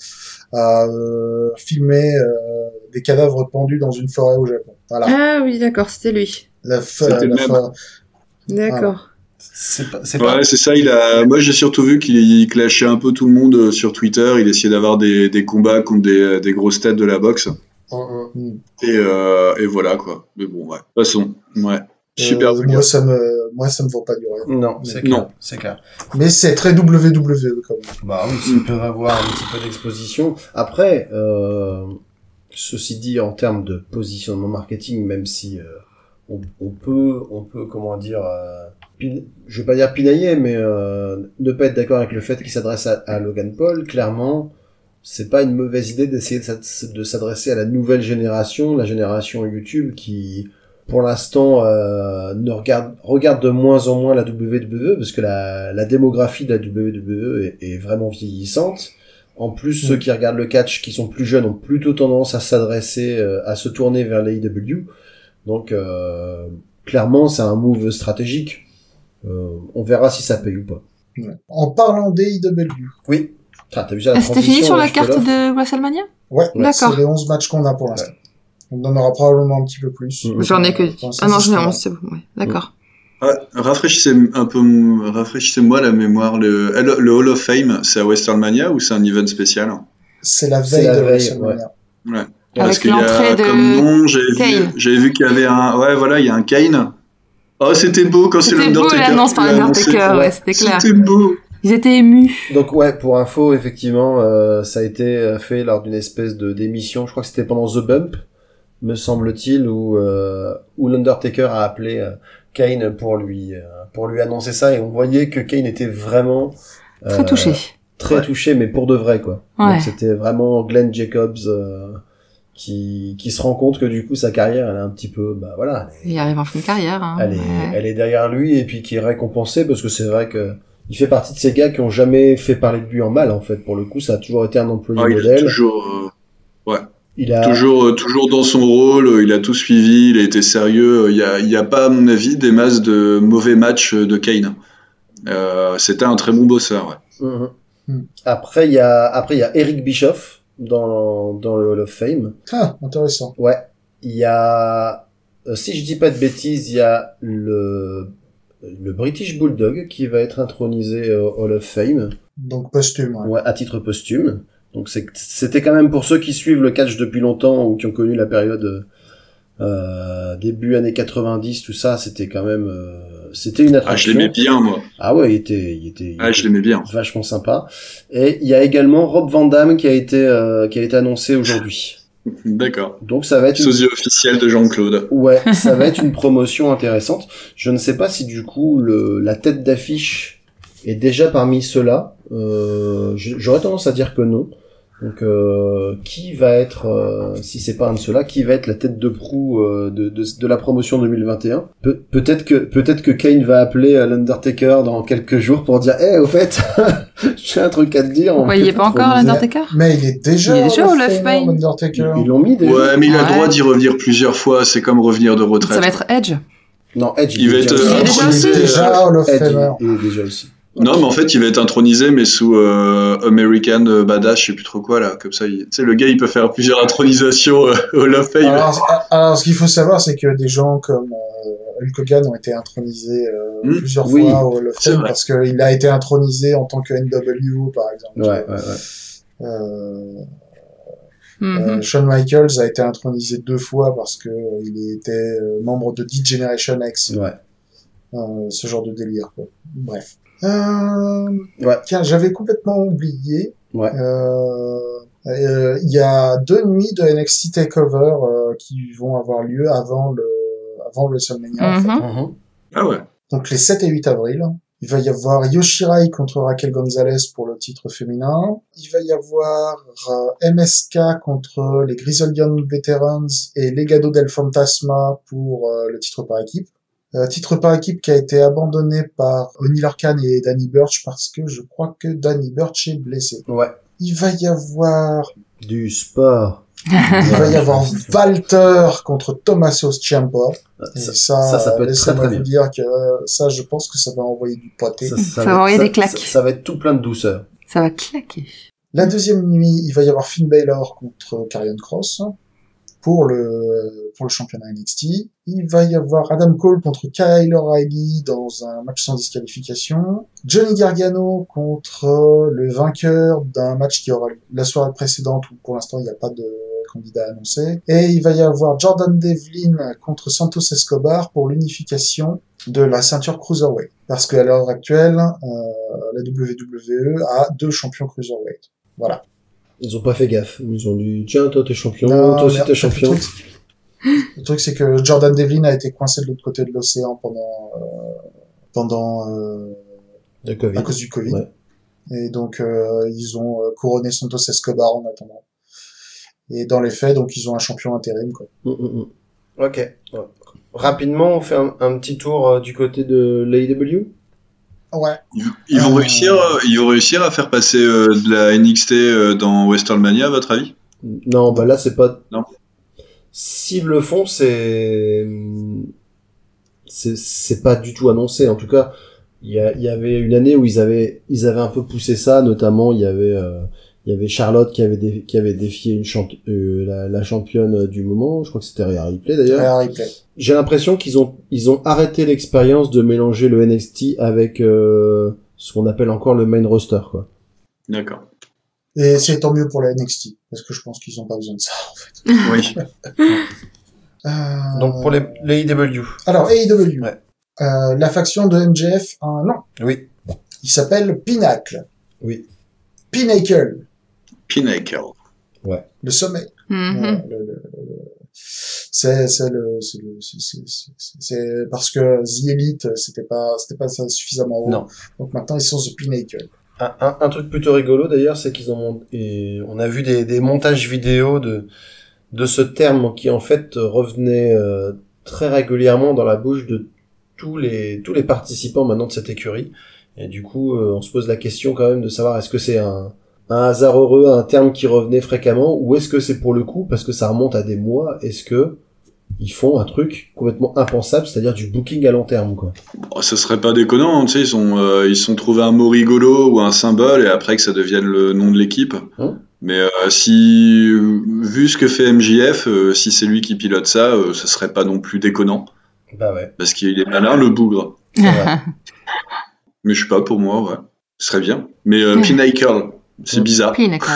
D: a euh, filmé euh, des cadavres pendus dans une forêt au Japon. Voilà.
C: Ah oui, d'accord, c'était lui.
D: La, fo-
B: C'était le
D: la
B: même.
D: forêt.
C: D'accord.
F: C'est pas, c'est pas
B: Ouais, c'est ça. Il a... Moi, j'ai surtout vu qu'il clashait un peu tout le monde euh, sur Twitter. Il essayait d'avoir des, des combats contre des, des grosses têtes de la boxe.
D: Mm.
B: Et, euh, et voilà, quoi. Mais bon, ouais. De toute façon, ouais. Super
D: Euh,
B: vulgaire.
D: moi, ça me, moi, ça me vaut pas du rêve.
F: Non, c'est
B: Non.
F: clair. C'est clair.
D: Mais c'est très WWE quand même.
F: Bah oui, ils peuvent avoir un petit peu d'exposition. Après, euh, ceci dit, en termes de positionnement marketing, même si euh, on, on peut, on peut, comment dire, euh, pin- je vais pas dire pinailler, mais euh, ne pas être d'accord avec le fait qu'il s'adresse à, à Logan Paul, clairement, c'est pas une mauvaise idée d'essayer de s'ad- de s'adresser à la nouvelle génération, la génération YouTube qui, pour l'instant, euh, ne regarde, regarde de moins en moins la WWE parce que la, la démographie de la WWE est, est vraiment vieillissante. En plus,
D: Mm.
F: ceux qui regardent le catch, qui sont plus jeunes, ont plutôt tendance à s'adresser, euh, à se tourner vers l'AEW. Donc, euh, clairement, c'est un move stratégique. Euh, on verra si ça paye ou pas.
D: Ouais. En parlant E d'AEW,
F: Oui. Ah, t'as vu ça la
C: Ah, C'était fini
F: transition,
C: sur
F: là,
C: la
F: je te
C: carte
F: l'offre.
C: de WrestleMania
D: ouais,
C: D'accord.
D: c'est les 11 matchs qu'on a pour l'instant. On en aura probablement un petit peu plus.
F: Mhm.
C: J'en ai que.
D: Pour l'instant,
C: Ah non, j'en ai
D: c'est ce qu'on a.
C: 11, c'est bon. ouais. D'accord.
B: Ah, rafraîchissez un peu, rafraîchissez-moi la mémoire. Le, eh, le, le Hall of Fame, c'est à Westernmania ou c'est un event spécial
D: C'est la
F: C'est
D: veille
F: la
D: de
F: veille,
D: WrestleMania.
B: Parce
C: Avec
B: qu'il y a,
C: l'entrée de
B: comme nom, j'ai vu,
C: Kane.
B: j'ai vu qu'il y avait un, ouais, voilà, il y a un Kane. Oh, c'était beau quand c'est
C: C'était beau
B: l'Undertaker.
C: l'annonce
B: qui
C: par
B: l'a annoncé.
C: Undertaker, ouais, c'était clair.
B: C'était beau.
C: Ils étaient émus.
F: Donc ouais, pour info, effectivement, euh, ça a été euh, fait lors d'une espèce de démission. Je crois que c'était pendant The Bump, me semble-t-il, où euh, où l'Undertaker a appelé euh, Kane pour lui euh, pour lui annoncer ça et on voyait que Kane était vraiment
C: Très
F: euh,
C: touchés.
F: très touché, mais pour de vrai quoi.
C: Ouais.
F: Donc c'était vraiment Glenn Jacobs euh, qui qui se rend compte que du coup sa carrière elle est un petit peu bah voilà elle est-
C: Il arrive en fin de carrière. Hein.
F: elle est,
C: Ouais.
F: elle est derrière lui et puis qui est récompensée parce que c'est vrai que il fait partie de ces gars qui ont jamais fait parler de lui en mal en fait. Pour le coup, ça a toujours été un employé
B: Ah, il est
F: modèle.
B: toujours, euh,
F: Il a
B: Toujours, euh, toujours dans son rôle, euh, il a tout suivi, il a été sérieux. euh, Il n'y a, il y a pas, à mon avis, des masses de mauvais matchs euh, de Kane. Euh, C'était un très bon bosseur. ouais.
F: Mhm.
D: Hmm.
F: Après il y a après il y a Eric Bischoff dans dans le Hall of Fame.
D: Ah, intéressant.
F: Ouais. Il y a euh, si je dis pas de bêtises, il y a le le British Bulldog qui va être intronisé euh, au Hall of Fame.
D: Donc posthume. ouais.
F: Ouais, à titre posthume. Donc c'est- c'était quand même pour ceux qui suivent le catch depuis longtemps ou qui ont connu la période euh, début années 90, tout ça, c'était quand même euh, c'était une
B: Ah, je
F: attraction.
B: l'aimais bien, moi.
F: Ah ouais, il était il était, il
B: Ah, je
F: était
B: l'aimais bien.
F: vachement sympa. Et il y a également Rob Van Damme qui a été euh, qui a été annoncé aujourd'hui.
B: D'accord.
F: Donc ça va être une...
B: Sosie officiel de Jean-Claude.
F: ouais,
C: [laughs]
F: ça va être une promotion intéressante. Je ne sais pas si du coup le la tête d'affiche est déjà parmi ceux-là. Euh, je- J'aurais tendance à dire que non. Donc euh, qui va être, euh, si c'est pas un de ceux-là, qui va être la tête de proue euh, de, de, de la promotion 2021 Pe- Peut-être que peut-être que Kane va appeler euh, l'Undertaker dans quelques jours pour dire, eh au fait, [laughs] j'ai un truc à te dire.
C: Vous
F: on
C: voyez
F: peut
C: pas encore
F: t'introniser.
C: l'Undertaker
D: Mais il est déjà
C: Il est déjà
D: au
C: Hall of Fame.
D: Undertaker.
F: Ils l'ont mis déjà.
B: Ouais, mais il a
C: Ouais.
B: droit d'y revenir plusieurs fois. C'est comme revenir de retraite.
C: Ça va être Edge.
F: Non, Edge.
B: Il va être,
C: Il est
B: euh,
C: déjà
B: intronisé,
C: aussi.
B: euh,
D: déjà Hall of
F: Edge,
D: Famer.
F: il est déjà aussi.
B: Non, mais en fait, il va être intronisé, mais sous euh, American Badass, je sais plus trop quoi, là. Comme ça, il- tu sais, le gars, il peut faire plusieurs intronisations euh, au Love Fame.
D: Alors, a- alors, ce qu'il faut savoir, c'est que des gens comme euh, Hulk Hogan ont été intronisés euh,
B: Hmm,
D: plusieurs
F: oui,
D: fois au Hall of
B: c'est
D: Fame
B: vrai.
D: parce qu'il a été intronisé en tant que NWO, par exemple.
F: Ouais, ouais, ouais.
D: Euh,
C: Mhm.
D: euh, Shawn Michaels a été intronisé deux fois parce que euh, il était euh, membre de Deep Generation X.
F: Ouais.
D: Euh, ce genre de délire, quoi. Bref. Euh...
F: Ouais.
D: Tiens, j'avais complètement oublié.
F: Ouais.
D: Euh, euh, Il y a deux nuits de NXT Takeover euh, qui vont avoir lieu avant le avant WrestleMania. en fait.
C: Mhm.
F: Mhm.
B: Ah ouais.
D: Donc les 7 et 8 avril, il va y avoir Yoshirai contre Raquel Gonzalez pour le titre féminin. Il va y avoir euh, MSK contre les Grizzlian Veterans et Legado del Fantasma pour euh, le titre par équipe. Euh, titre par équipe qui a été abandonné par Oni Larkan et Danny Burch parce que je crois que Danny Burch est blessé.
F: Ouais.
D: Il va y avoir,
F: Du sport. [laughs]
D: il va y avoir Walter contre Tommaso Ciampa. Et
F: Ça,
D: ça,
F: ça, ça peut être
D: laissez-moi
F: très, très
D: vous
F: bien.
D: dire que euh, ça, je pense que ça va envoyer du pâté.
F: ça,
C: Ça va envoyer des claques.
F: Ça, ça va être tout plein de douceur.
C: Ça va claquer.
D: La deuxième nuit, il va y avoir Finn Balor contre Karrion Cross pour le pour le championnat NXT. Il va y avoir Adam Cole contre Kyle O'Reilly dans un match sans disqualification. Johnny Gargano contre le vainqueur d'un match qui aura lieu la soirée précédente où pour l'instant il n'y a pas de candidat annoncé. Et il va y avoir Jordan Devlin contre Santos Escobar pour l'unification de la ceinture Cruiserweight. Parce qu'à l'heure actuelle, euh, la WWE a deux champions Cruiserweight.
F: Ils ont pas fait gaffe. Ils ont dit, tiens, toi t'es champion,
D: Non,
F: toi aussi
D: merde,
F: t'es champion.
D: Le truc, le truc, c'est que Jordan Devlin a été coincé de l'autre côté de l'océan pendant euh, pendant euh,
F: De Covid.
D: à cause du Covid.
F: Ouais.
D: Et donc euh, ils ont euh, couronné Santos Escobar en attendant. Et dans les faits, donc ils ont un champion intérim quoi.
F: Mm, mm, mm. Ok. Ouais. Rapidement, on fait un, un petit tour euh, du côté de l'AEW.
D: Ouais.
B: Ils, ils vont
D: Euh.
B: réussir, euh, ils vont réussir à faire passer euh, de la NXT euh, dans Westernmania, à votre avis
F: Non, bah là c'est pas.
B: Non.
F: S'ils le font, c'est c'est c'est pas du tout annoncé. En tout cas, il y, a- il y avait une année où ils avaient ils avaient un peu poussé ça, notamment il y avait euh, Il y avait Charlotte qui avait, dé- qui avait défié une chante euh, la, la championne du moment. Je crois que c'était Rhea Ripley d'ailleurs.
D: Rhea Ripley.
F: J'ai l'impression qu'ils ont ils ont arrêté l'expérience de mélanger le NXT avec euh, ce qu'on appelle encore le main roster quoi.
B: D'accord.
D: Et c'est tant mieux pour la NXT, parce que je pense qu'ils n'ont pas besoin de ça.
B: Oui.
D: Euh,
G: Donc pour les, les E IW.
D: Alors, AEW.
G: Ouais.
D: Euh, la faction de MJF a un nom.
G: Oui.
D: Il s'appelle Pinnacle.
F: Oui.
D: Pinnacle,
B: [laughs] Pinnacle.
D: le sommet.
C: Mhm.
D: Ouais, le- le- le- C'est c'est le c'est le- c'est- c'est- c'est- c'est- c'est parce que The Elite c'était pas c'était pas ça suffisamment haut.
G: Non.
D: Donc maintenant ils sont The Pinnacle.
F: Un, un, un truc plutôt rigolo d'ailleurs, c'est qu'ils ont mont- et on a vu des, des montages vidéo de de ce terme qui en fait revenait euh, très régulièrement dans la bouche de tous les tous les participants maintenant de cette écurie. Et du coup, euh, on se pose la question quand même de savoir est-ce que c'est un un hasard heureux, un terme qui revenait fréquemment, ou est-ce que c'est pour le coup parce que ça remonte à des mois, est-ce que ils font un truc complètement impensable, c'est-à-dire du booking à long terme quoi.
B: Bon, Oh, ce serait pas déconnant, hein, tu sais, ils ont, euh, ils ont trouvé un mot rigolo ou un symbole et après que ça devienne le nom de l'équipe.
F: Hein
B: Mais euh, si, vu ce que fait MJF, euh, si c'est lui qui pilote ça, euh, ce serait pas non plus déconnant.
F: Bah ouais.
B: Parce qu'il est malin, le bougre.
C: [laughs]
F: c'est vrai.
B: Mais je sais pas, pour moi, ouais. Ce serait bien. Mais euh, Pinnacle, c'est bizarre.
C: Pinnacle.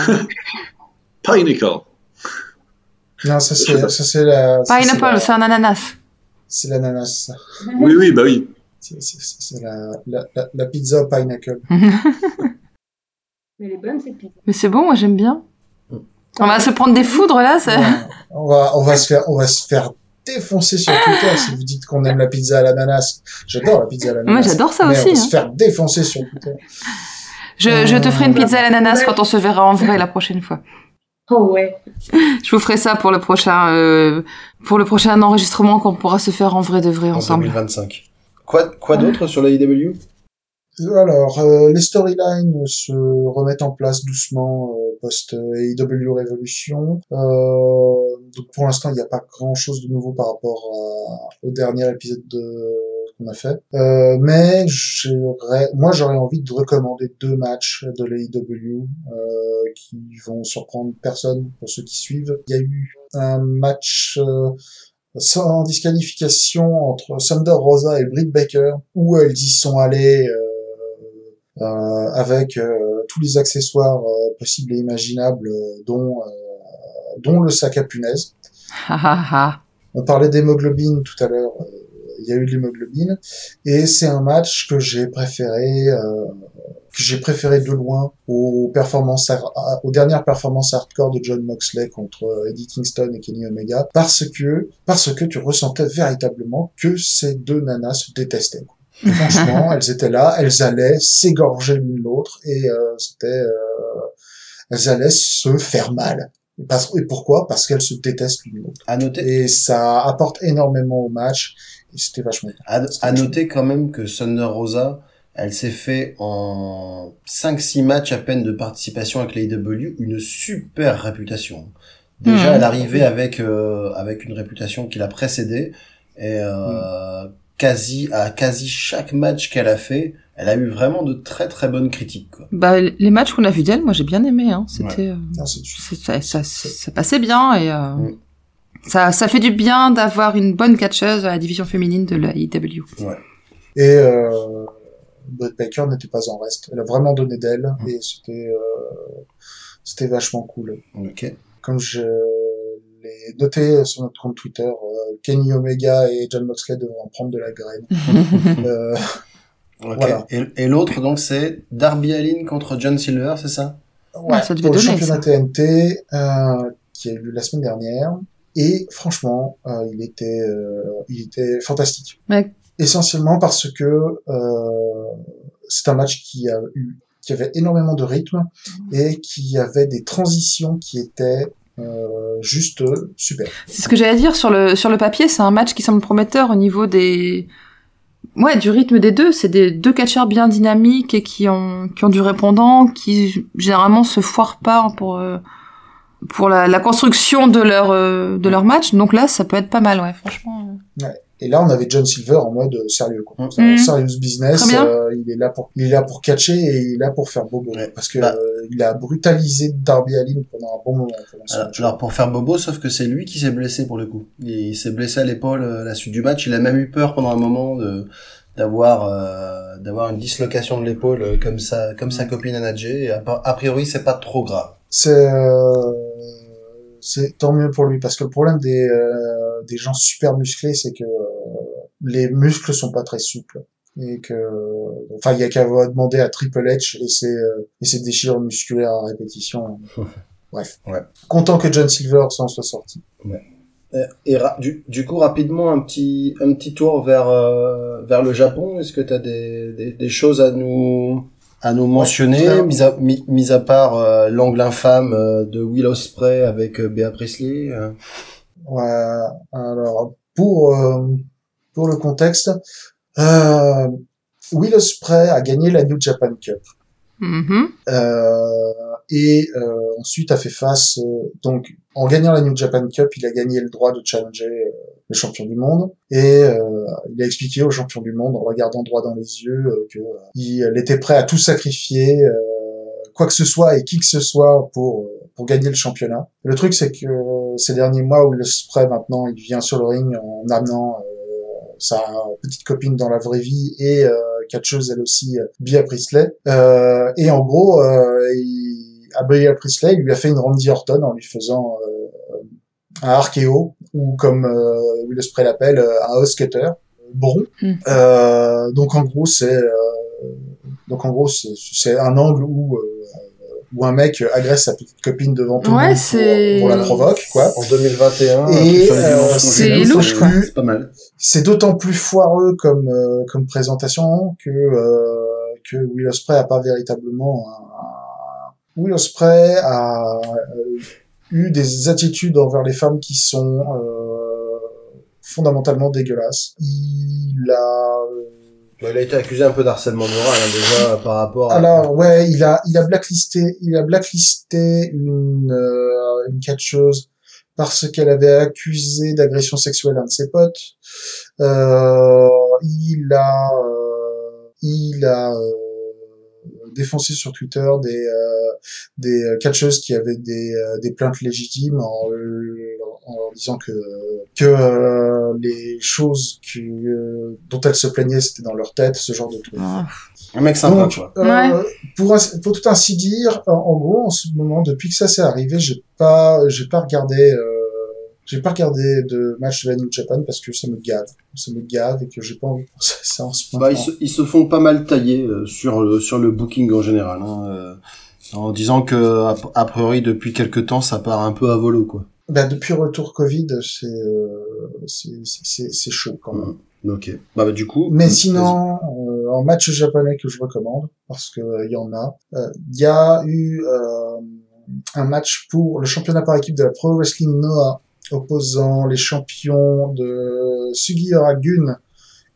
B: Pinnacle.
D: Non, ça c'est ça c'est la ça, c'est
C: Pineapple,
D: la-
C: c'est un ananas. [laughs]
D: c'est l'ananas. ça.
B: Oui, oui, bah oui.
D: C'est c'est- c'est- c'est la, la, la, la pizza au Pinnacle.
E: Mais elle est bonne cette pizza.
C: Mais c'est bon, moi j'aime bien. On va se prendre des foudres là, ça.
D: Ouais. On va on va se faire on va se faire défoncer sur Twitter si vous dites qu'on aime la pizza à l'ananas. J'adore la pizza à l'ananas.
C: Moi j'adore ça
D: Mais
C: aussi.
D: On va
C: hein.
D: se faire défoncer sur Twitter.
C: Je, je te ferai une pizza à l'ananas quand on se verra en vrai la prochaine fois.
E: Oh ouais.
C: Je vous ferai ça pour le prochain euh, pour le prochain enregistrement qu'on pourra se faire en vrai de vrai
F: En
C: ensemble.
F: 2025. Quoi quoi d'autre sur la IW
D: Alors, euh, les storylines se remettent en place doucement euh, post AEW Revolution. Euh, donc pour l'instant, il n'y a pas grand-chose de nouveau par rapport à- au dernier épisode de- qu'on a fait. Euh, mais j'aurais, moi, j'aurais envie de recommander deux matchs de l'AEW euh, qui vont surprendre personne pour ceux qui suivent. Il y a eu un match euh, sans disqualification entre Thunder Rosa et Britt Baker, où elles y sont allées euh, euh, avec euh, tous les accessoires euh, possibles et imaginables, euh, dont, euh, dont le sac à punaise.
C: Ah, ah, ah.
D: On parlait d'hémoglobine tout à l'heure, euh, il y a eu de l'hémoglobine, et c'est un match que j'ai préféré, euh, que j'ai préféré de loin aux, performances har- à- aux dernières performances hardcore de John Moxley contre euh, Eddie Kingston et Kenny Omega, parce que, parce que tu ressentais véritablement que ces deux nanas se détestaient. quoi. Franchement, elles étaient là, elles allaient s'égorger l'une l'autre, et euh, c'était... euh, elles allaient se faire mal. Parce- et pourquoi Parce qu'elles se détestent l'une l'autre
F: À noter,
D: et ça apporte énormément au match et c'était vachement bien.
F: À, à noter quand même que Thunder Rosa, elle s'est fait en 5-6 matchs à peine de participation avec l'AEW une super réputation. Déjà,
C: Mhm.
F: elle arrivait avec euh, avec une réputation qui l'a précédée et euh, quasi à quasi chaque match qu'elle a fait, elle a eu vraiment de très très bonnes critiques. Quoi.
C: Bah, les matchs qu'on a vus d'elle, moi j'ai bien aimé. Hein. C'était euh,
D: Non, c'est du-
C: c'est- ça, ça, ça passait bien et euh,
F: Mm.
C: ça, ça fait du bien d'avoir une bonne catcheuse à la division féminine de la IW.
D: et euh, Britt Baker n'était pas en reste elle a vraiment donné d'elle et c'était euh, c'était vachement cool
F: Ok.
D: comme je l'ai noté sur notre compte Twitter euh, Kenny Omega et John Moxley devraient en prendre de la graine
F: [laughs]
D: Euh,
F: Ok.
D: Voilà.
F: Et, et l'autre donc c'est Darby Allin contre John Silver, c'est ça
D: ouais,
C: ça devait
D: pour le
C: donner,
D: championnat TNT euh, qui a eu lieu la semaine dernière et franchement euh, il était euh, il était fantastique
C: Ouais.
D: essentiellement parce que euh, c'est un match qui a eu qui avait énormément de rythme et qui avait des transitions qui étaient euh, juste super
C: C'est ce que j'allais dire sur le, sur le papier, c'est un match qui semble prometteur au niveau des. Ouais, du rythme des deux. C'est des deux catcheurs bien dynamiques et qui ont, qui ont du répondant, qui généralement se foirent pas pour, euh, pour la, la construction de leur, euh, de leur match. Donc là, ça peut être pas mal, ouais, franchement. euh.
D: Ouais. Et là, on avait John Silver en mode euh, sérieux, quoi.
F: Mm.
D: C'est un
C: Mm.
D: Serious business.
C: Très bien.
D: euh, il est là pour, il est là pour catcher et il est là pour faire bobo.
F: Ouais.
D: Parce que
F: Bah.
D: euh, il a brutalisé Darby Allin pendant un bon moment. pendant ce
F: Alors,
D: match.
F: Euh, alors, pour faire Bobo, sauf que c'est lui qui s'est blessé pour le coup. Il, il s'est blessé à l'épaule euh, à la suite du match. Il a même eu peur pendant un moment de d'avoir euh, d'avoir une dislocation de l'épaule euh, comme ça comme sa copine Anna Jay. Et A, a priori, c'est pas trop grave.
D: c'est euh, c'est tant mieux pour lui parce que le problème des euh, des gens super musclés c'est que euh, les muscles sont pas très souples et que euh, enfin il y a qu'à demander à Triple H et ses euh, et ses déchirures musculaires à
F: [laughs]
D: répétition bref
F: Ouais.
D: content que John Silver s'en soit sorti
F: Et, Euh, et ra- du, du coup, rapidement, un petit un petit tour vers euh, vers le Japon. Est-ce que t'as des, des des choses à nous à nous mentionner,
D: clairement.
F: mis à mis, mis à part euh, l'angle infâme euh, de Will Ospreay avec euh, Bea Priestley. euh.
D: Ouais, alors pour euh, pour le contexte euh, Will Ospreay a gagné la New Japan Cup
C: Mhm.
D: Euh, et euh, ensuite a fait face euh, donc en gagnant la New Japan Cup il a gagné le droit de challenger euh, le champion du monde et euh, il a expliqué au champion du monde en regardant droit dans les yeux euh, que euh, il euh, était prêt à tout sacrifier euh, quoi que ce soit et qui que ce soit pour euh, pour gagner le championnat le truc c'est que euh, ces derniers mois où le spray maintenant il vient sur le ring en amenant euh, sa petite copine dans la vraie vie et euh, catcheuse elle aussi, euh, Bea Priestley. Euh, et en gros, euh, il, à Bea Priestley, il lui a fait une Randy Orton en lui faisant euh, un archéo, ou comme euh, Will Spray l'appelle, euh, un house cutter, euh, bron.
C: Mm.
D: Euh, donc en gros, c'est euh, donc en gros c'est- c'est un angle où euh, où un mec agresse sa petite copine devant tout le
C: Ouais,
D: monde
C: c'est-
D: pour, pour la provoque, quoi.
F: En
D: Et,
F: 2021, tout ça, les
D: euh,
F: violences
C: c'est
F: conjugales,
C: louche, quoi.
F: C'est pas mal.
D: c'est d'autant plus foireux comme euh, comme présentation que euh, que Will Ospreay a pas véritablement un... Will Ospreay a euh, eu des attitudes envers les femmes qui sont euh, fondamentalement dégueulasses. Il a euh,
F: Bah, il a été accusé un peu d'harcèlement moral hein, déjà par rapport à...
D: alors ouais, il a il a blacklisté, il a blacklisté une euh, une catcheuse parce qu'elle avait accusé d'agression sexuelle un de ses potes. Euh, il a euh, il a euh, défoncé sur Twitter des euh, des euh, catcheuses qui avaient des euh, des plaintes légitimes en, euh, en leur disant que que euh, les choses que, euh, dont elles se plaignaient c'était dans leur tête, ce genre de truc.
F: Un mec sympa,
D: Donc,
F: quoi.
D: Euh,
C: Ouais.
D: pour, ins- pour tout ainsi dire, en, en gros, en ce moment, depuis que ça s'est arrivé, j'ai pas, j'ai pas regardé, euh, j'ai pas regardé de match de la New Japan parce que ça me gave, ça me gave et que j'ai pas envie de penser à ça en ce moment.
F: Bah, ils, se, ils se font pas mal tailler euh, sur, le- sur le booking en général, hein, euh, en disant que a, a priori depuis quelques temps ça part un peu à volo, quoi.
D: Bah, depuis le retour Covid, c'est, euh, c'est, c'est- c'est, c'est chaud quand même.
F: Ok. Bah, bah, du coup.
D: Mais
F: vas-y.
D: sinon, euh, en match japonais que je recommande, parce que euh, il y en a, euh, il y a eu euh, un match pour le championnat par équipe de la Pro Wrestling Noah, opposant les champions de Sugi Gun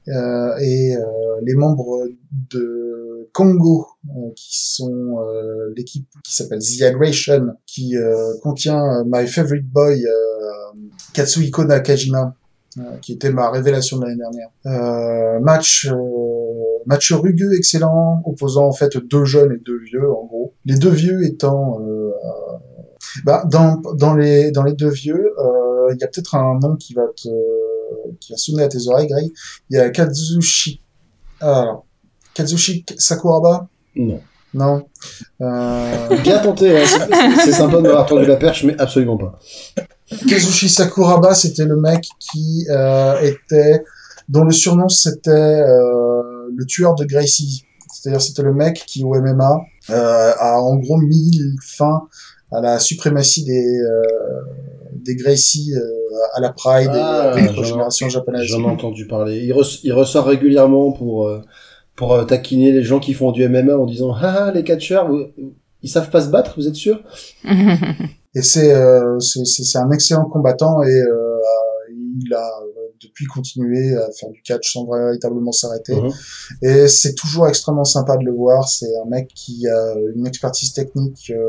D: euh, et euh, les membres de Congo, euh, qui sont euh, l'équipe qui s'appelle The Aggression, qui euh, contient euh, My Favorite Boy, euh, Katsuhiko Nakajima, euh, qui était ma révélation de l'année dernière. Euh, match, euh, match rugueux, excellent, opposant en fait deux jeunes et deux vieux, en gros. Les deux vieux étant... euh, euh, bah, dans, dans, les, dans les deux vieux, euh, il y a peut-être un nom qui va te qui va sonner à tes oreilles, Greg. Il y a Kazushi... Alors, Kazushi Sakuraba
F: Non.
D: non. Euh,
F: Bien tenté, hein, c'est- c'est sympa de m'avoir tendu la perche, mais absolument pas.
D: Kazushi Sakuraba, c'était le mec qui euh, était, dont le surnom c'était euh, le tueur de Gracie. C'est-à-dire c'était le mec qui au MMA euh, a en gros mis fin à la suprématie des euh, des Gracie euh, à la Pride
F: Ah,
D: et à d'autres
F: j'en-
D: générations japonaises.
F: J'en ai entendu parler. Il, res- il ressort régulièrement pour, euh, pour euh, taquiner les gens qui font du MMA en disant Ah, ah, les catcheurs, vous- ils savent pas se battre, vous êtes sûr
D: Et c'est euh, c'est c'est- c'est un excellent combattant et euh, il a euh, depuis continué à faire du catch sans véritablement s'arrêter.
F: Mhm.
D: Et c'est toujours extrêmement sympa de le voir. C'est un mec qui a une expertise technique euh,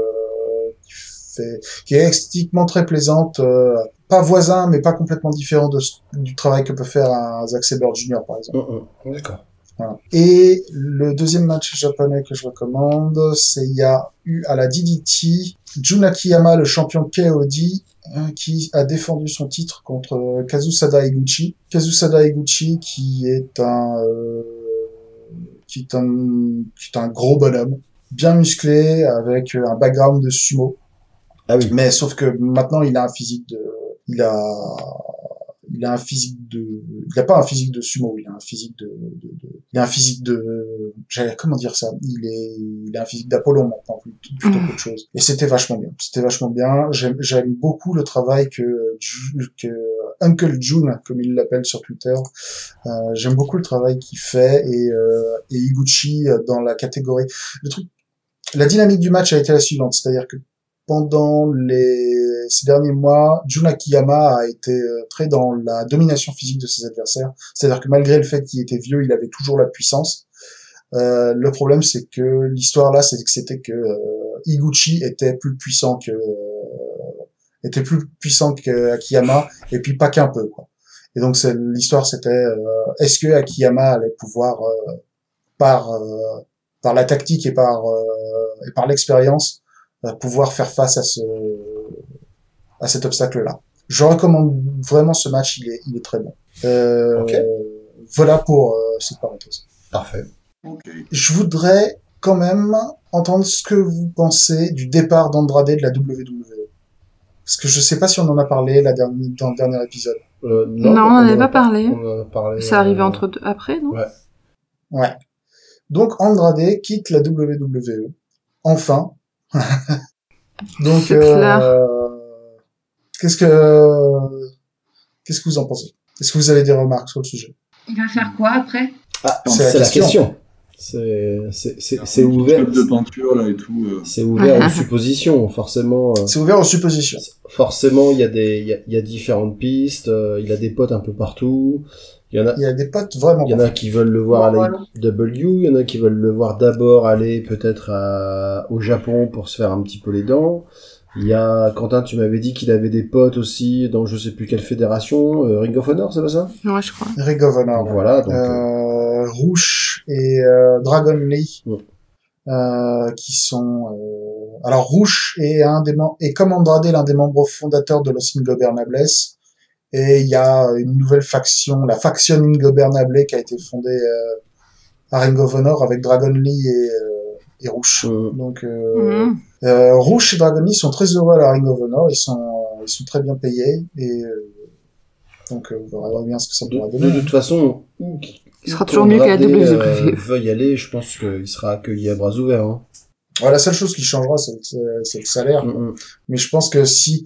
D: qui, fait, qui est esthétiquement très plaisante euh, pas voisin, mais pas complètement différent de, ce- du travail que peut faire un Zack Sabre Jr. par exemple.
F: Hum, hum. D'accord.
D: Voilà. Et le deuxième match japonais que je recommande, c'est il y a eu à la DDT Junakiyama, le champion KOD, euh, qui a défendu son titre contre euh, Kazusada Eguchi. Kazusada Eguchi qui est un euh, qui est un qui est un gros bonhomme, bien musclé, avec euh, un background de sumo.
F: Ah oui.
D: Mais sauf que maintenant, il a un physique de, il a, il a un physique de, il a pas un physique de sumo, il a un physique de, de- de- il a un physique de, j'allais- comment dire ça, il est, il a un physique d'Apollon maintenant plutôt, plutôt qu'autre chose. Et c'était vachement bien, c'était vachement bien. J'aime, j'aime beaucoup le travail que, Ju- que Uncle June, comme il l'appelle sur Twitter, euh, j'aime beaucoup le travail qu'il fait et, euh, et Iguchi euh, dans la catégorie. Le truc, la dynamique du match a été la suivante, c'est-à-dire que pendant les, ces derniers mois, Jun Akiyama a été euh, très dans la domination physique de ses adversaires. C'est-à-dire que malgré le fait qu'il était vieux, il avait toujours la puissance. Euh, le problème, c'est que l'histoire là, c'est que c'était que euh, Iguchi était plus puissant que euh, était plus puissant que Akiyama, et puis pas qu'un peu quoi. Et donc c'est- l'histoire, c'était euh, est-ce que Akiyama allait pouvoir euh, par euh, par la tactique et par euh, et par l'expérience euh, pouvoir faire face à ce à cet obstacle là. Je recommande vraiment ce match, il est il est très bon. Euh,
F: Ok.
D: Voilà pour euh, cette parenthèse.
F: Parfait.
B: Ok.
D: Je voudrais quand même entendre ce que vous pensez du départ d'Andrade de la WWE. Parce que je sais pas si on en a parlé la dernière, dans le dernier épisode.
F: Euh,
C: Non, on
F: en
C: n'avait pas
F: a
C: parlé.
F: On en a parlé.
C: Ça arrivait
F: euh,
C: entre deux, après, non
D: Ouais. Donc Andrade quitte la WWE. Enfin. [laughs] Donc
C: C'est clair.
D: euh, qu'est-ce que qu'est-ce que vous en pensez Est-ce que vous avez des remarques sur le sujet
E: Il va faire quoi après
F: Ah,
D: C'est la
F: c'est la
D: question.
F: question. C'est- C'est c'est- c'est
B: Un petit
F: ouvert.
B: club de peinture là et tout. euh.
F: C'est
C: [laughs]
F: ouvert aux suppositions, forcément. euh,
D: C'est ouvert aux suppositions.
F: Forcément, il y a des, il y a, il y a différentes pistes. euh, il a des potes un peu partout. Il y en a,
D: Il y a des potes vraiment.
F: il y en a qui veulent le voir
E: Bon,
F: à la W. Il y en a qui veulent le voir d'abord aller peut-être à- au Japon pour se faire un petit peu les dents. Il y a Quentin, tu m'avais dit qu'il avait des potes aussi dans je sais plus quelle fédération, euh, Ring of Honor, c'est pas ça
C: Ouais, je crois.
D: Ring of Honor, ouais.
F: Voilà, donc euh,
D: euh, Rouge et euh, Dragon Lee,
F: Ouais.
D: euh, qui sont euh, alors Rouge est un des mem- est comme Andrade l'un des membres fondateurs de Los Ingobernables et il y a une nouvelle faction, la faction Ingobernable qui a été fondée euh, à Ring of Honor avec Dragon Lee et, euh, et Rouge.
F: euh,
D: Donc
C: Mhm. Mm-hmm.
D: euh,
C: Bah,
D: euh, Rouge et Dragon Lee sont très heureux à la Ring of Honor, ils sont euh, ils sont très bien payés et euh, donc euh, on verra bien ce que ça pourra
F: de,
D: donner.
F: de toute façon, où qui-
C: Il
F: où
C: sera toujours mieux que la
F: Andrade,
C: WWE.
F: euh, veuille aller, je pense qu'il sera accueilli à bras ouverts. hein.
D: Ouais, la seule chose qui changera, c'est le- c'est le salaire.
F: Mm, mm.
D: Mais je pense que si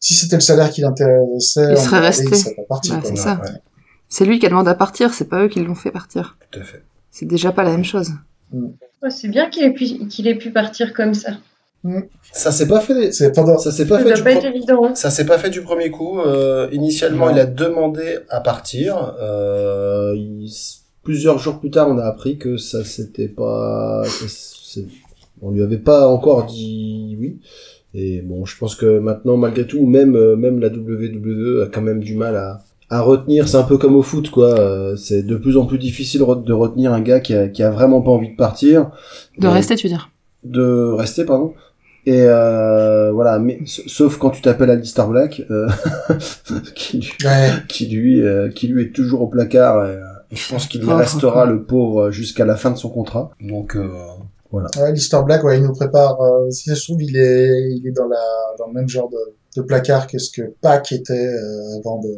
D: si c'était le salaire qui l'intéressait,
C: Il
D: on
C: serait
D: aurait dit,
C: resté.
D: Il serait pas parti.
C: Bah,
D: quoi.
C: c'est ça. C'est lui qui a demandé à partir, c'est pas eux qui l'ont fait partir.
F: Tout à fait.
C: C'est déjà pas la même chose.
E: Ouais, Oh, C'est bien qu'il ait, pu- qu'il ait pu partir comme ça.
F: Ça s'est pas fait.
D: C'est pendant.
F: Ça s'est pas
E: Ça
F: fait.
E: doit
F: du
E: pas
F: pro-
E: être évident. hein.
F: Ça s'est pas fait du premier coup. Euh, initialement,
D: Non.
F: il a demandé à partir. Euh, il- Plusieurs jours plus tard, on a appris que ça s'était pas. que c'est- On lui avait pas encore dit oui. Et bon, je pense que maintenant, malgré tout, même euh, même la WWE a quand même du mal à à retenir. C'est un peu comme au foot, quoi. Euh, C'est de plus en plus difficile re- de retenir un gars qui a, qui a vraiment pas envie de partir.
C: De
F: Mais-
C: rester, tu veux dire.
F: de rester pardon et euh, voilà mais s- sauf quand tu t'appelles Alistair Black euh, [laughs] qui, lui-
D: Ouais.
F: qui lui euh, qui lui est toujours au placard euh, et je pense qu'il y
C: Pauvre,
F: restera
C: quoi.
F: le pauvre jusqu'à la fin de son contrat donc euh, voilà
D: Ouais, l'histoire Black, ouais, il nous prépare. euh, si ça se trouve, il est, il est dans la, dans le même genre de, de placard que ce que Pac était euh, avant de,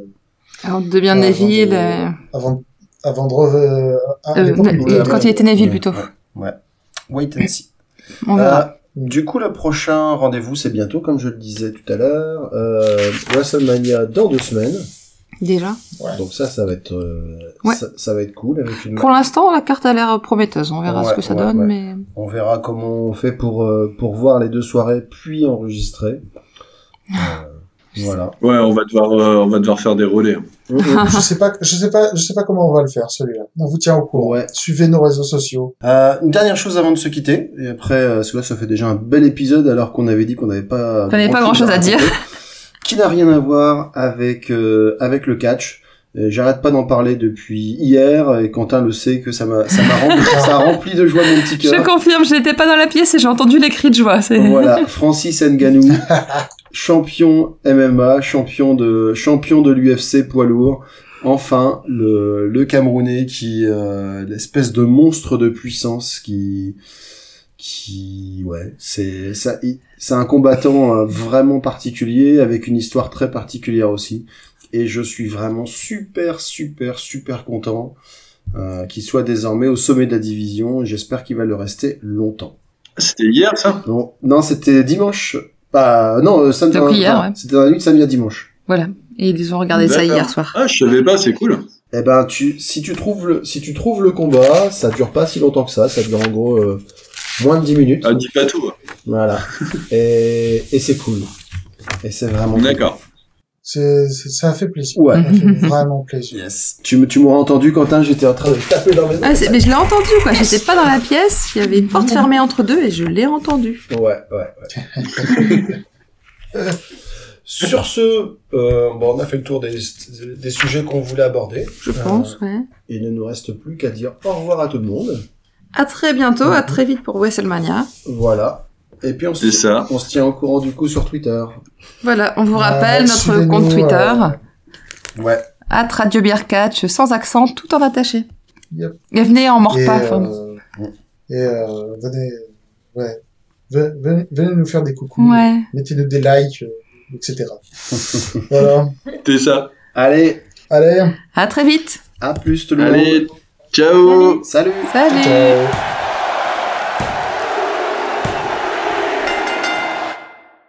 C: Alors, de bien
D: Ouais,
C: Neville.
D: avant
C: euh,
D: avant, de- avant de rev- euh, à
C: euh,
D: l'époque où
C: ne-
D: il
C: et
D: avait-
C: quand il était Neville,
F: Ouais,
C: plutôt.
F: ouais, ouais. wait and see
C: On verra.
F: Euh, du coup, le prochain rendez-vous, c'est bientôt, comme je le disais tout à l'heure, euh, WrestleMania dans deux semaines.
C: Déjà.
F: Donc ça, ça va être, euh,
C: Ouais.
F: ça, ça va être cool avec une
C: Pour l'instant, la carte a l'air prometteuse. On verra
F: Ouais,
C: ce que ça
F: ouais,
C: donne,
F: ouais.
C: mais.
F: On verra comment on fait pour, euh, pour voir les deux soirées puis enregistrer. Euh, voilà.
B: Ouais, on va devoir, euh, on va devoir faire des relais. hein.
D: je sais pas, je sais pas, je sais pas comment on va le faire, celui-là. On vous tient au courant.
F: Ouais.
D: Suivez nos réseaux sociaux.
F: Euh, une dernière chose avant de se quitter, et après, euh, parce que là, ça fait déjà un bel épisode alors qu'on avait dit qu'on n'avait pas.
C: n'avait pas grand-chose à dire.
F: qui n'a rien à voir avec euh, avec le catch. Euh, J'arrête pas d'en parler depuis hier et Quentin le sait que ça m'a ça m'a [laughs] rempli, ça a rempli de joie mon petit
C: Je
F: cœur.
C: confirme, je n'étais pas dans la pièce et j'ai entendu les cris de joie. C'est...
F: Voilà, Francis Nganou, champion MMA, champion de champion de l'UFC poids lourd. Enfin, le, le Camerounais qui euh, l'espèce de monstre de puissance qui qui ouais, c'est ça il- c'est un combattant euh, vraiment particulier avec une histoire très particulière aussi et je suis vraiment super super super content euh, qu'il soit désormais au sommet de la division et j'espère qu'il va le rester longtemps.
B: C'était hier, ça
F: Non, non c'était dimanche. Pas non, euh, samedi.
C: Donc
F: non,
C: hier,
F: non,
C: ouais.
F: C'était dans la nuit de samedi à dimanche.
C: Et ils ont regardé ça
B: D'accord.
C: hier soir.
B: Ah, je savais pas, c'est cool.
F: Eh ben, tu, si tu trouves le, si tu trouves le combat, ça dure pas si longtemps que ça. Ça dure en gros euh, moins de 10 minutes.
B: Ah, dis pas tout.
C: [laughs]
F: Voilà. et et c'est cool. Et c'est vraiment. cool.
B: D'accord.
D: C'est, c'est- ça fait plaisir.
F: Ouais.
D: Ça fait vraiment plaisir.
F: Yes. Tu me, tu m'auras entendu, Quentin. J'étais en train de taper dans mes.
C: Ah, c'est- mais je l'ai entendu, quoi. J'étais pas dans la pièce. Il y avait une porte fermée entre deux et je l'ai entendu.
F: Ouais, ouais, ouais. Sur ce, euh, bon, on a fait le tour des, des sujets qu'on voulait aborder.
C: Je pense, ouais.
F: Il ne nous reste plus qu'à dire au revoir à tout le monde.
C: À très bientôt, à très vite pour WrestleMania.
F: Voilà. Et puis on se,
B: C'est ça.
F: on se tient au courant du coup sur Twitter.
C: Voilà, on vous
D: Euh,
C: rappelle notre
D: suivez-nous,
C: compte
D: euh,
C: Twitter,
F: Ouais.
C: at Radio Beer Catch, sans accent, tout en attaché.
D: Yep.
C: Et venez en mord
D: et,
C: pas.
D: euh,
C: enfin.
D: et euh, venez, ouais, Ve- venez, venez nous faire des coucous.
C: Ouais.
D: Mettez-nous des likes, euh, etc. [laughs] voilà.
B: C'est ça.
F: Allez,
D: Allez.
C: À très vite.
F: à plus tout le monde.
B: Allez, ciao
F: Salut.
C: Salut.
D: Ciao.